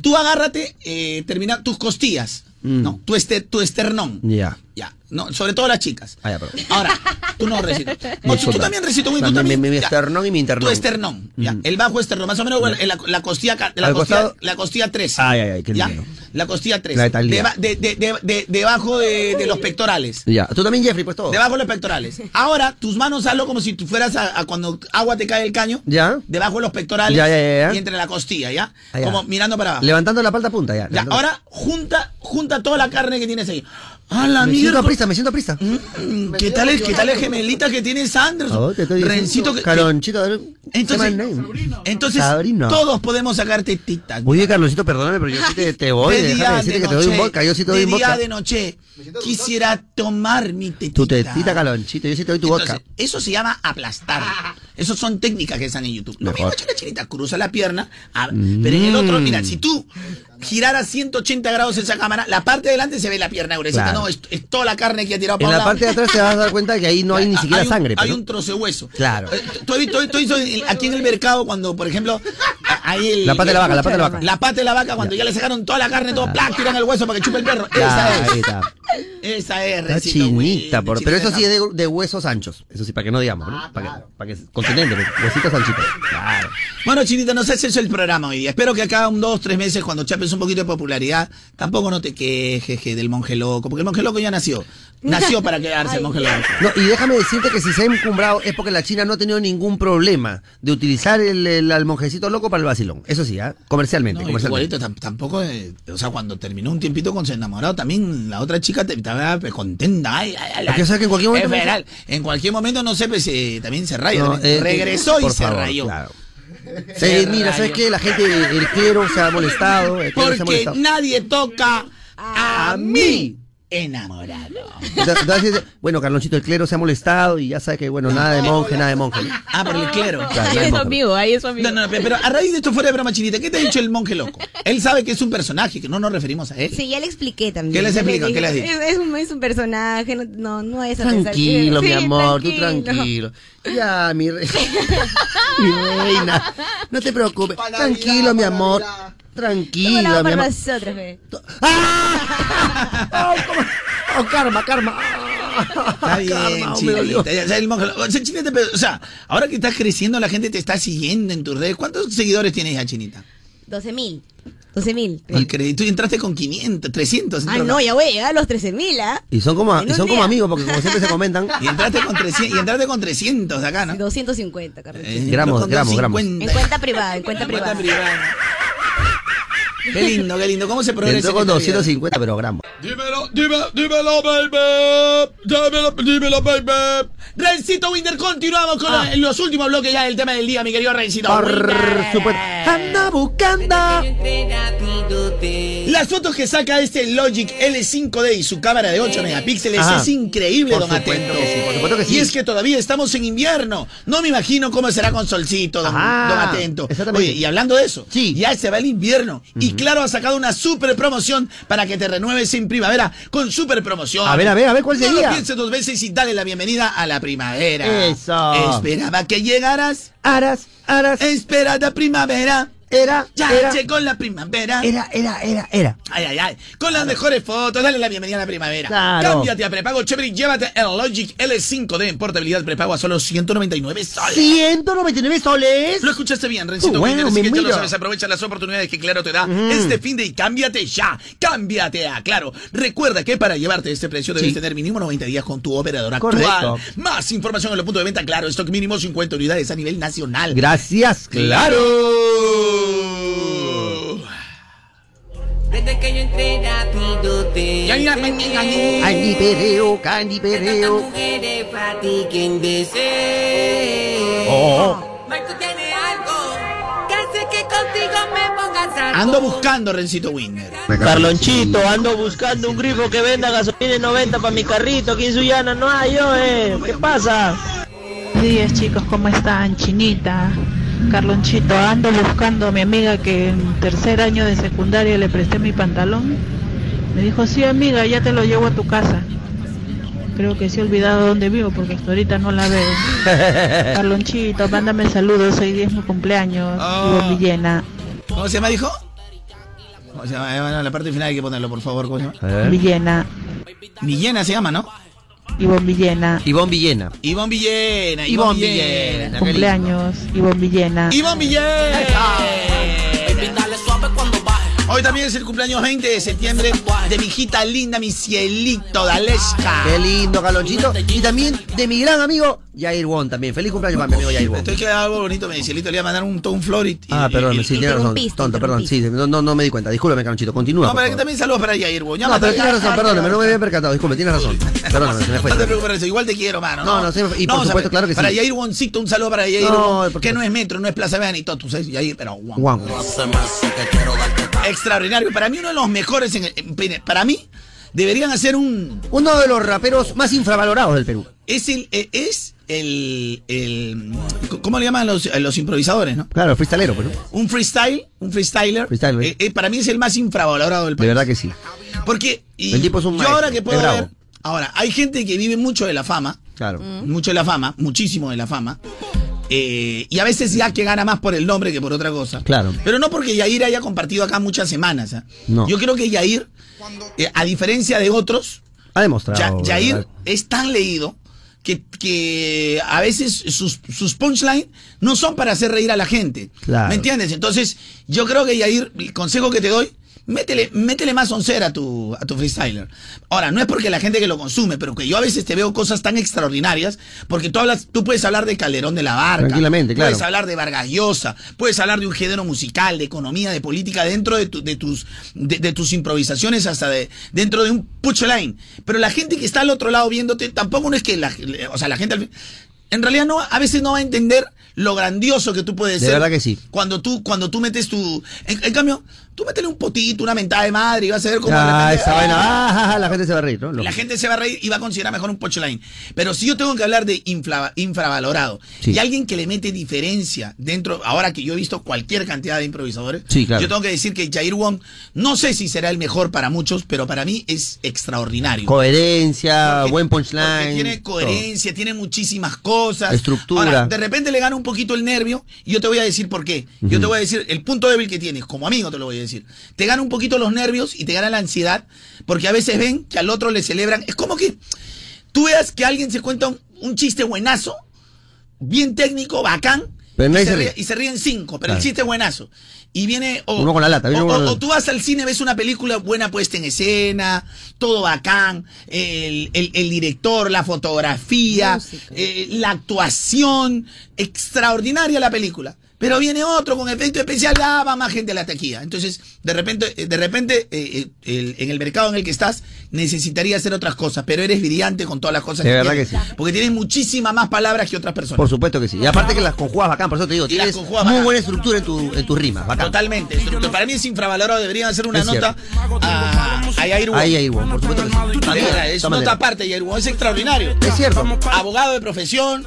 S4: Tú agárrate, eh, termina tus costillas, ¿no? Tu, este, tu esternón.
S2: Mm. Ya.
S4: Ya, no, sobre todo las chicas.
S2: Ah, ya, perdón.
S4: Ahora, tú no recito. No, tú, tú también recito muy
S2: No,
S4: tú
S2: mi-
S4: también.
S2: mi- mi
S4: ya.
S2: esternón y mi internón.
S4: Tu esternón, ya.
S2: Ujú.
S4: El bajo esternón, más o menos bueno, en la, la costilla ca- la
S2: Al
S4: costilla,
S2: costado.
S4: la costilla 3.
S2: Ay, ay, ay, qué lindo.
S4: La costilla 3.
S2: La de Thalía.
S4: de, de- de- de- debajo de, de los pectorales.
S2: Ya. Tú también, Jeffrey, pues todo.
S4: Debajo de los pectorales. Ahora, tus manos hazlo como si tú fueras a, a cuando agua te cae el caño.
S2: Ya.
S4: Debajo de los pectorales.
S2: Ya, ya, ya, ya.
S4: Y entre la costilla, ¿ya?
S2: Ah, ya.
S4: Como mirando para abajo.
S2: Levantando la palta punta, ya.
S4: Ya,
S2: levantando.
S4: ahora junta, junta toda la carne que tienes ahí. ¡A la
S2: Me siento
S4: mierda!
S2: aprista, me siento aprista.
S4: Mm, ¿Qué tal es, qué tal es gemelita que tiene Anderson?
S2: Oh, te estoy diciendo.
S4: Rencito que-
S2: Calonchito, a ver,
S4: Entonces,
S2: ¿qué más name?
S4: entonces
S2: Sabrina.
S4: todos podemos sacarte tic-tac.
S2: Oye, Carloncito, perdóname, pero yo sí te, te voy.
S4: de
S2: Déjame
S4: día,
S2: decirte
S4: de
S2: que te doy un
S4: noche,
S2: vodka. Yo sí te doy
S4: de
S2: un
S4: día,
S2: vodka.
S4: de noche. Quisiera tomar mi tetita.
S2: Tu tetita, Calonchito. Yo sí te doy tu
S4: Entonces,
S2: vodka.
S4: Eso se llama aplastar. Esas son técnicas que están en YouTube. Lo mismo
S2: Mejor. Mm.
S4: china chinita, cruza la pierna, ab- pero en el otro, mira, si tú giraras 180 grados esa cámara, la parte de adelante se ve la pierna gruesita,
S2: Claro.
S4: no, es, es toda la carne que ha tirado para
S2: En
S4: un
S2: la
S4: lado.
S2: parte de atrás te vas a dar cuenta que ahí no hay ni siquiera
S4: un-
S2: sangre.
S4: Hay
S2: pero-
S4: un trozo de hueso.
S2: Claro.
S4: Eh, tú- tú has visto- tú has visto en- aquí en el mercado cuando, por ejemplo, a- ahí el-
S2: La pata de la vaca, la pata de la vaca. Ah.
S4: La pata de la vaca, cuando ya, le sacaron toda la carne, todo, plac, tiran el hueso para que chupe el perro.
S2: Ya,
S4: Esa
S2: ahí
S4: es.
S2: está.
S4: Esa es.
S2: Está
S4: Rencito,
S2: chinita,
S4: güey, Ah,
S2: por-
S4: chinita
S2: pero eso sí es
S4: esa.
S2: de, de huesos anchos. Eso sí, para que no digamos, ¿no? Para que, para que contundente, pues, huesitos anchitos. Claro.
S4: Bueno, chinita, no sé si es el programa hoy día. Espero que acá un dos, tres meses, cuando chapes un poquito de popularidad, tampoco no te quejes que del monje loco, porque el monje loco ya nació. Nació para quedarse el monje loco.
S2: No, y déjame decirte que si se ha encumbrado es porque la China no ha tenido ningún problema de utilizar el, el, al monjecito loco para el vacilón. Eso sí, ¿ah? comercialmente.
S4: No,
S2: comercialmente.
S4: igualito, tam- tampoco, eh, o sea, cuando terminó un tiempito con su enamorado, también la otra chica te- estaba pues, contenta. Ay, ay, ay,
S2: Es que, o sea, que en cualquier momento-
S4: Es verdad, en cualquier momento, no sé, pues, eh, también se rayó.
S2: No,
S4: también.
S2: eh,
S4: Regresó y
S2: por
S4: se
S2: favor,
S4: rayó.
S2: claro.
S4: Se
S2: Eh, mira, ¿sabes
S4: rayó.
S2: qué? La gente, el clero se ha molestado. El clero se ha
S4: Porque
S2: molestado.
S4: nadie toca a, mí. enamorado.
S2: Entonces, entonces, bueno, Carlonchito, el clero se ha molestado y ya sabe que, bueno, nada de monje, nada de monje.
S4: Ah, pero el clero.
S2: Claro,
S6: Ahí
S2: nada de
S6: es
S2: monje.
S6: amigo, ahí es amigo.
S4: No, no, pero a raíz de esto fuera de broma chinita, ¿qué te ha dicho el monje loco? Él sabe que es un personaje, que no nos referimos a él.
S3: Sí, ya le expliqué también.
S4: ¿Qué les
S3: Ya le
S4: explico?
S3: dije,
S4: ¿Qué les digo?
S3: Es, es un, es un personaje, no, no, no es a pensar que-
S2: Tranquilo, mi
S3: Sí,
S2: amor, tú
S3: tranquilo.
S2: tranquilo. Ya, mi, re- mi reina. No te preocupes. tranquilo, mi amor.
S3: Todo lo
S2: Tranquilo, mi
S3: hago por
S2: amor.
S3: nosotros, fe.
S2: ¡Ah! Oh, cómo- oh, karma, karma. Ah,
S4: Está bien,
S2: karma, oh, me dolió.
S4: chinita. ya, o sea, el monje loco- o sea, chinita, pero, o sea, ahora que estás creciendo, la gente te está siguiendo en tus redes. ¿Cuántos seguidores tienes ya, chinita?
S3: 12 mil. 12 mil.
S4: Increíble. Tú entraste con 500, 300.
S3: Ah,
S4: entraste-
S3: no, ya voy a llegar a los 13 mil, ¿ah?
S2: Y son como,
S3: En
S2: y
S3: un
S2: son como
S3: día.
S2: amigos, porque como siempre se comentan.
S4: Y entraste con 300, y entraste con 300 de acá, ¿no?
S3: 250, Carlos.
S4: ¿Ah? Eh,
S2: Gramos,
S4: con
S2: gramos, gramos.
S4: 250.
S3: En cuenta privada, en cuenta
S4: Cuenta
S3: privada.
S4: privada. Qué lindo, qué lindo. ¿Cómo se progresa?
S2: Entró
S4: en
S2: con
S4: esta vida?
S2: 250 pero gramos.
S5: Dímelo, dime, dímelo, baby. Dímelo, dímelo, baby.
S4: Rencito Winter, continuamos con la- los últimos bloques ya del tema del día, mi querido Rencito.
S2: Por
S4: Winter.
S2: supuesto. Anda buscando.
S4: Las fotos que saca este Logic L5D y su cámara de 8 megapíxeles
S2: Ajá.
S4: es increíble,
S2: Por
S4: don
S2: supuesto
S4: Atento.
S2: que sí, por supuesto que sí.
S4: Y es que todavía estamos en invierno. No me imagino cómo será con solcito, don,
S2: Ajá,
S4: don Atento.
S2: exactamente.
S4: Oye, y hablando de eso,
S2: Sí.
S4: ya se va el invierno. Y claro, ha sacado una super promoción para que te renueves en primavera con super promoción.
S2: A ver, a ver, a ver, ¿cuál
S4: No
S2: sería?
S4: lo pienses dos veces y dale la bienvenida a la primavera.
S2: Eso.
S4: Esperaba que llegaras.
S2: Aras, aras,
S4: Esperada primavera.
S2: era,
S4: Ya
S2: era,
S4: llegó la primavera.
S2: era, era, era, era.
S4: Ay, ay, ay. Con las mejores fotos, dale la bienvenida a la primavera.
S2: Claro.
S4: Cámbiate a prepago chévere y llévate el Logic L5D en portabilidad prepago a solo 199 soles.
S2: 199 soles.
S4: Lo escuchaste bien, Rencito.
S2: Wow,
S4: Winter, así
S2: me
S4: que ya lo
S2: mira. Mm.
S4: sabes, aprovecha las oportunidades que Claro te da este fin de y cámbiate ya. Cámbiate a Claro. Recuerda que para llevarte este precio debes
S2: Sí.
S4: tener mínimo 90 días con tu operador actual.
S2: Correcto.
S4: Más información en los puntos de venta Claro. Stock mínimo 50 unidades a nivel nacional.
S2: Gracias, claro.
S7: Desde que yo entré rápido te
S2: Candy perreo, candy perreo.
S7: mujeres fatiguen de ser.
S2: Oh.
S7: Mike, tú tienes algo que hace que contigo me pongas a
S4: Ando buscando, Rencito Winner.
S10: Carlonchito, ando buscando un grifo que venda gasolina en 90 para mi carrito, que en Sullana no hay yo, eh. ¿Qué pasa?
S6: Buenos días chicos, ¿cómo están? Chinita, Carlonchito, ando buscando a mi amiga que en tercer año de secundaria le presté mi pantalón. Me dijo, sí amiga, ya te lo llevo a tu casa. Creo que sí he olvidado dónde vivo porque hasta ahorita no la veo. Carlonchito, mándame saludos, hoy día es mi cumpleaños,
S4: Ah.
S6: vivo en Villena.
S4: ¿Cómo se llama, dijo? ¿Cómo se llama? Eh, bueno, la parte final hay que ponerlo, por favor. ¿Cómo se llama?
S6: Villena,
S4: Villena se llama, ¿no?
S6: Ivonne Villena,
S2: Ivonne Villena.
S4: Ivonne Villena.
S2: Ivonne
S4: Ivonne
S2: Villena.
S4: Villena.
S6: cumpleaños, Ivonne Villena.
S4: Ivonne Villena. Hoy también es el cumpleaños 20 de septiembre de mi hijita linda, mi cielito, Dalesca.
S2: Qué lindo, Carlonchito. Y también de mi gran amigo Jair Won también. Feliz cumpleaños para mi amigo Jair Won.
S4: Estoy quedando algo bonito, mi cielito. Le voy a mandar un, todo un florit. y-
S2: Ah,
S4: y-
S2: perdón,
S4: y-
S2: sí, tienes razón.
S3: interrumpiste,
S2: Tonto, perdón. Sí, no, no, no me di cuenta. Discúlpame, Carlonchito. Continúa.
S4: No,
S2: por
S4: pero que
S2: favor.
S4: también saludos para Yair, güey. Ya
S2: No,
S4: me-
S2: pero tienes razón,
S4: ya-
S2: perdóname, no me había percatado, disculpe, tienes razón. Perdóname, se me fue.
S4: No te preocupes, Renzo, igual te quiero, mano.
S2: No, no, sí, y por
S4: o sea,
S2: supuesto, claro que sí.
S4: Para Yair Woncito, un saludo para Yair.
S2: No,
S4: Won,
S2: por
S4: que
S2: supuesto.
S4: no es metro, no es Plaza Vean y todo, tú sabes, Yair, pero Won.
S2: Juan.
S4: Extraordinario. Para mí, uno de los mejores. En, en- para mí, deberían hacer un.
S2: Uno de los raperos más infravalorados del Perú.
S4: Es el. eh, Es el, el- ¿Cómo le llaman los, a los improvisadores, no?
S2: Claro, pues, freestalero, pero.
S4: Un freestyle, un freestyler.
S2: Freestyler.
S4: Eh, eh, para mí es el más infravalorado del
S2: De
S4: país.
S2: verdad que sí.
S4: Porque. y
S2: El tipo es un
S4: yo
S2: maestro,
S4: ahora que
S2: es
S4: puedo
S2: bravo.
S4: ver. Ahora, hay gente que vive mucho de la fama.
S2: Claro.
S4: mucho de la fama, muchísimo de la fama. eh, y a veces ya que gana más por el nombre que por otra cosa.
S2: Claro.
S4: Pero no porque Yair haya compartido acá muchas semanas. ¿ah?
S2: No.
S4: Yo creo que Yair, eh, a diferencia de otros,
S2: Ha demostrado.
S4: Ya- Yair
S2: ¿verdad?
S4: es tan leído que, que a veces sus, sus punchline no son para hacer reír a la gente.
S2: Claro.
S4: ¿Me entiendes? Entonces, yo creo que Yair, el consejo que te doy, métele, métele más oncera a tu, a tu freestyler. Ahora, no es porque la gente que lo consume, pero que yo a veces te veo cosas tan extraordinarias, porque tú hablas, tú puedes hablar de Calderón de la Barca.
S2: Tranquilamente, claro.
S4: Puedes hablar de Vargas Llosa, puedes hablar de un género musical, de economía, de política, dentro de, tu- de tus, de, de tus improvisaciones, hasta de, dentro de un punchline. Pero la gente que está al otro lado viéndote, tampoco no es que la, o sea, la gente, al fin- en realidad no, a veces no va a entender lo grandioso que tú puedes
S2: De
S4: ser.
S2: verdad que sí.
S4: Cuando tú, cuando tú metes tu. En, en cambio, tú métele un potito, una mentada de madre y vas a ver cómo. de
S2: Ah,
S4: repente-
S2: esa vaina. Ah, ja, ja, la gente se va a reír, ¿no? Lo-
S4: la gente se va a reír y va a considerar mejor un punchline. Pero si yo tengo que hablar de infla- infravalorado
S2: Sí.
S4: y alguien que le mete diferencia dentro, ahora que yo he visto cualquier cantidad de improvisadores,
S2: Sí, claro.
S4: yo tengo que decir que Jair Wong, no sé si será el mejor para muchos, pero para mí es extraordinario.
S2: Coherencia, buen punchline.
S4: tiene
S2: todo.
S4: coherencia, tiene muchísimas cosas.
S2: Estructura.
S4: Ahora, de repente le gana un poquito el nervio y yo te voy a decir por qué. Yo
S2: Ujú.
S4: te voy a decir el punto débil que tienes, como amigo te lo voy a decir. Te gana un poquito los nervios y te gana la ansiedad porque a veces ven que al otro le celebran. Es como que tú veas que alguien se cuenta un, un chiste buenazo, bien técnico, bacán.
S2: Pero
S4: y,
S2: nadie
S4: se
S2: se
S4: ríe-
S2: ríe.
S4: y se ríen cinco, pero
S2: Claro.
S4: el chiste es buenazo. Y viene. O,
S2: Uno con la lata, viene
S4: o-
S2: uno con
S4: o-
S2: la
S4: o
S2: lata.
S4: tú vas al cine, ves una película buena puesta en escena, todo bacán, el, el- el director, la fotografía, eh, la actuación, extraordinaria la película. Pero viene otro con efecto especial, ah, va más gente a la taquilla. Entonces, de repente, eh, de repente eh, eh, el- en el mercado en el que estás, necesitaría hacer otras cosas, pero eres brillante con todas las cosas
S2: De verdad que
S4: tienes,
S2: sí.
S4: Porque tienes muchísimas más palabras que otras personas.
S2: Por supuesto que sí. Y aparte que las conjugas bacán, por eso te digo, tienes
S4: conjugas
S2: muy
S4: bacán.
S2: buena estructura en, tu, en tus rimas, bacán.
S4: Totalmente. estructura. Para mí es infravalorado. Deberían hacer una
S2: Es
S4: nota a, a Yair Wong.
S2: Ahí, ahí, bueno, por supuesto que sí.
S4: De
S2: También,
S4: verdad, es
S2: tómale.
S4: nota aparte, Yair Wong. Es extraordinario.
S2: Es cierto.
S4: Abogado de profesión.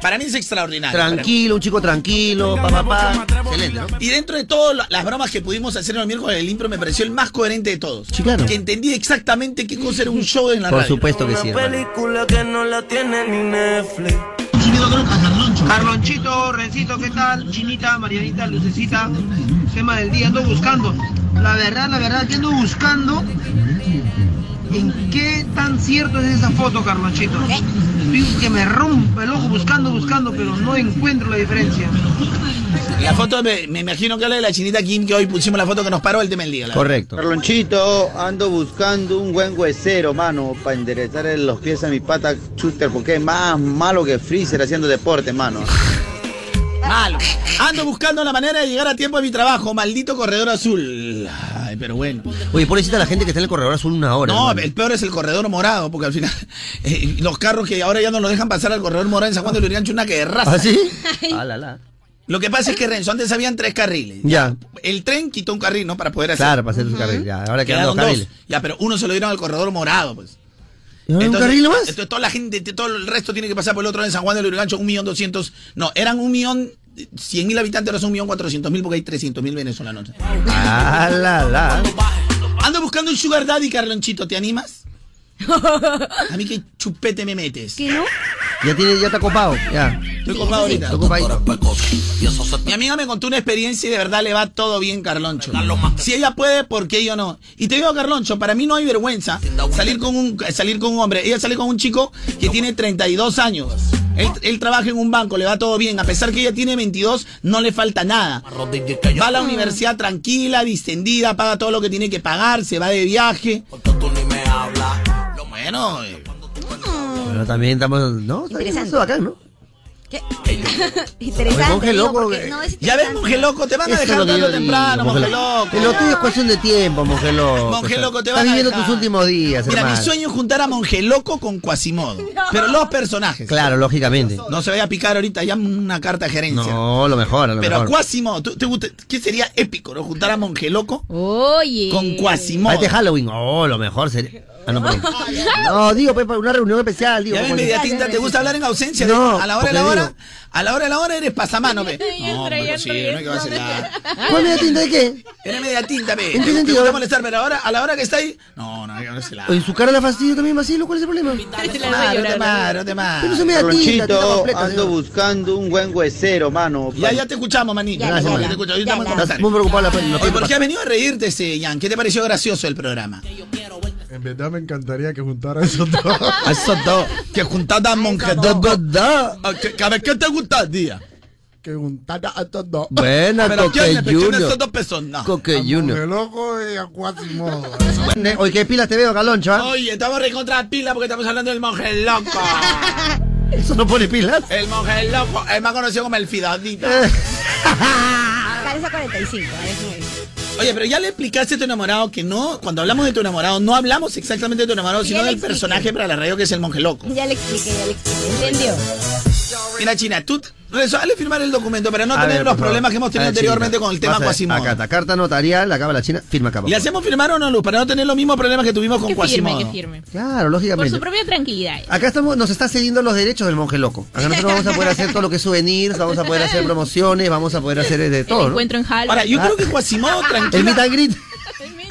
S4: Para mí es extraordinario.
S2: Tranquilo, un chico tranquilo, pa, pa, pa. Excelente, ¿no?
S4: Y dentro de todas las bromas que pudimos hacer el miércoles, el impro me pareció el más coherente de todos.
S2: Sí, claro.
S4: Que entendí exactamente qué cosa era un show en la
S2: Por
S4: radio.
S2: supuesto que sí, hermano.
S7: película que no la tiene ni Netflix.
S11: Carlonchito, Rencito, ¿qué tal? Chinita, Marianita, Lucecita, tema del día, ando buscando. La verdad, la verdad, que ando buscando en qué tan cierto es esa foto, Carlonchito. Estoy que me rompe el ojo buscando, buscando, pero no encuentro la diferencia.
S4: La foto, me, me imagino que habla de la chinita Kim, que hoy pusimos la foto que nos paró el tema del día. la
S2: Correcto.
S12: Carlonchito, ando buscando un buen huesero, mano, para enderezar los pies a mi pata chuster, porque es más malo que Freezer haciendo deporte, mano.
S4: Malo. Ando buscando la manera de llegar a tiempo a mi trabajo, maldito corredor azul. Ay, pero bueno.
S2: Oye, pobrecita la gente que está en el corredor azul una hora.
S4: No,
S2: hermano.
S4: el peor es el corredor morado, porque al final eh, los carros que ahora ya no lo dejan pasar al corredor morado en San Juan de Luriancho una que de raza.
S2: ¿Ah, sí? Ah, la, la.
S4: Lo que pasa es que Renzo, antes habían tres carriles.
S2: Ya,
S4: El tren quitó un carril, ¿no? Para poder hacer.
S2: claro, para hacer sus carriles. ya. Ahora quedan dos carriles.
S4: Ya, pero uno se lo dieron al corredor morado, pues.
S2: ¿Un carril nomás?
S4: Entonces toda la gente, todo el resto tiene que pasar por el otro lado en San Juan de Lurigancho, un millón doscientos. No, eran un millón cien mil habitantes, ahora son un millón cuatrocientos mil porque hay trescientos mil venezolanos.
S2: Ah, la, la.
S4: Ando buscando un sugar daddy, Carlonchito, ¿te animas? A mí qué chupete me metes.
S3: ¿Qué no?
S2: Ya, tiene, ya está copado, ya.
S4: Estoy copado ahorita.
S2: Está copadito.
S4: Mi amiga me contó una experiencia y de verdad le va todo bien, Carloncho. Si ella puede, ¿por qué yo no? Y te digo, Carloncho, para mí no hay vergüenza salir con un, salir con un hombre. Ella sale con un chico que tiene 32 años. Él, él trabaja en un banco, le va todo bien. A pesar que ella tiene 22, no le falta nada. Va a la universidad tranquila, distendida, paga todo lo que tiene que pagar, se va de viaje. Bueno, eh,
S2: Pero también estamos, ¿no? Está bien,
S3: Interesante.
S2: eso bacán, ¿no? Oye,
S3: Interesante.
S2: monje
S3: digo,
S2: loco,
S3: porque-
S2: eh.
S3: no, es
S4: ya ves,
S3: interesante.
S4: monje loco, te van a
S2: Eso es
S4: dejar
S2: lo que
S4: tarde
S2: yo
S4: o
S2: digo,
S4: temprano, monje loco.
S2: Lo tuyo es cuestión de tiempo, monje loco.
S4: Monje
S2: O sea,
S4: loco, te
S2: Estás
S4: van a
S2: viviendo
S4: dejar.
S2: tus últimos días,
S4: Mira, mi
S2: hermano.
S4: sueño es juntar a Monje Loco con Quasimodo. Pero los personajes.
S2: Claro, lógicamente.
S4: No se vaya a picar ahorita ya una carta de gerencia.
S2: No, lo mejor, a lo
S4: Pero a
S2: mejor.
S4: Quasimodo, ¿tú- te gusta- ¿qué sería épico, no? Juntar a Monje Loco
S3: Oye.
S4: con
S2: Para
S4: Quasimodo.
S2: este Halloween, oh, lo mejor sería. Ah, no, perdón. no, digo, pues, para una reunión especial, digo.
S4: Ya ves,
S2: como-
S4: Mediatinta, ¿te gusta hablar en ausencia? de-
S2: No,
S4: a la hora de la
S2: porque
S4: hora,
S2: digo-
S4: a la hora de la hora eres pasamano, ve.
S3: Ay,
S4: No,
S3: entra,
S4: pero
S3: entra,
S4: sí, no hay que
S3: entra.
S4: vacilar.
S2: ¿Cuál Mediatinta de qué?
S4: Eres Mediatinta, ve.
S2: ¿En qué
S4: Te
S2: sentido?
S4: gusta molestar, pero ahora, a la hora que está ahí, no, no hay que vacilar.
S2: ¿En su cara la fastidio también, Macilo? ¿Cuál es el problema? Pero
S4: Ah, No te mares, no te mares.
S2: no soy Mediatinta, tinta
S12: Carlonchito,
S2: completa.
S12: ando
S2: señor.
S12: buscando un buen huesero, mano.
S4: Ya, ya te escuchamos, manito. Ya,
S3: Ya,
S2: ya,
S4: ya,
S2: ya.
S4: te escuchamos. Ahorita
S3: Ya,
S4: vamos a
S3: ya.
S4: conversar.
S2: Estás muy preocupado la, la
S4: Oye, ¿por qué has venido a reírte, este, Jan? ¿Qué te pareció gracioso el programa?
S13: En verdad me encantaría que juntara esos dos.
S4: Esos dos, que juntada monjes, dos, dos, dos. Ah, A ver, ¿qué te gusta, día?
S13: que juntara a estos dos.
S2: Buena,
S4: Pero
S2: Coque
S4: ¿quién es
S2: Junior.
S4: esos dos personas?
S2: Coque
S13: De
S2: Junior.
S13: loco y a Quasimodo.
S2: Oye, qué pilas te veo, Caloncho, ¿ah?
S4: Oye, estamos recontra pila porque estamos hablando del monje loco.
S2: ¿Eso no pone pilas?
S4: El monje loco, es más conocido como el fidadito.
S3: Cabeza 45. a ver, sube.
S4: Oye, pero ya le explicaste a tu enamorado que no, cuando hablamos de tu enamorado, no hablamos exactamente de tu enamorado,
S3: Ya
S4: sino
S3: le
S4: del
S3: expliqué.
S4: personaje para la radio que es el monje loco.
S3: Ya le expliqué, ya le expliqué. ¿Entendió?
S4: Mira, China, tú resuelve firmar el documento para no
S2: A
S4: tener
S2: ver,
S4: los
S2: por favor.
S4: problemas que hemos tenido
S2: A ver,
S4: anteriormente
S2: China,
S4: con el tema
S2: vas a ver,
S4: Quasimodo.
S2: Acá está, carta notarial, acaba la China, firma acá. por
S4: ¿Le
S2: favor.
S4: hacemos firmar o no, Luz? Para no tener los mismos problemas que tuvimos con
S14: Que firme, que
S4: Quasimodo.
S14: firme.
S2: Claro,
S14: Por
S2: lógicamente.
S14: su propia tranquilidad.
S2: Acá estamos, nos está cediendo los derechos del monje loco. Acá nosotros vamos a poder hacer todo lo que es souvenirs, vamos a poder hacer promociones, vamos a poder hacer de todo, ¿no?
S14: Encuentro en Halloween.
S4: Ahora, yo
S2: Ah.
S4: creo que Quasimodo
S2: El meet
S4: tranquila.
S2: and greet.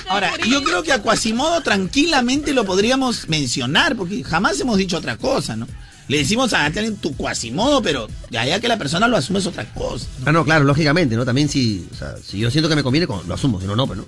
S4: Ahora, yo creo que a Quasimodo tranquilamente lo podríamos mencionar, porque jamás hemos dicho otra cosa, ¿no? Le decimos a alguien tu Quasimodo, pero de allá que la persona lo asume es otra cosa.
S2: Ah, no, claro, lógicamente, ¿no? También si, o sea, si yo siento que me conviene, con- lo asumo, si no, pues, no, pero no.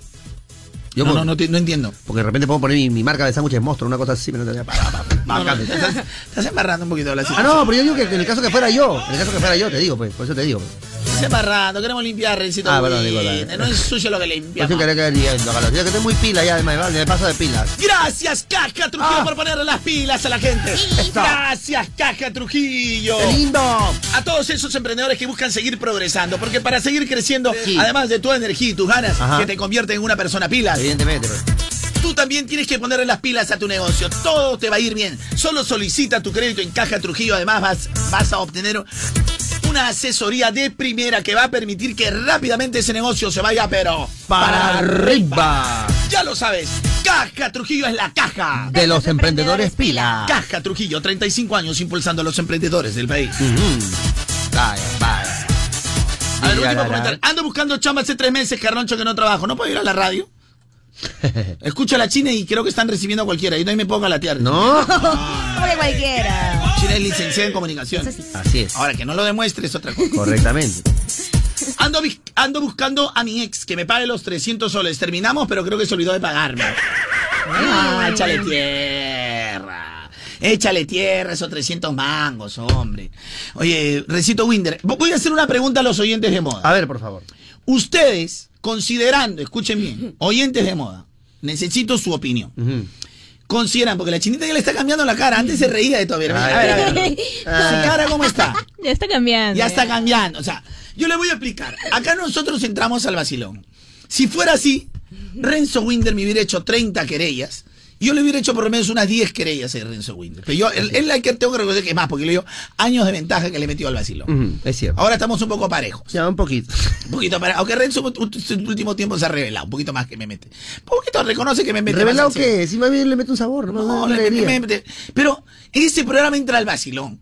S2: Yo
S4: No,
S2: puedo-
S4: no, no, te- no entiendo.
S2: Porque de repente puedo poner mi, mi marca de sándwiches monstruo, una cosa así, pero no te pa, pa, pa,
S4: No, no,
S2: marcando.
S4: estás, estás embarrando un poquito la
S2: Ah, no, pero yo digo que en el caso que fuera yo, en el caso que fuera yo, te digo, pues, por eso te digo. pues.
S4: Estás embarrando, queremos limpiar, Rencito.
S2: Ah, perdón, digo,
S4: Wilde,
S2: la-
S4: No es suyo lo que
S2: Por eso
S4: limpiamos.
S2: quería que diga, no, Carlos, yo que estoy muy pila ya, además, ¿vale? me paso de pilas.
S4: Gracias, Caja Trujillo,
S2: Ah.
S4: por ponerle las pilas a la gente. Gracias, Caja Trujillo.
S2: ¡Qué lindo!
S4: A todos esos emprendedores que buscan seguir progresando, porque para seguir creciendo, además de tu energía y tus ganas,
S2: Ajá.
S4: que te convierten en una persona pilas.
S2: Evidentemente, pues.
S4: Tú también tienes que ponerle las pilas a tu negocio. Todo te va a ir bien. Solo solicita tu crédito en Caja Trujillo. Además, vas, vas a obtener una asesoría de primera que va a permitir que rápidamente ese negocio se vaya, pero
S2: Para arriba
S4: ya lo sabes. Caja Trujillo es la caja.
S2: de los emprendedores pila.
S4: Caja Trujillo, 35 años impulsando a los emprendedores del país.
S2: Vaya, vaya.
S4: A ver,
S2: Diga,
S4: último
S2: la,
S4: comentario. Ando buscando chamba hace tres meses, Carroncho, que no trabajo. ¿No puedo ir a la radio? Escucho a la China y creo que están recibiendo a cualquiera. Y no me pongo a latear.
S2: No.
S3: Pobre cualquiera.
S4: China es licenciada en comunicación.
S2: Así es.
S4: Ahora, que no lo demuestre es otra cosa.
S2: Correctamente.
S4: Ando, bis- ando buscando a mi ex que me pague los 300 soles. Terminamos, pero creo que se olvidó de pagarme. Ah, échale tierra. Échale tierra esos 300 mangos, hombre. Oye, Recito Winder, vo- voy a hacer una pregunta a los oyentes de moda.
S2: A ver, por favor.
S4: Ustedes, considerando, escuchen bien, oyentes de moda, necesito su opinión. Consideran, porque la chinita ya le está cambiando la cara. Antes se reía de todo. mira, mira. A ver, a ver, a ver.
S14: Ah.
S4: ¿Su cara cómo está?
S14: Ya está cambiando.
S4: Ya está cambiando. O sea, yo le voy a explicar. Acá nosotros entramos al vacilón. Si fuera así, Renzo Winder me hubiera hecho 30 querellas. Yo le hubiera hecho por lo menos unas 10 querellas a Renzo Winder. Pero yo, él, él hay que tengo que reconocer que es más, porque le dio años de ventaja que le metió al vacilón.
S2: Ujú, es cierto.
S4: Ahora estamos un poco parejos.
S2: Ya, un poquito.
S4: Un poquito parejos. Aunque Renzo u- u- en el último tiempo se ha revelado, un poquito más que me mete. Un poquito reconoce que me mete.
S2: ¿Revelado
S4: más encima.
S2: qué? Si más bien le meto un sabor, no,
S4: No,
S2: no,
S4: le-
S2: alegría.
S4: me- me- pero en ese programa entra el vacilón.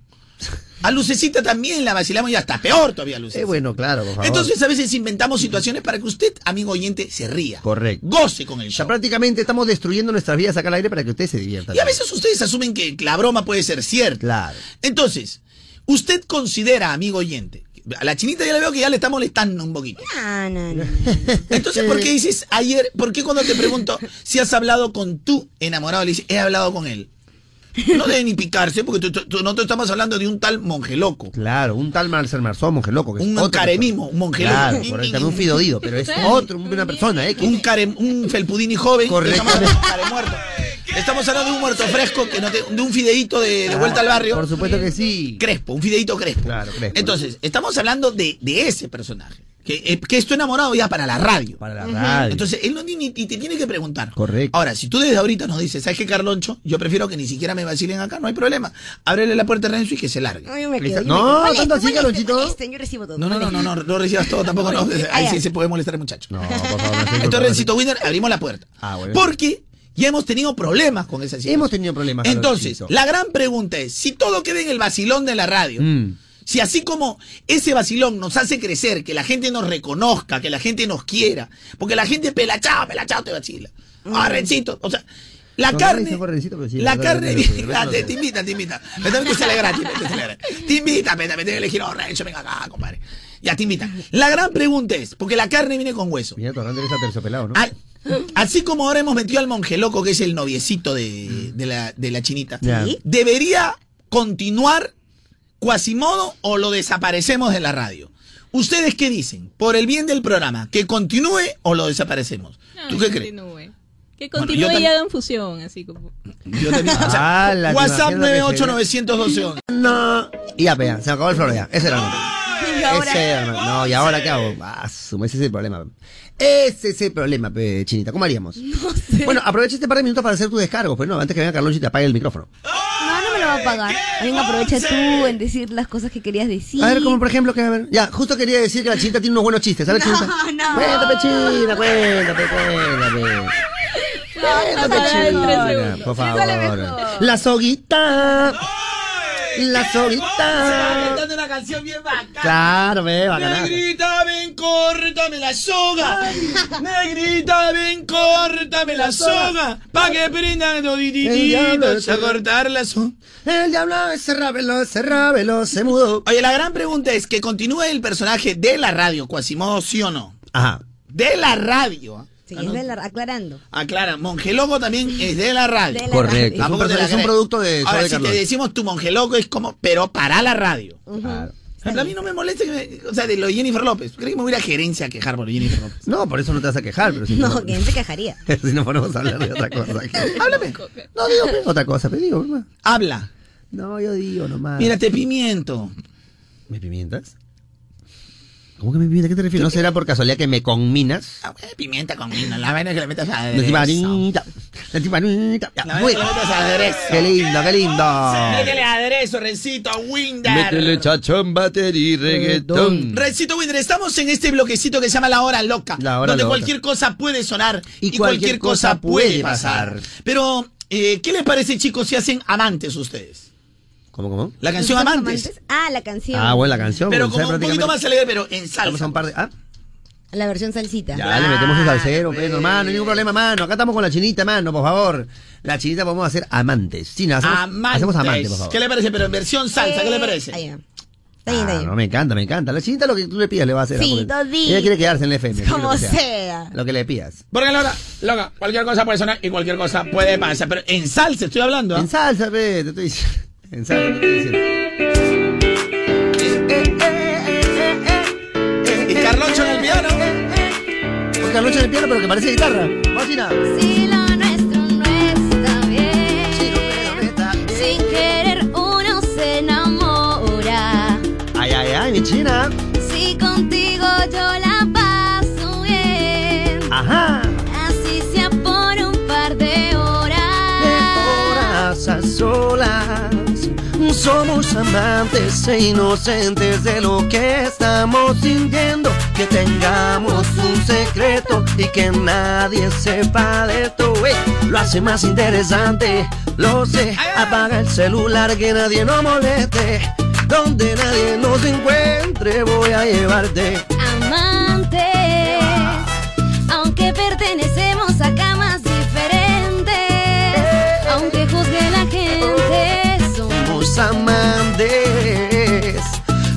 S4: A Lucecita también la vacilamos y hasta peor todavía, Lucecita.
S2: Eh, bueno, claro, por favor.
S4: Entonces a veces inventamos situaciones para que usted, amigo oyente, se ría.
S2: Correcto.
S4: Goce con el
S2: Ya
S4: show.
S2: prácticamente estamos destruyendo nuestras vidas acá al aire para que ustedes se diviertan.
S4: Y a veces ustedes asumen que la broma puede ser cierta.
S2: Claro.
S4: Entonces, usted considera, amigo oyente, a la chinita ya le veo que ya le está molestando un poquito.
S8: Ah,
S3: No, no, no.
S4: Entonces, ¿por qué dices ayer, por qué cuando te pregunto si has hablado con tu enamorado, le dices, he hablado con él? No debe ni picarse, porque tú- tú- tú- nosotros estamos hablando de un tal monje loco.
S2: Claro, un tal Marcel Marzón, monje loco. Que es
S4: Un
S2: otro-
S4: caremismo, un monje loco.
S2: Claro, correctamente, un fidodido, pero es otro, una persona, ¿eh?
S4: Un, care- un felpudini joven.
S2: Correcto.
S4: Estamos hablando de un caremuerto. Estamos hablando de un muerto fresco, que no te- de un fideíto de, de vuelta al barrio.
S2: Por supuesto que sí.
S4: Crespo, un fideíto crespo.
S2: Claro, crespo.
S4: Entonces, estamos hablando de, de ese personaje. Que, eh, que es tu enamorado ya para la radio.
S2: Para la
S4: Ujú.
S2: radio.
S4: Entonces, él no ni, ni- ni te tiene que preguntar.
S2: Correcto.
S4: Ahora, si tú desde ahorita nos dices, ¿sabes qué, Carloncho? Yo prefiero que ni siquiera me vacilen acá, no hay problema. Ábrele la puerta a Renzo y que se largue.
S3: No, yo me quedo, yo me
S4: No,
S3: quedo.
S4: tanto
S3: Molesten,
S4: así,
S3: molesten,
S4: Calonchito.
S8: este
S3: molesten, Yo recibo todo.
S4: No, no, no, no, no, no recibas todo tampoco. No, ahí sí se puede molestar el muchacho. No,
S2: por favor.
S4: Entonces, Rencito Winner, abrimos la puerta.
S2: Ah, bueno.
S4: Porque ya hemos tenido problemas con esa situación.
S2: Hemos tenido problemas.
S4: Entonces,
S2: Carlonchito.
S4: la gran pregunta es, si todo queda en el vacilón de la radio,
S2: Mm.
S4: si así como ese vacilón nos hace crecer, que la gente nos reconozca, que la gente nos quiera, porque la gente pelachao, pelachao te vacila. Ah, Rencito, o sea, la
S2: Mm. No, no
S4: carne...
S2: le hice por Rencito, pero sí,
S4: la
S2: no, no,
S4: carne... Ah,
S2: no, no, no, no, no,
S4: te, te invitan, te invitan. Pero también te sale gratis, te sale gratis. Te invitan, pero también te elegir, oh, Renzo, venga acá, compadre. Ya te invitan. La gran pregunta es, porque la carne viene con hueso.
S2: Mira, tu hablando eres aterciopelado, ¿no?
S4: Ay, Así como ahora hemos metido al monje loco, que es el noviecito de, de la, de la chinita,
S2: Ya.
S4: ¿debería continuar Quasimodo o lo desaparecemos de la radio? ¿Ustedes qué dicen? Por el bien del programa, ¿que continúe o lo desaparecemos?
S14: No,
S4: ¿Tú qué
S14: que
S4: crees?
S14: continúe. Que
S4: Bueno,
S14: continúe
S4: yo tam-
S14: y hagan fusión, así como.
S4: Yo también- o sea,
S2: Ah, la-
S4: WhatsApp
S2: imagino que
S4: 98912.
S2: No. Y ya, pega, se me acabó el flor ya. Ese era el nombre.
S3: Y ahora-
S2: Ese era el nombre. No, ¿y ahora qué hago? Ah, suma, ese es el problema. Ese es el problema, pe, chinita. ¿Cómo
S7: pues,
S2: haríamos? Bueno, aprovecha este par de minutos para hacer tu descargo, pero no, antes que venga Carloncho y te apague el micrófono.
S3: No, no me lo va a
S8: pagar. Alguien aprovecha tú en decir las cosas que querías decir.
S7: A ver, como por ejemplo, que a ver. Ya, justo quería decir que la chinita tiene unos buenos chistes. A ver, chinita.
S8: No, no.
S7: Cuéntame, china, cuéntame, cuéntame. Cuéntame, china, por favor. La soguita. La soguita.
S9: cantando una canción bien bacana.
S7: Claro, ve, bacana.
S9: Negrita, ven, córtame la soga. Negrita, ven, córtame la soga. Pa' que prendan los dititos a cortar la soga.
S7: El diablo es cerrábelo, cerrábelo, se mudó.
S4: Oye, la gran pregunta es que continúe el personaje de la radio, Quasimodo, ¿sí o no?
S7: Ajá.
S4: De la radio. ¿ah?
S8: Sí, es de la- aclarando.
S4: Aclara, Mongeloco también es de la radio.
S8: De la Correcto. radio.
S4: Tampoco
S7: Es un
S4: te la
S7: perso- es un
S4: crees.
S7: producto de
S4: Ahora,
S7: Sobe
S4: si
S7: Carlón.
S4: te decimos tu Mongeloco es como, pero para la radio.
S8: Ujú.
S4: A mí no me molesta que me- o sea, de lo de Jennifer López. Creo que me voy a ir a gerencia a quejar por lo de Jennifer López.
S7: No, por eso no te vas a quejar, pero si
S8: No, ¿quién se quejaría?
S7: si no ponemos a hablar de otra cosa.
S4: Háblame.
S7: No digo pe, otra cosa, pero digo, nomás.
S4: Habla.
S7: No, yo digo nomás.
S4: Mírate pimiento.
S7: ¿Me pimientas? ¿Cómo que me pimientas? ¿A ¿Qué te refieres? ¿No será por casualidad que me conminas?
S4: Ah, güey, Pimienta con vino. La vaina es que le metas a
S7: La timanita. La timanita. Ya,
S4: La
S7: muy-
S4: vaina es que le metas aderezo.
S7: Qué lindo, qué lindo.
S4: Métele aderezo, Rencito, Winder.
S7: chachón, batería y reggaetón.
S4: Rencito Winder, estamos en este bloquecito que se llama La Hora Loca.
S7: La Hora
S4: donde
S7: Loca.
S4: cualquier cosa puede sonar y, cualquier
S7: Y cualquier
S4: cosa,
S7: cosa
S4: puede
S7: puede
S4: pasar.
S7: pasar.
S4: Pero, eh, ¿qué les parece, chicos, si hacen amantes ustedes?
S7: ¿Cómo, cómo?
S4: La canción
S8: ¿Nosotros
S4: Amantes.
S8: Ah, la canción.
S7: Ah, bueno, la canción.
S4: Pero
S7: pues,
S4: como un
S7: ¿sabes?
S4: poquito más alegre, pero en
S7: Vamos
S4: salsa.
S7: a un par de- ah,
S8: La versión salsita.
S7: ya, le metemos un salsero, pero hermano, no hay ningún problema, mano. Acá estamos con la chinita, mano, por favor. La chinita podemos hacer amantes. China, hacemos
S4: Amantes.
S7: amantes, hacemos amantes, por favor.
S4: ¿Qué le parece? Pero en versión salsa, ¿qué le
S8: Eh,
S4: parece?
S8: ah, ya. Está bien,
S7: Ah,
S8: está bien.
S7: no, me encanta, me encanta. La chinita lo que tú le pidas le va a hacer.
S8: Sí,
S7: amor.
S8: dos días.
S7: Ella quiere quedarse en el FM. así que lo
S8: Como
S7: que sea.
S8: sea.
S7: Lo que le pidas.
S4: Porque la hora loca, cualquier cosa puede sonar y cualquier cosa puede pasar. Pero en salsa estoy hablando. ¿ah?
S7: En salsa, ve, te estoy diciendo. En salsa, te estoy diciendo.
S4: Y Carloncho en el piano.
S7: Porque Carloncho en el piano, pero que parece guitarra. Máquina.
S2: Si lo nuestro no está bien,
S8: Sin querer uno se enamora.
S7: Ay, ay, ay, mi china.
S8: Si contigo yo la paso bien.
S7: Ajá.
S8: Así sea por un par de horas.
S7: Horas a solas. Somos amantes e inocentes de lo que estamos sintiendo. Que tengamos un secreto y que nadie sepa de esto. ey. Lo hace más interesante, lo sé. Apaga el celular que nadie nos moleste. Donde nadie nos encuentre, voy a llevarte.
S8: Amantes, aunque pertenecemos a camas diferentes, aunque juzgue la gente, somos
S7: Somos amantes,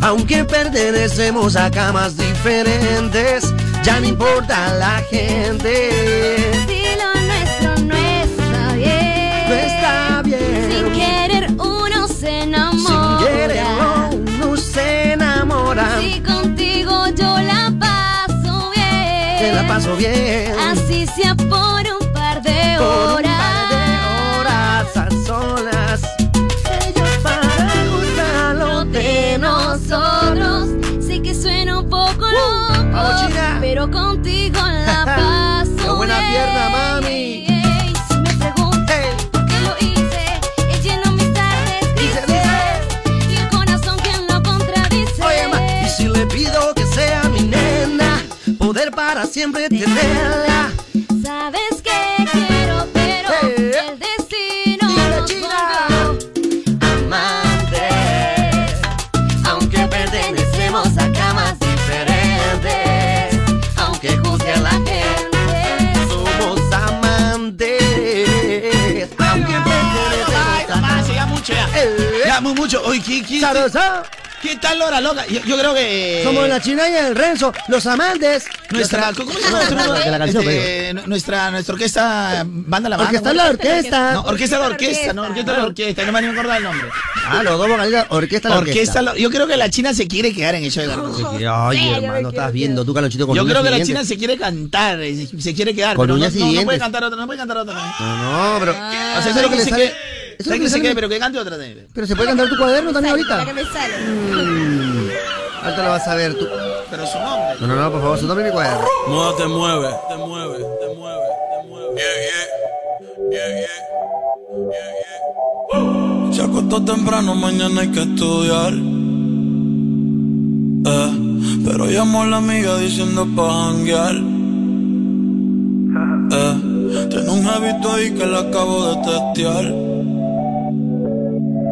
S7: aunque pertenecemos a camas diferentes, ya no importa la gente.
S8: si lo nuestro no está bien.
S7: No está bien.
S8: Sin querer uno se enamora.
S7: Sin querer no se enamora,
S8: Si contigo yo la paso bien.
S7: te la paso bien.
S8: Así sea por un par de
S7: Por un
S8: horas.
S7: par de horas a solas, ellos para gustarlo
S8: de nosotros. Sé que suena un poco
S7: Uh, vamos,
S8: loco,
S7: China.
S8: pero contigo la paso.
S7: La buena
S8: bien.
S7: pierna, mami.
S8: Ey, Si me preguntas por qué lo hice, él llenó mis tardes
S7: Dice,
S8: grises y el corazón quien lo contradice.
S7: Oye, ma, y si le pido que sea mi nena, poder para siempre tenerla.
S8: Sabes que quiero, pero
S7: Ey.
S8: el destino
S7: Eh, Dile,
S8: nos
S7: China.
S8: volvió
S7: amantes, aunque pertenecemos a camas diferentes, aunque juzgue a la gente, somos amantes, aunque
S4: Ay,
S7: pertenecemos a
S4: nomás, ya mucho, ya.
S7: Eh.
S4: Ya, muy mucho. Oye, ¿qué, qué,
S7: Sarosa,
S4: qué tal hora loca? Yo, yo creo que.
S7: ¿ah? Somos la China y el Renzo, los amantes.
S4: Nuestra. ¿Cómo se llama?
S7: De la canción, pues,
S4: Este, nu- nuestra, nuestra orquesta. Banda la banda.
S7: Orquesta
S4: güey.
S7: la orquesta.
S4: Ah, No, orquesta la orquesta, no, orquesta la orquesta. No me acuerdo el nombre.
S7: Ah, los dos vocalistas, orquesta la orquesta.
S4: Orquesta la- Yo creo que la China se quiere quedar en el show de Carlos.
S8: Sí,
S7: Ay,
S8: yo me
S7: hermano,
S8: quiero
S7: estás viendo tú, Calonchito, con
S4: Yo
S7: uñas
S4: creo que
S7: y
S4: la
S7: dientes.
S4: China se quiere cantar, eh, se se quiere quedar.
S7: Con
S4: pero no,
S7: uñas y
S4: no- no puede
S7: dientes.
S4: cantar otra, no puede cantar otra. ¿no?
S7: No, no, pero.
S4: O sea,
S7: ¿sabes
S4: solo
S7: lo
S4: que,
S7: le
S4: se
S7: sale?
S4: quede,
S7: ¿Eso
S4: solo
S7: es lo
S4: que se
S7: que le sale?
S4: quede, pero que cante otra. también.
S7: Pero se puede cantar tu cuaderno también
S8: La que
S7: ahorita.
S8: me sale.
S7: Ahorita lo vas a ver tú.
S4: Pero su nombre.
S7: No, no, no, por favor, su nombre y mi cuaderno.
S15: Moda te mueve, te mueve, te mueve, te mueve. Yeah, yeah. Yeah, yeah. Yeah, yeah. Se acostó
S9: levanto temprano, mañana hay que estudiar. Eh, pero llamó a la amiga diciendo pa' janguear. Eh, tiene un hábito ahí que la acabo de testear.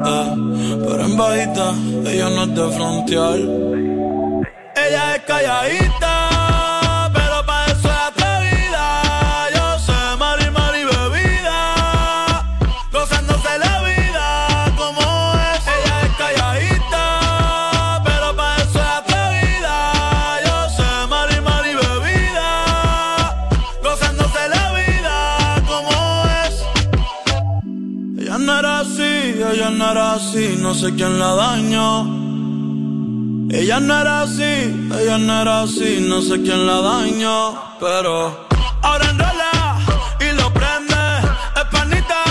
S9: Eh, pero en bajita, ella no es de frontear. Ella es calladita, pero para eso es atrevida. Yo sé, mari, mari, bebida. Gozándose la vida como es. Ella es calladita, pero para eso es atrevida. Yo sé, mari, mari, bebida. Gozándose la vida como es. Ella no era así, ella no era así, no sé quién la dañó. Ella no era así, ella no era así, no sé quién la dañó, pero ahora enrola y lo prende, es panita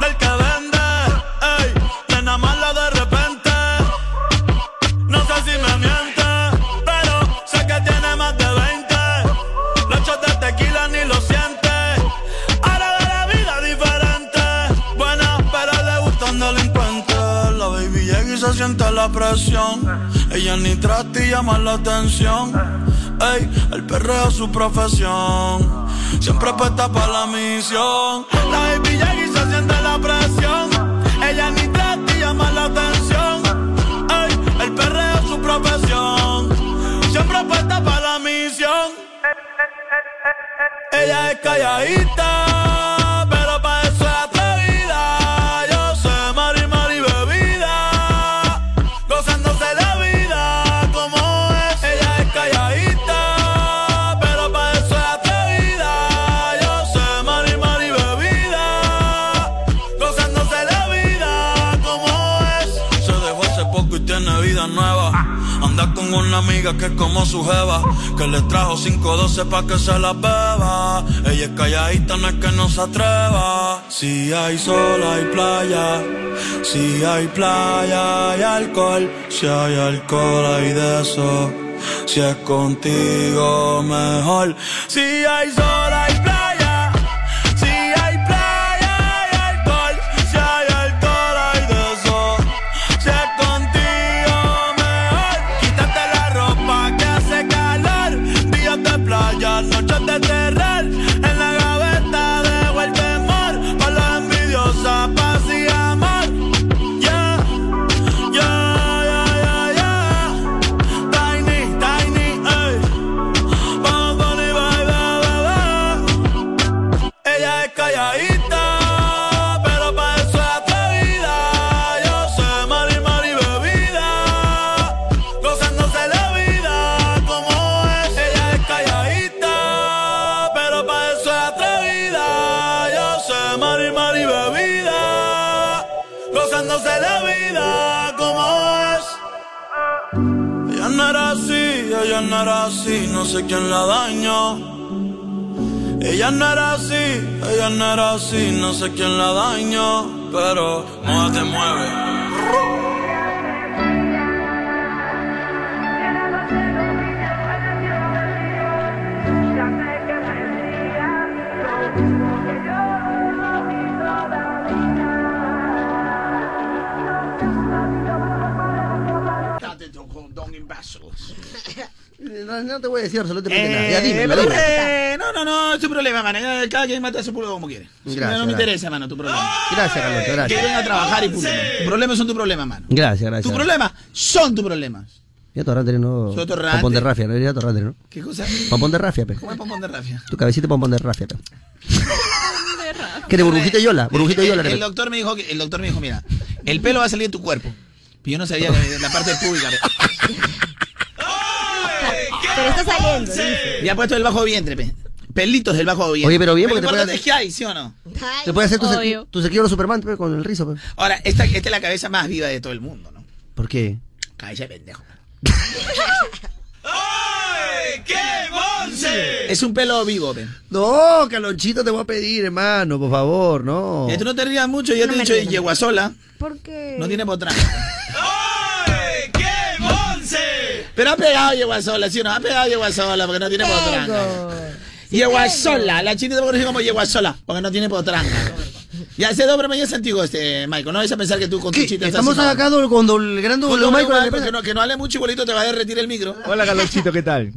S9: del que vende, ey, nena mala de repente, no sé si me miente, pero sé que tiene más de 20, los shots de tequila ni lo siente, Ahora ve la vida diferente. Buena, pero le gustan delincuentes. La baby llega y se siente la presión. Ella ni trata y llama la atención. Ey, el perreo es su profesión. Siempre apuesta para la misión. La baby llega y se siente la presión. Ella ni trata y llama la atención. Ey, el perreo es su profesión. Siempre apuesta para la misión. Ella es calladita, pero para eso es atrevida. Yo sé, mari, mari, bebida. Gozándose la vida como es. Ella es calladita, pero para eso es atrevida. Yo sé, mari, mari, bebida. Gozándose la vida como es. Se dejó hace poco y tiene vida nueva. Anda con una amiga que es como su jeva, que le trajo 512 pa' que se la beba. Ella es calladita, no es que no se atreva. Si hay sol, hay playa. Si hay playa, hay alcohol. Si hay alcohol, hay de eso. Si es contigo, mejor. Si hay sol, hay playa. Si hay playa, hay alcohol. Si hay alcohol, hay de eso. Si es contigo, mejor. Quítate la ropa que hace calor. Días de playa, noches de terror. En la gaveta de el temor. Para la envidiosa, paz y amor. Ya, ya, ya, ya, ya. Tiny, tiny, ey. Vamos con el ella es calladita, pero para eso es atrevida. Yo sé, mari, mari, bebida. Gozándose la vida como es. Ella es calladita, pero para eso es atrevida. Yo sé, mari, mari, bebida. Gozándose la vida como es. Ella no era así, ella no era así, no sé quién la dañó. Ella no era así, ella no era así, no sé quién la dañó, pero no te mueve.
S2: No, no te voy a decir absolutamente
S4: Eh,
S2: nada. Ya dime, me
S4: pero,
S2: dime.
S4: eh, no, no, no, es tu problema, mano. Eh, Cada quien mata a su pueblo como quiere. Si no,
S2: Gracias,
S4: no me
S2: gracias.
S4: interesa, mano, tu problema.
S2: Gracias, Carlos,
S4: Que
S2: gracias.
S4: venga a trabajar y punto. Tus problemas son tu problema, mano.
S2: Gracias, gracias.
S4: Tus problemas son tus problemas.
S2: Ya torrante, no.
S4: Soy Torrante.
S2: Pompón de rafia, no era torrante, ¿no?
S4: ¿Qué cosa?
S2: Pompón de rafia, pe.
S4: ¿Cómo es pompón de rafia?
S2: Tu cabecita pompón de rafia, pe. Que de burbujita yola, burbujita
S4: El-
S2: yola.
S4: el,
S2: pe.
S4: doctor me dijo que, el doctor me dijo, mira, el pelo va a salir de tu cuerpo. Pero yo no sabía la, la parte pública. pe.
S3: Pero está saliendo. dice.
S4: Y ha puesto el bajo vientre, pe. Pelitos del bajo vientre.
S2: Oye, pero bien, porque te
S4: lo importante
S2: puede-
S4: es que hay, ¿sí o no?
S2: Te puede hacer tu,
S4: Obvio.
S2: sequi- tu sequillo de Superman, pe, con el rizo, pe.
S4: Ahora, esta, esta es la cabeza más viva de todo el mundo, ¿no?
S2: ¿Por qué?
S4: Cabeza de pendejo.
S7: ¡Qué monse!
S4: Es un pelo vivo, pe.
S2: No, Calonchito, te voy a pedir, hermano, por favor, no.
S4: Y tú no te rías mucho, yo te he dicho yeguasola.
S3: ¿Por qué?
S4: No tiene potrán. ¡Qué monse! Pero ha pegado yeguasola, ¿sí o no? Ha pegado yeguasola porque no tiene potrán. Yeguasola, la chinita me conoce como yeguasola porque no tiene potrán. Ya, ese Doberman ya es antiguo, este, Michael. No vayas a pensar que tú con tu chita
S2: Estamos
S4: estás
S2: acá do- con do- el gran do-
S4: Con
S2: lo
S4: Doberman
S2: Michael
S4: igual,
S2: de la
S4: Que
S2: empresa.
S4: no, que no hable mucho, igualito te va a derretir el micro.
S16: Hola, Carlonchito, ¿qué tal?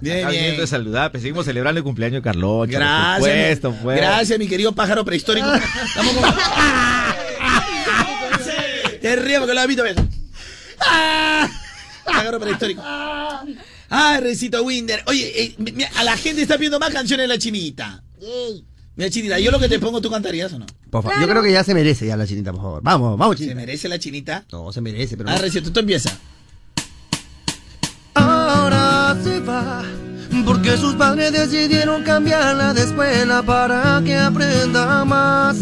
S4: Bien,
S16: Acá
S4: bien.
S16: viniendo de saludar, pues seguimos celebrando el cumpleaños de Carloncho. por
S4: Gracias.
S16: supuesto,
S4: mi-
S16: pues.
S4: Gracias, mi querido pájaro prehistórico. Estamos con... Te río porque lo has visto, ¿ves? ¡Ah! Pájaro prehistórico. Ah, Recito Winder. Oye, eh, mira, a la gente está pidiendo más canciones de la chinita. Mira, chinita, yo lo que te pongo, ¿tú cantarías o no?
S2: Por favor, Yo creo que ya se merece ya la chinita, por favor. Vamos, vamos,
S4: ¿Se
S2: chinita.
S4: merece la chinita?
S2: No, se merece, pero.
S4: Ah, Recito, tú empieza.
S17: Ahora se va porque sus padres decidieron cambiarla de escuela para que aprenda más.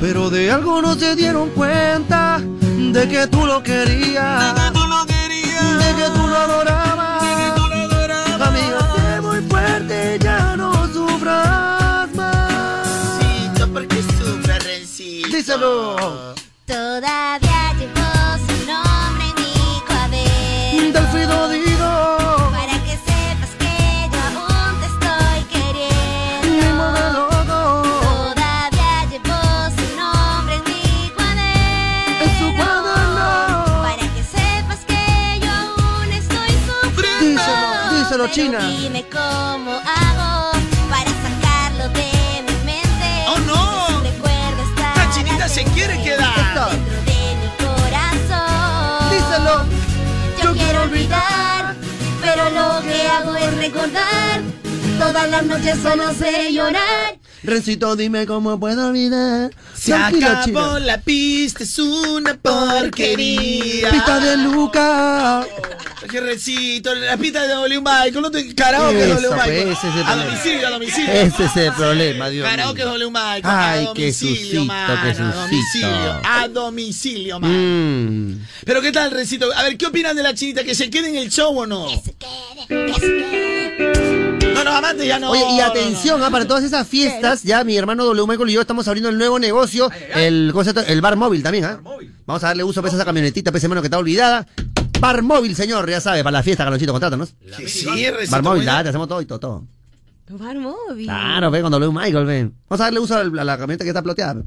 S17: Pero de algo no se dieron cuenta de que tú lo querías, de que tú lo querías, de que tú lo adorabas. Amiga, sé muy fuerte, ya no sufras más. porque sufras, Díselo.
S8: Todavía llevo su nombre en mi cuaderno.
S17: Del Fido Dido.
S8: Para que sepas que yo aún te estoy queriendo. Todavía llevo su nombre en mi cuaderno. En su cuaderno. Para que sepas que yo aún estoy sufriendo.
S17: Díselo, díselo,
S8: Pero
S17: China.
S8: Dime cómo hago para sacarlo de mi mente. Oh no. Recuerdo estar. La chinita se quiere
S4: quedar.
S8: Dentro de mi corazón. Díselo. Yo quiero olvidar, pero lo que hago es recordar. Todas las noches solo sé llorar.
S17: Recito, dime cómo puedo olvidar.
S4: Se
S17: Tranquila,
S4: acabó
S17: chica.
S4: la pista, es una porquería.
S17: Pita de Luca.
S4: Que recito, la pista de W Michael, no te karaoke
S2: Esa,
S4: W Michael.
S2: pues, ese es el
S4: a
S2: problema.
S4: domicilio, a domicilio.
S2: Ese es el problema, Dios mío.
S4: Karaoke W Michael.
S2: Ay,
S4: a
S2: qué
S4: domicilio,
S2: suscito,
S4: mano,
S2: qué
S4: A domicilio,
S2: suscito.
S4: a domicilio, mano.
S2: Mm.
S4: Pero qué tal, recito. A ver, ¿qué opinan de la chinita? ¿Que se quede en el show o no? Que se quede, que se quede. No, no, amante, ya no.
S2: Oye, y
S4: no,
S2: atención, ah, para todas esas fiestas, ya mi hermano W. Michael y yo estamos abriendo el nuevo negocio, el, ¿cómo se llama? el bar móvil también, ¿ah? Vamos a darle uso pues, a esa camionetita, pues, hermano, que está olvidada. Bar móvil, señor, ya sabe, para la fiesta, Carlonchito, contrátanos.
S4: no. Que sí, recito.
S2: Bar móvil,
S4: bueno.
S2: ya, te hacemos todo y todo, todo.
S3: Bar móvil.
S2: Claro, ve, con W. Michael, ven. Vamos a darle uso al- a la camioneta que está ploteada.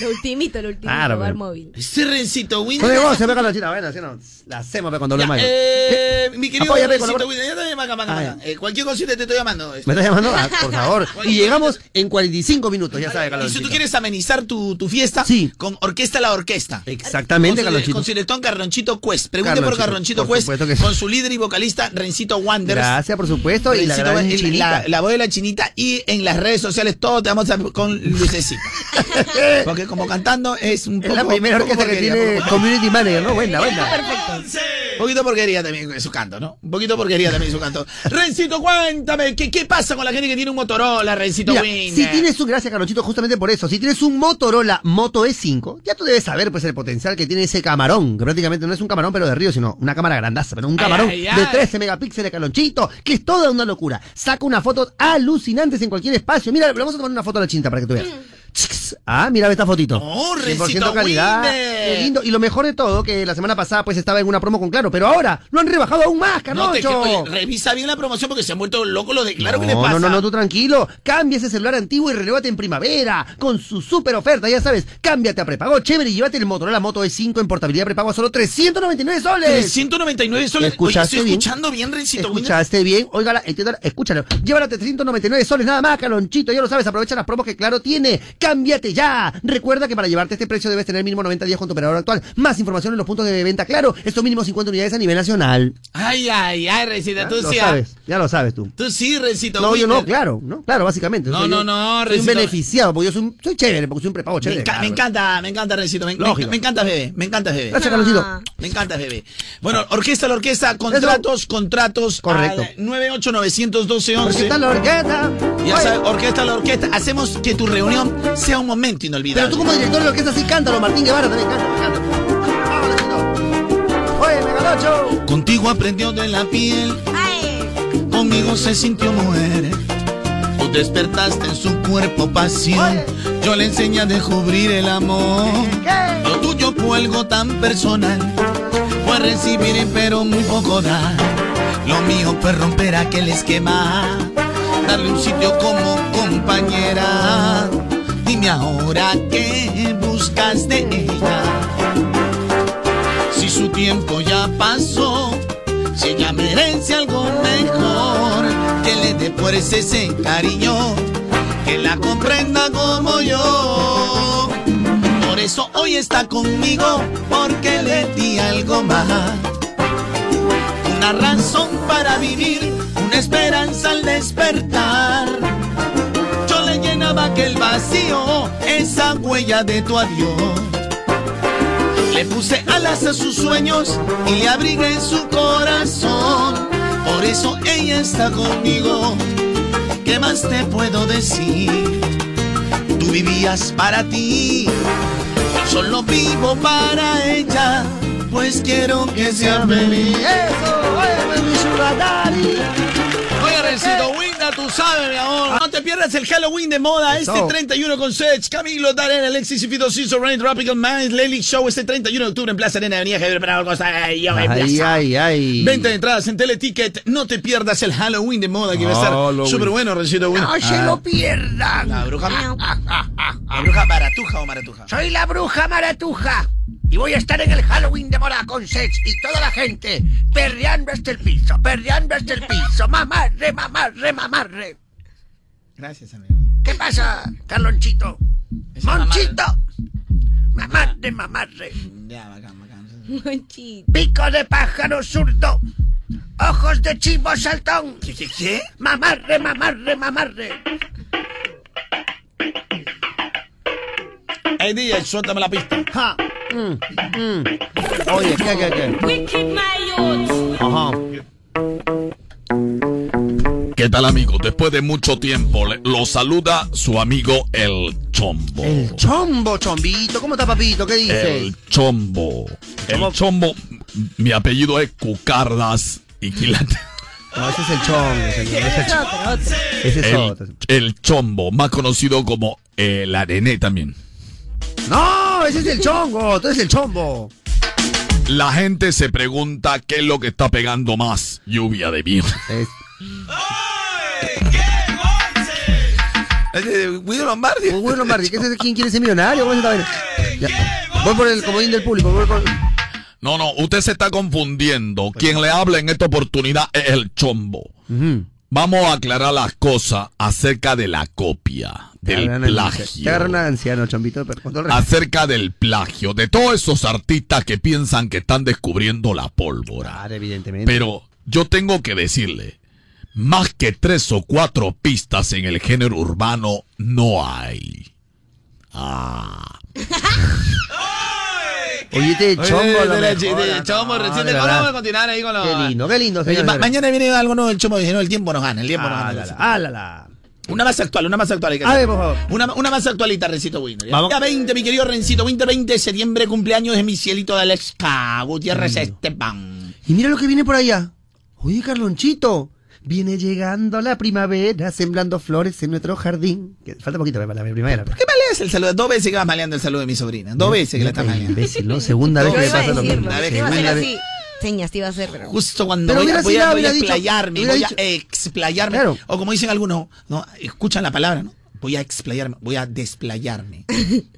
S3: Lo ultimito, lo ultimito.
S2: Claro,
S3: bar
S2: pero-
S3: móvil.
S4: Ese rencito,
S2: Con
S4: Winder.
S2: negocio, ve, Carlonchito, bueno, así no. La hacemos, ve, con W. Michael.
S4: Eh, mi querido
S2: Apóyame,
S4: Rencito
S2: colabora.
S4: Winder, ya también, maca, maca,
S2: Ah,
S4: maca. Eh, Cualquier cosita te estoy llamando.
S2: ¿Me estás llamando? Ah, por favor. Y llegamos en 45 minutos, ya
S4: Y
S2: sabe,
S4: si tú
S2: Carlonchito.
S4: quieres amenizar tu, tu fiesta con Orquesta La Orquesta.
S2: Exactamente,
S4: con su,
S2: Carlonchito.
S4: Con su director Carlonchito Quest. Pregunte por
S2: Carlonchito,
S4: Carlonchito
S2: por
S4: Quest.
S2: supuesto que sí.
S4: Con su líder y vocalista Rencito Wanders.
S2: Gracias, por supuesto. Y la
S4: Rencito
S2: gran
S4: Wa- el-
S2: pues, chinita.
S4: la- la voz de la chinita. Y en las redes sociales todo te vamos a con lucecita. Porque como cantando es un
S2: Es
S4: poco.
S2: la primera
S4: poco
S2: orquesta que
S4: porquería,
S2: tiene
S4: poco-
S2: community manager, ¿no? Buena, buena.
S4: Perfecto. Un poquito porquería también su canto, ¿no? Un poquito porquería también su canto. Rencito, cuéntame, ¿qué, qué pasa con la gente que tiene un Motorola, Rencito
S2: Mira,
S4: Winder?
S2: si tienes un, gracias Carlonchito, justamente por eso, si tienes un Motorola Moto E5, ya tú debes saber pues el potencial que tiene ese camarón, que prácticamente no es un camarón pero de río, sino una cámara grandaza, pero un camarón
S17: ay,
S2: de
S17: ay.
S2: 13 megapíxeles Carlonchito, que es toda una locura. Saca unas fotos alucinantes en cualquier espacio. Mira, le vamos a tomar una foto a la chinita para que tú veas.
S17: Mm.
S2: Chics. Ah, mira esta fotito.
S17: Oh,
S4: No,
S2: 100%
S4: Rencito
S2: calidad.
S4: Winder.
S2: Qué lindo. Y lo mejor de todo, que la semana pasada pues estaba en una promo con Claro, pero ahora lo han rebajado aún más,
S4: No te-
S2: Carloncho.
S4: oye, revisa bien la promoción porque se han vuelto locos los de claro que le
S2: No,
S4: pasa.
S2: No, no, no, tú tranquilo. Cambia ese celular antiguo y relévate en primavera con su super oferta, ya sabes. Cámbiate a prepago chévere y llévate el Motorola Moto E5 en portabilidad prepago a solo 399 soles.
S4: 399 soles.
S2: ¿Escuchaste
S4: Oye, estoy
S2: bien?
S4: escuchando bien, Rencito Winder.
S2: Escuchaste bien, óigala, entiéndala, escúchalo. Llévala a 399 soles, nada más, calonchito, ya lo sabes, aprovecha las promos que Claro tiene. Cámbiate ya. Recuerda que para llevarte este precio debes tener mínimo 90 días con tu operador actual. Más información en los puntos de venta Claro, estos mínimos 50 unidades a nivel nacional.
S4: Ay, ay, ay, Rencito, tú
S2: Lo
S4: sí. ah.
S2: sabes, ya lo sabes tú.
S4: Tú sí, Rencito
S2: No, yo
S4: Winder.
S2: no, claro, no, claro, básicamente.
S4: No,
S2: Soy
S4: no,
S2: yo-
S4: no,
S2: Soy un
S4: Rencito.
S2: beneficiado, porque yo soy, un- soy chévere, porque soy un prepago
S4: Me,
S2: chévere.
S4: enca- me encanta, me encanta, Rencito. Me, me
S2: Lógico.
S4: enca- me encanta, bebé. Me encanta, bebé.
S2: Gracias, Carlosito.
S4: Me encanta, bebé. Bueno, orquesta, la orquesta, contratos, contratos.
S2: Correcto.
S4: 9891211.
S2: Orquesta, la orquesta.
S4: Ya
S2: Oye.
S4: sabes, orquesta, la orquesta. Hacemos que tu reunión sea un momento
S2: Pero
S4: inolvidable.
S2: tú como director de la orquesta sí cántalo, Martín Guevara también cántalo, cántalo. Vamos, Rencito. Oye, Megalocho.
S4: Contigo aprendió de la piel. Conmigo se sintió mujer. Tú despertaste en su cuerpo pasión. Yo le enseñé a descubrir el amor. Lo tuyo fue algo tan personal. Fue recibir pero muy poco dar. Lo mío fue romper aquel esquema. Darle un sitio como compañera. Dime
S7: Dime ahora qué buscas de ella. Si su tiempo ya pasó, si ella merece algo mejor, que le dé por ese cariño, que la comprenda como yo. Por eso hoy está conmigo, porque le di algo más. Una razón para vivir, una esperanza al despertar. Yo le llenaba aquel vacío, esa huella de tu adiós. Le puse alas a sus sueños y le abrigué su corazón. Por eso ella está conmigo. ¿Qué más te puedo decir? Tú vivías para ti, yo solo vivo para ella. Pues quiero que sea feliz.
S4: Oye, Rencito Winda, tú sabes, mi amor. No te pierdas el Halloween de moda este
S7: Eso.
S4: 31 con Sech, Camilo, Darren, Alexis y Fito Ciso, Rain, Tropical Minds, Lely Show este 31 de octubre en Plaza Arena, Avenida Javier Bravo, Costa, eh, yo, eh,
S2: Ay,
S4: Plaza.
S2: ay, ay.
S4: Venta de entradas en Teleticket. No te pierdas el Halloween de moda que va a estar
S2: Halloween.
S4: súper bueno, Rencito Winda.
S2: Ah,
S7: No se lo
S4: pierdan. La bruja. La bruja baratuja o maratuja.
S7: Soy la bruja maratuja y voy a estar en el Halloween de Mora con Sex y toda la gente perreando hasta el piso, perreando hasta el piso, mamarre, mamarre, mamarre.
S4: Gracias, amigo.
S7: ¿Qué pasa, Carlonchito? ¡Monchito! Mamarre, mamarre.
S14: Monchito.
S7: Pico de pájaro zurdo. Ojos de chivo saltón. ¿Qué, qué, qué? Mamarre, mamarre, mamarre.
S4: Ey, DJ, suéltame la pista.
S2: Ja. Oye, ¿qué, qué, qué?
S5: Ajá. ¿Qué tal, amigos? Después de mucho tiempo, le- los saluda su amigo el Chombo.
S2: El chombo, chombito. ¿Cómo está, papito? ¿Qué dices?
S5: El Chombo. El Chombo. Mi apellido es Cucardas y Quilate.
S2: No, ese es el chombo, señor. Ese es el chombo. Ese es
S5: el,
S2: otro.
S5: el Chombo, más conocido como el Arené también.
S2: No, ese es el chongo. Tú eres el chombo.
S5: La gente se pregunta qué es lo que está pegando más. Lluvia de mierda.
S2: Guido Lombardi. Guido Lombardi. ¿Qué es ese? ¿Quién quiere ser millonario? ¿Cómo se está viendo? Ya. Voy por el comodín del público. Voy por...
S5: No, no, usted se está confundiendo. Quien le habla en esta oportunidad es el chombo. Vamos a aclarar las cosas acerca de la copia, del
S2: agarran al- Te
S5: plagio,
S2: agarra un anciano, chombito. Pero con todo el
S4: Ah,
S2: respeto.
S5: acerca del plagio, de todos esos artistas que piensan que están descubriendo la pólvora.
S2: Claro, evidentemente.
S5: Pero yo tengo que decirle, más que tres o cuatro pistas en el género urbano no hay. Ah.
S2: Oye, este te
S4: Oye,
S2: chombo.
S4: de
S2: lo
S4: la-
S2: mejor,
S4: de- de
S2: ah,
S4: chombo,
S2: no,
S4: recién te-
S2: de verdad.
S4: vamos a continuar ahí con la-
S2: Qué lindo, qué lindo.
S4: Oye,
S2: señores. Ah,
S4: ma- mañana viene algo nuevo del Chombo. Dije, no, el tiempo nos gana, el tiempo nos gana.
S2: Álala.
S4: Una más actual, una más actual. hay que
S2: A
S4: hacer.
S2: ver, por favor.
S4: Una, una más actualita, Rencito Winter.
S2: Vamos.
S4: Ya 20, mi querido Rencito Winter, 20 de septiembre, cumpleaños de mi cielito de Alexca, Gutiérrez Esteban.
S2: Y mira lo que viene por allá. Oye, Carlonchito. Viene llegando la primavera, sembrando flores en nuestro jardín. Que- Falta poquito para la primavera.
S4: ¿Qué maleas el saludo? Dos veces que vas maleando el saludo de mi sobrina. Dos veces que la estás maleando.
S2: Imbécil, ¿no? Segunda vez que
S4: Yo
S2: le
S4: iba a
S2: pasa lo
S4: decirlo,
S2: mismo.
S4: yo iba a
S2: Segunda
S4: decir
S2: vez.
S3: Sí, señas te iba a hacer, pero.
S4: Justo cuando
S2: Pero
S4: voy, a-
S2: hubiera
S4: voy
S2: sido,
S4: a, voy a
S2: hubiera dicho-
S4: explayarme,
S2: hubiera
S4: voy a
S2: dicho-
S4: explayarme.
S2: Claro.
S4: O como dicen algunos, no, escuchan la palabra, ¿no? Voy a explayarme, voy a desplayarme.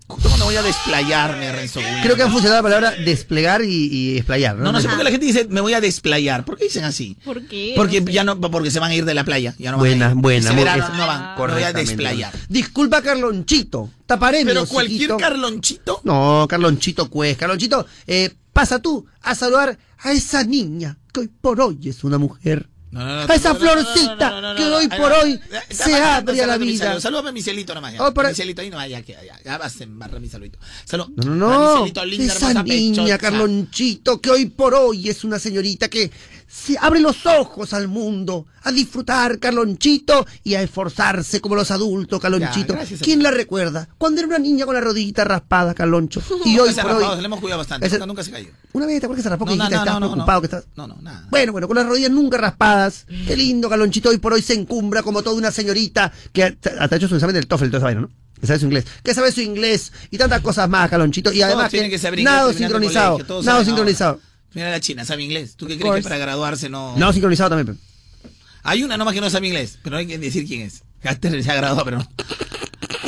S4: Justo cuando voy a desplayarme, Renzo Guillermo.
S2: Creo que han funcionado la palabra desplegar y, y explayar.
S4: No, no sé por qué la gente dice, me voy a desplayar. ¿Por qué dicen así?
S14: ¿Por qué?
S4: Porque ya no, porque se van a ir de la playa. Ya no
S2: Buena,
S4: van a ir.
S2: buena,
S4: Ese
S2: muy-
S4: verano
S2: es-
S4: no van. Me voy a
S2: Correctamente.
S4: desplayar.
S2: Disculpa, Carlonchito. Taparé mi
S4: Pero
S2: hociquito.
S4: cualquier Carlonchito.
S2: No, Carlonchito Cuez. Carlonchito, eh, pasa tú a saludar a esa niña que hoy por hoy es una mujer. a esa florcita que hoy por
S4: Eh,
S2: hoy se abre a la vida.
S4: Salúdame mi cielito nomás. ya.
S2: Oh, para-
S4: Mi cielito ahí no vaya, que allá. Ya vas a embarrar mi saludito. Salud.
S2: No,
S4: Para mi
S2: no,
S4: cielito
S2: no.
S4: linda,
S2: Esa
S4: hermosa,
S2: niña,
S4: pechocha.
S2: Carlonchito, que hoy por hoy es una señorita que se abre los ojos al mundo, a disfrutar, Carlonchito, y a esforzarse como los adultos, Carlonchito.
S4: Ya, gracias,
S2: ¿Quién la recuerda? Cuando era una niña con la rodillita raspada, Carloncho. Y
S4: Nunca
S2: hoy
S4: se ha
S2: por hoy.
S4: raspado, se le hemos cuidado bastante.
S2: Ese-
S4: Nunca, nunca se cayó.
S2: Una vez te acuerdas que se raspó, que
S4: No, no,
S2: dijiste que
S4: no,
S2: estabas
S4: no, no.
S2: preocupado, que estabas-
S4: No, no, nada.
S2: Bueno, bueno, con las rodillas nunca raspadas. Qué lindo, Carlonchito, hoy por hoy se encumbra como toda una señorita que hasta hasta ha hecho su examen del TOEFL, toda esa vaina, ¿no? Que sabe su inglés, que sabe su inglés y tantas cosas más, Carlonchito. Y
S4: Todos
S2: además
S4: tienen que saber inglés
S2: nado
S4: terminando el
S2: sincronizado,
S4: colegio, todos
S2: nado
S4: saben
S2: sincronizado.
S4: Mira la china, sabe inglés. ¿Tú qué crees
S2: Of
S4: que
S2: course.
S4: para graduarse no.?
S2: Nado sincronizado también. pe.
S4: Hay una nomás que no sabe inglés, pero no hay que decir quién es. Caster se ha graduado, pero no.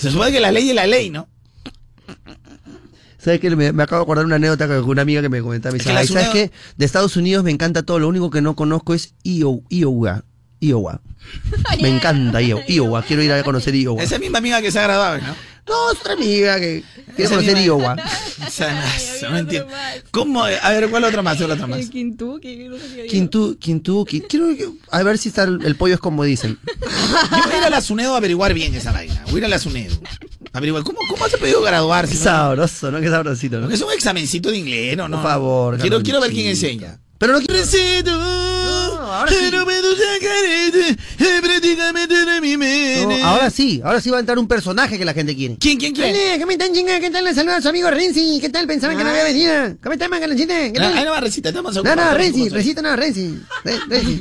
S4: Se supone que la ley es la ley, ¿no?
S2: ¿Sabes qué? Me, me acabo de acordar una anécdota que- con una amiga que me comentaba. Me
S4: Es
S2: dice,
S4: que la
S2: "Ay, ¿sabes
S4: ciudad-
S2: qué? De Estados Unidos me encanta todo. Lo único que no conozco es Io- Iowa. Iowa. Me encanta Iowa. Iowa. Quiero ir a conocer Iowa.
S4: Esa misma amiga que se ha graduado, ¿no?
S2: No, es otra amiga que quiere
S4: Esa
S2: conocer
S4: misma-
S2: Iowa.
S4: O sea, no, no entiendo. ¿Cómo? A ver, ¿cuál otra más? ¿Cuál otra más?
S2: Quintú, Quintú, Qui- Quiero a ver si está el, el pollo es como dicen.
S4: Yo voy a ir a la SUNEDO a averiguar bien esa vaina. Voy a ir a la SUNEDO. Averiguar. ¿Cómo, cómo se podido graduarse?
S2: Qué sabroso, ¿no? Qué sabrosito, ¿no?
S4: Porque es un examencito de inglés, ¿no? no
S2: Por favor,
S4: Quiero, quiero ver quién
S2: Carlonchito.
S4: enseña.
S2: Pero no
S4: eh,
S2: No, ahora sí, ahora sí va a entrar un personaje que la gente quiere.
S4: ¿Quién, quién, quién?
S2: ¿Qué me están chingando? ¿Qué tal? Les saluda a su amigo Renzi. ¿Qué tal? Pensaban que no había venido. ¿Cómo están, Carlonchita? ¿Qué
S4: Ah,
S2: tal?
S4: ahí no va, recita, estamos
S2: No,
S4: ocupados,
S2: no,
S4: estamos
S2: Renzi,
S4: ocupados.
S2: Rencito no, Renzi. Re- Renzi.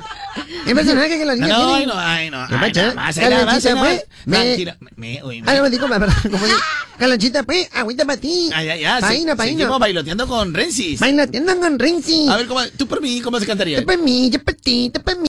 S2: El personaje que la niña
S4: No, no,
S2: quiere.
S4: ay, no, ay, no.
S2: ¿Qué
S4: ay,
S2: pacha?
S4: no, más, ahí nada más,
S2: Carlonchita,
S4: ahí nada más.
S2: pues, me-
S4: Tranquilo. Me- uy, me-
S2: Ah, no, me dijo, perdón, como digo. Carlonchita, pues, agüita para ti.
S4: Ah, ya, ya. se-
S2: Paína,
S4: Seguimos
S2: paína.
S4: bailoteando con Rensis.
S2: Paína, te andan con Renzi.
S4: A ver, ¿cómo, tú por mí, ¿cómo se cantaría?
S2: Para mí, yo para ti, tú pa' mí.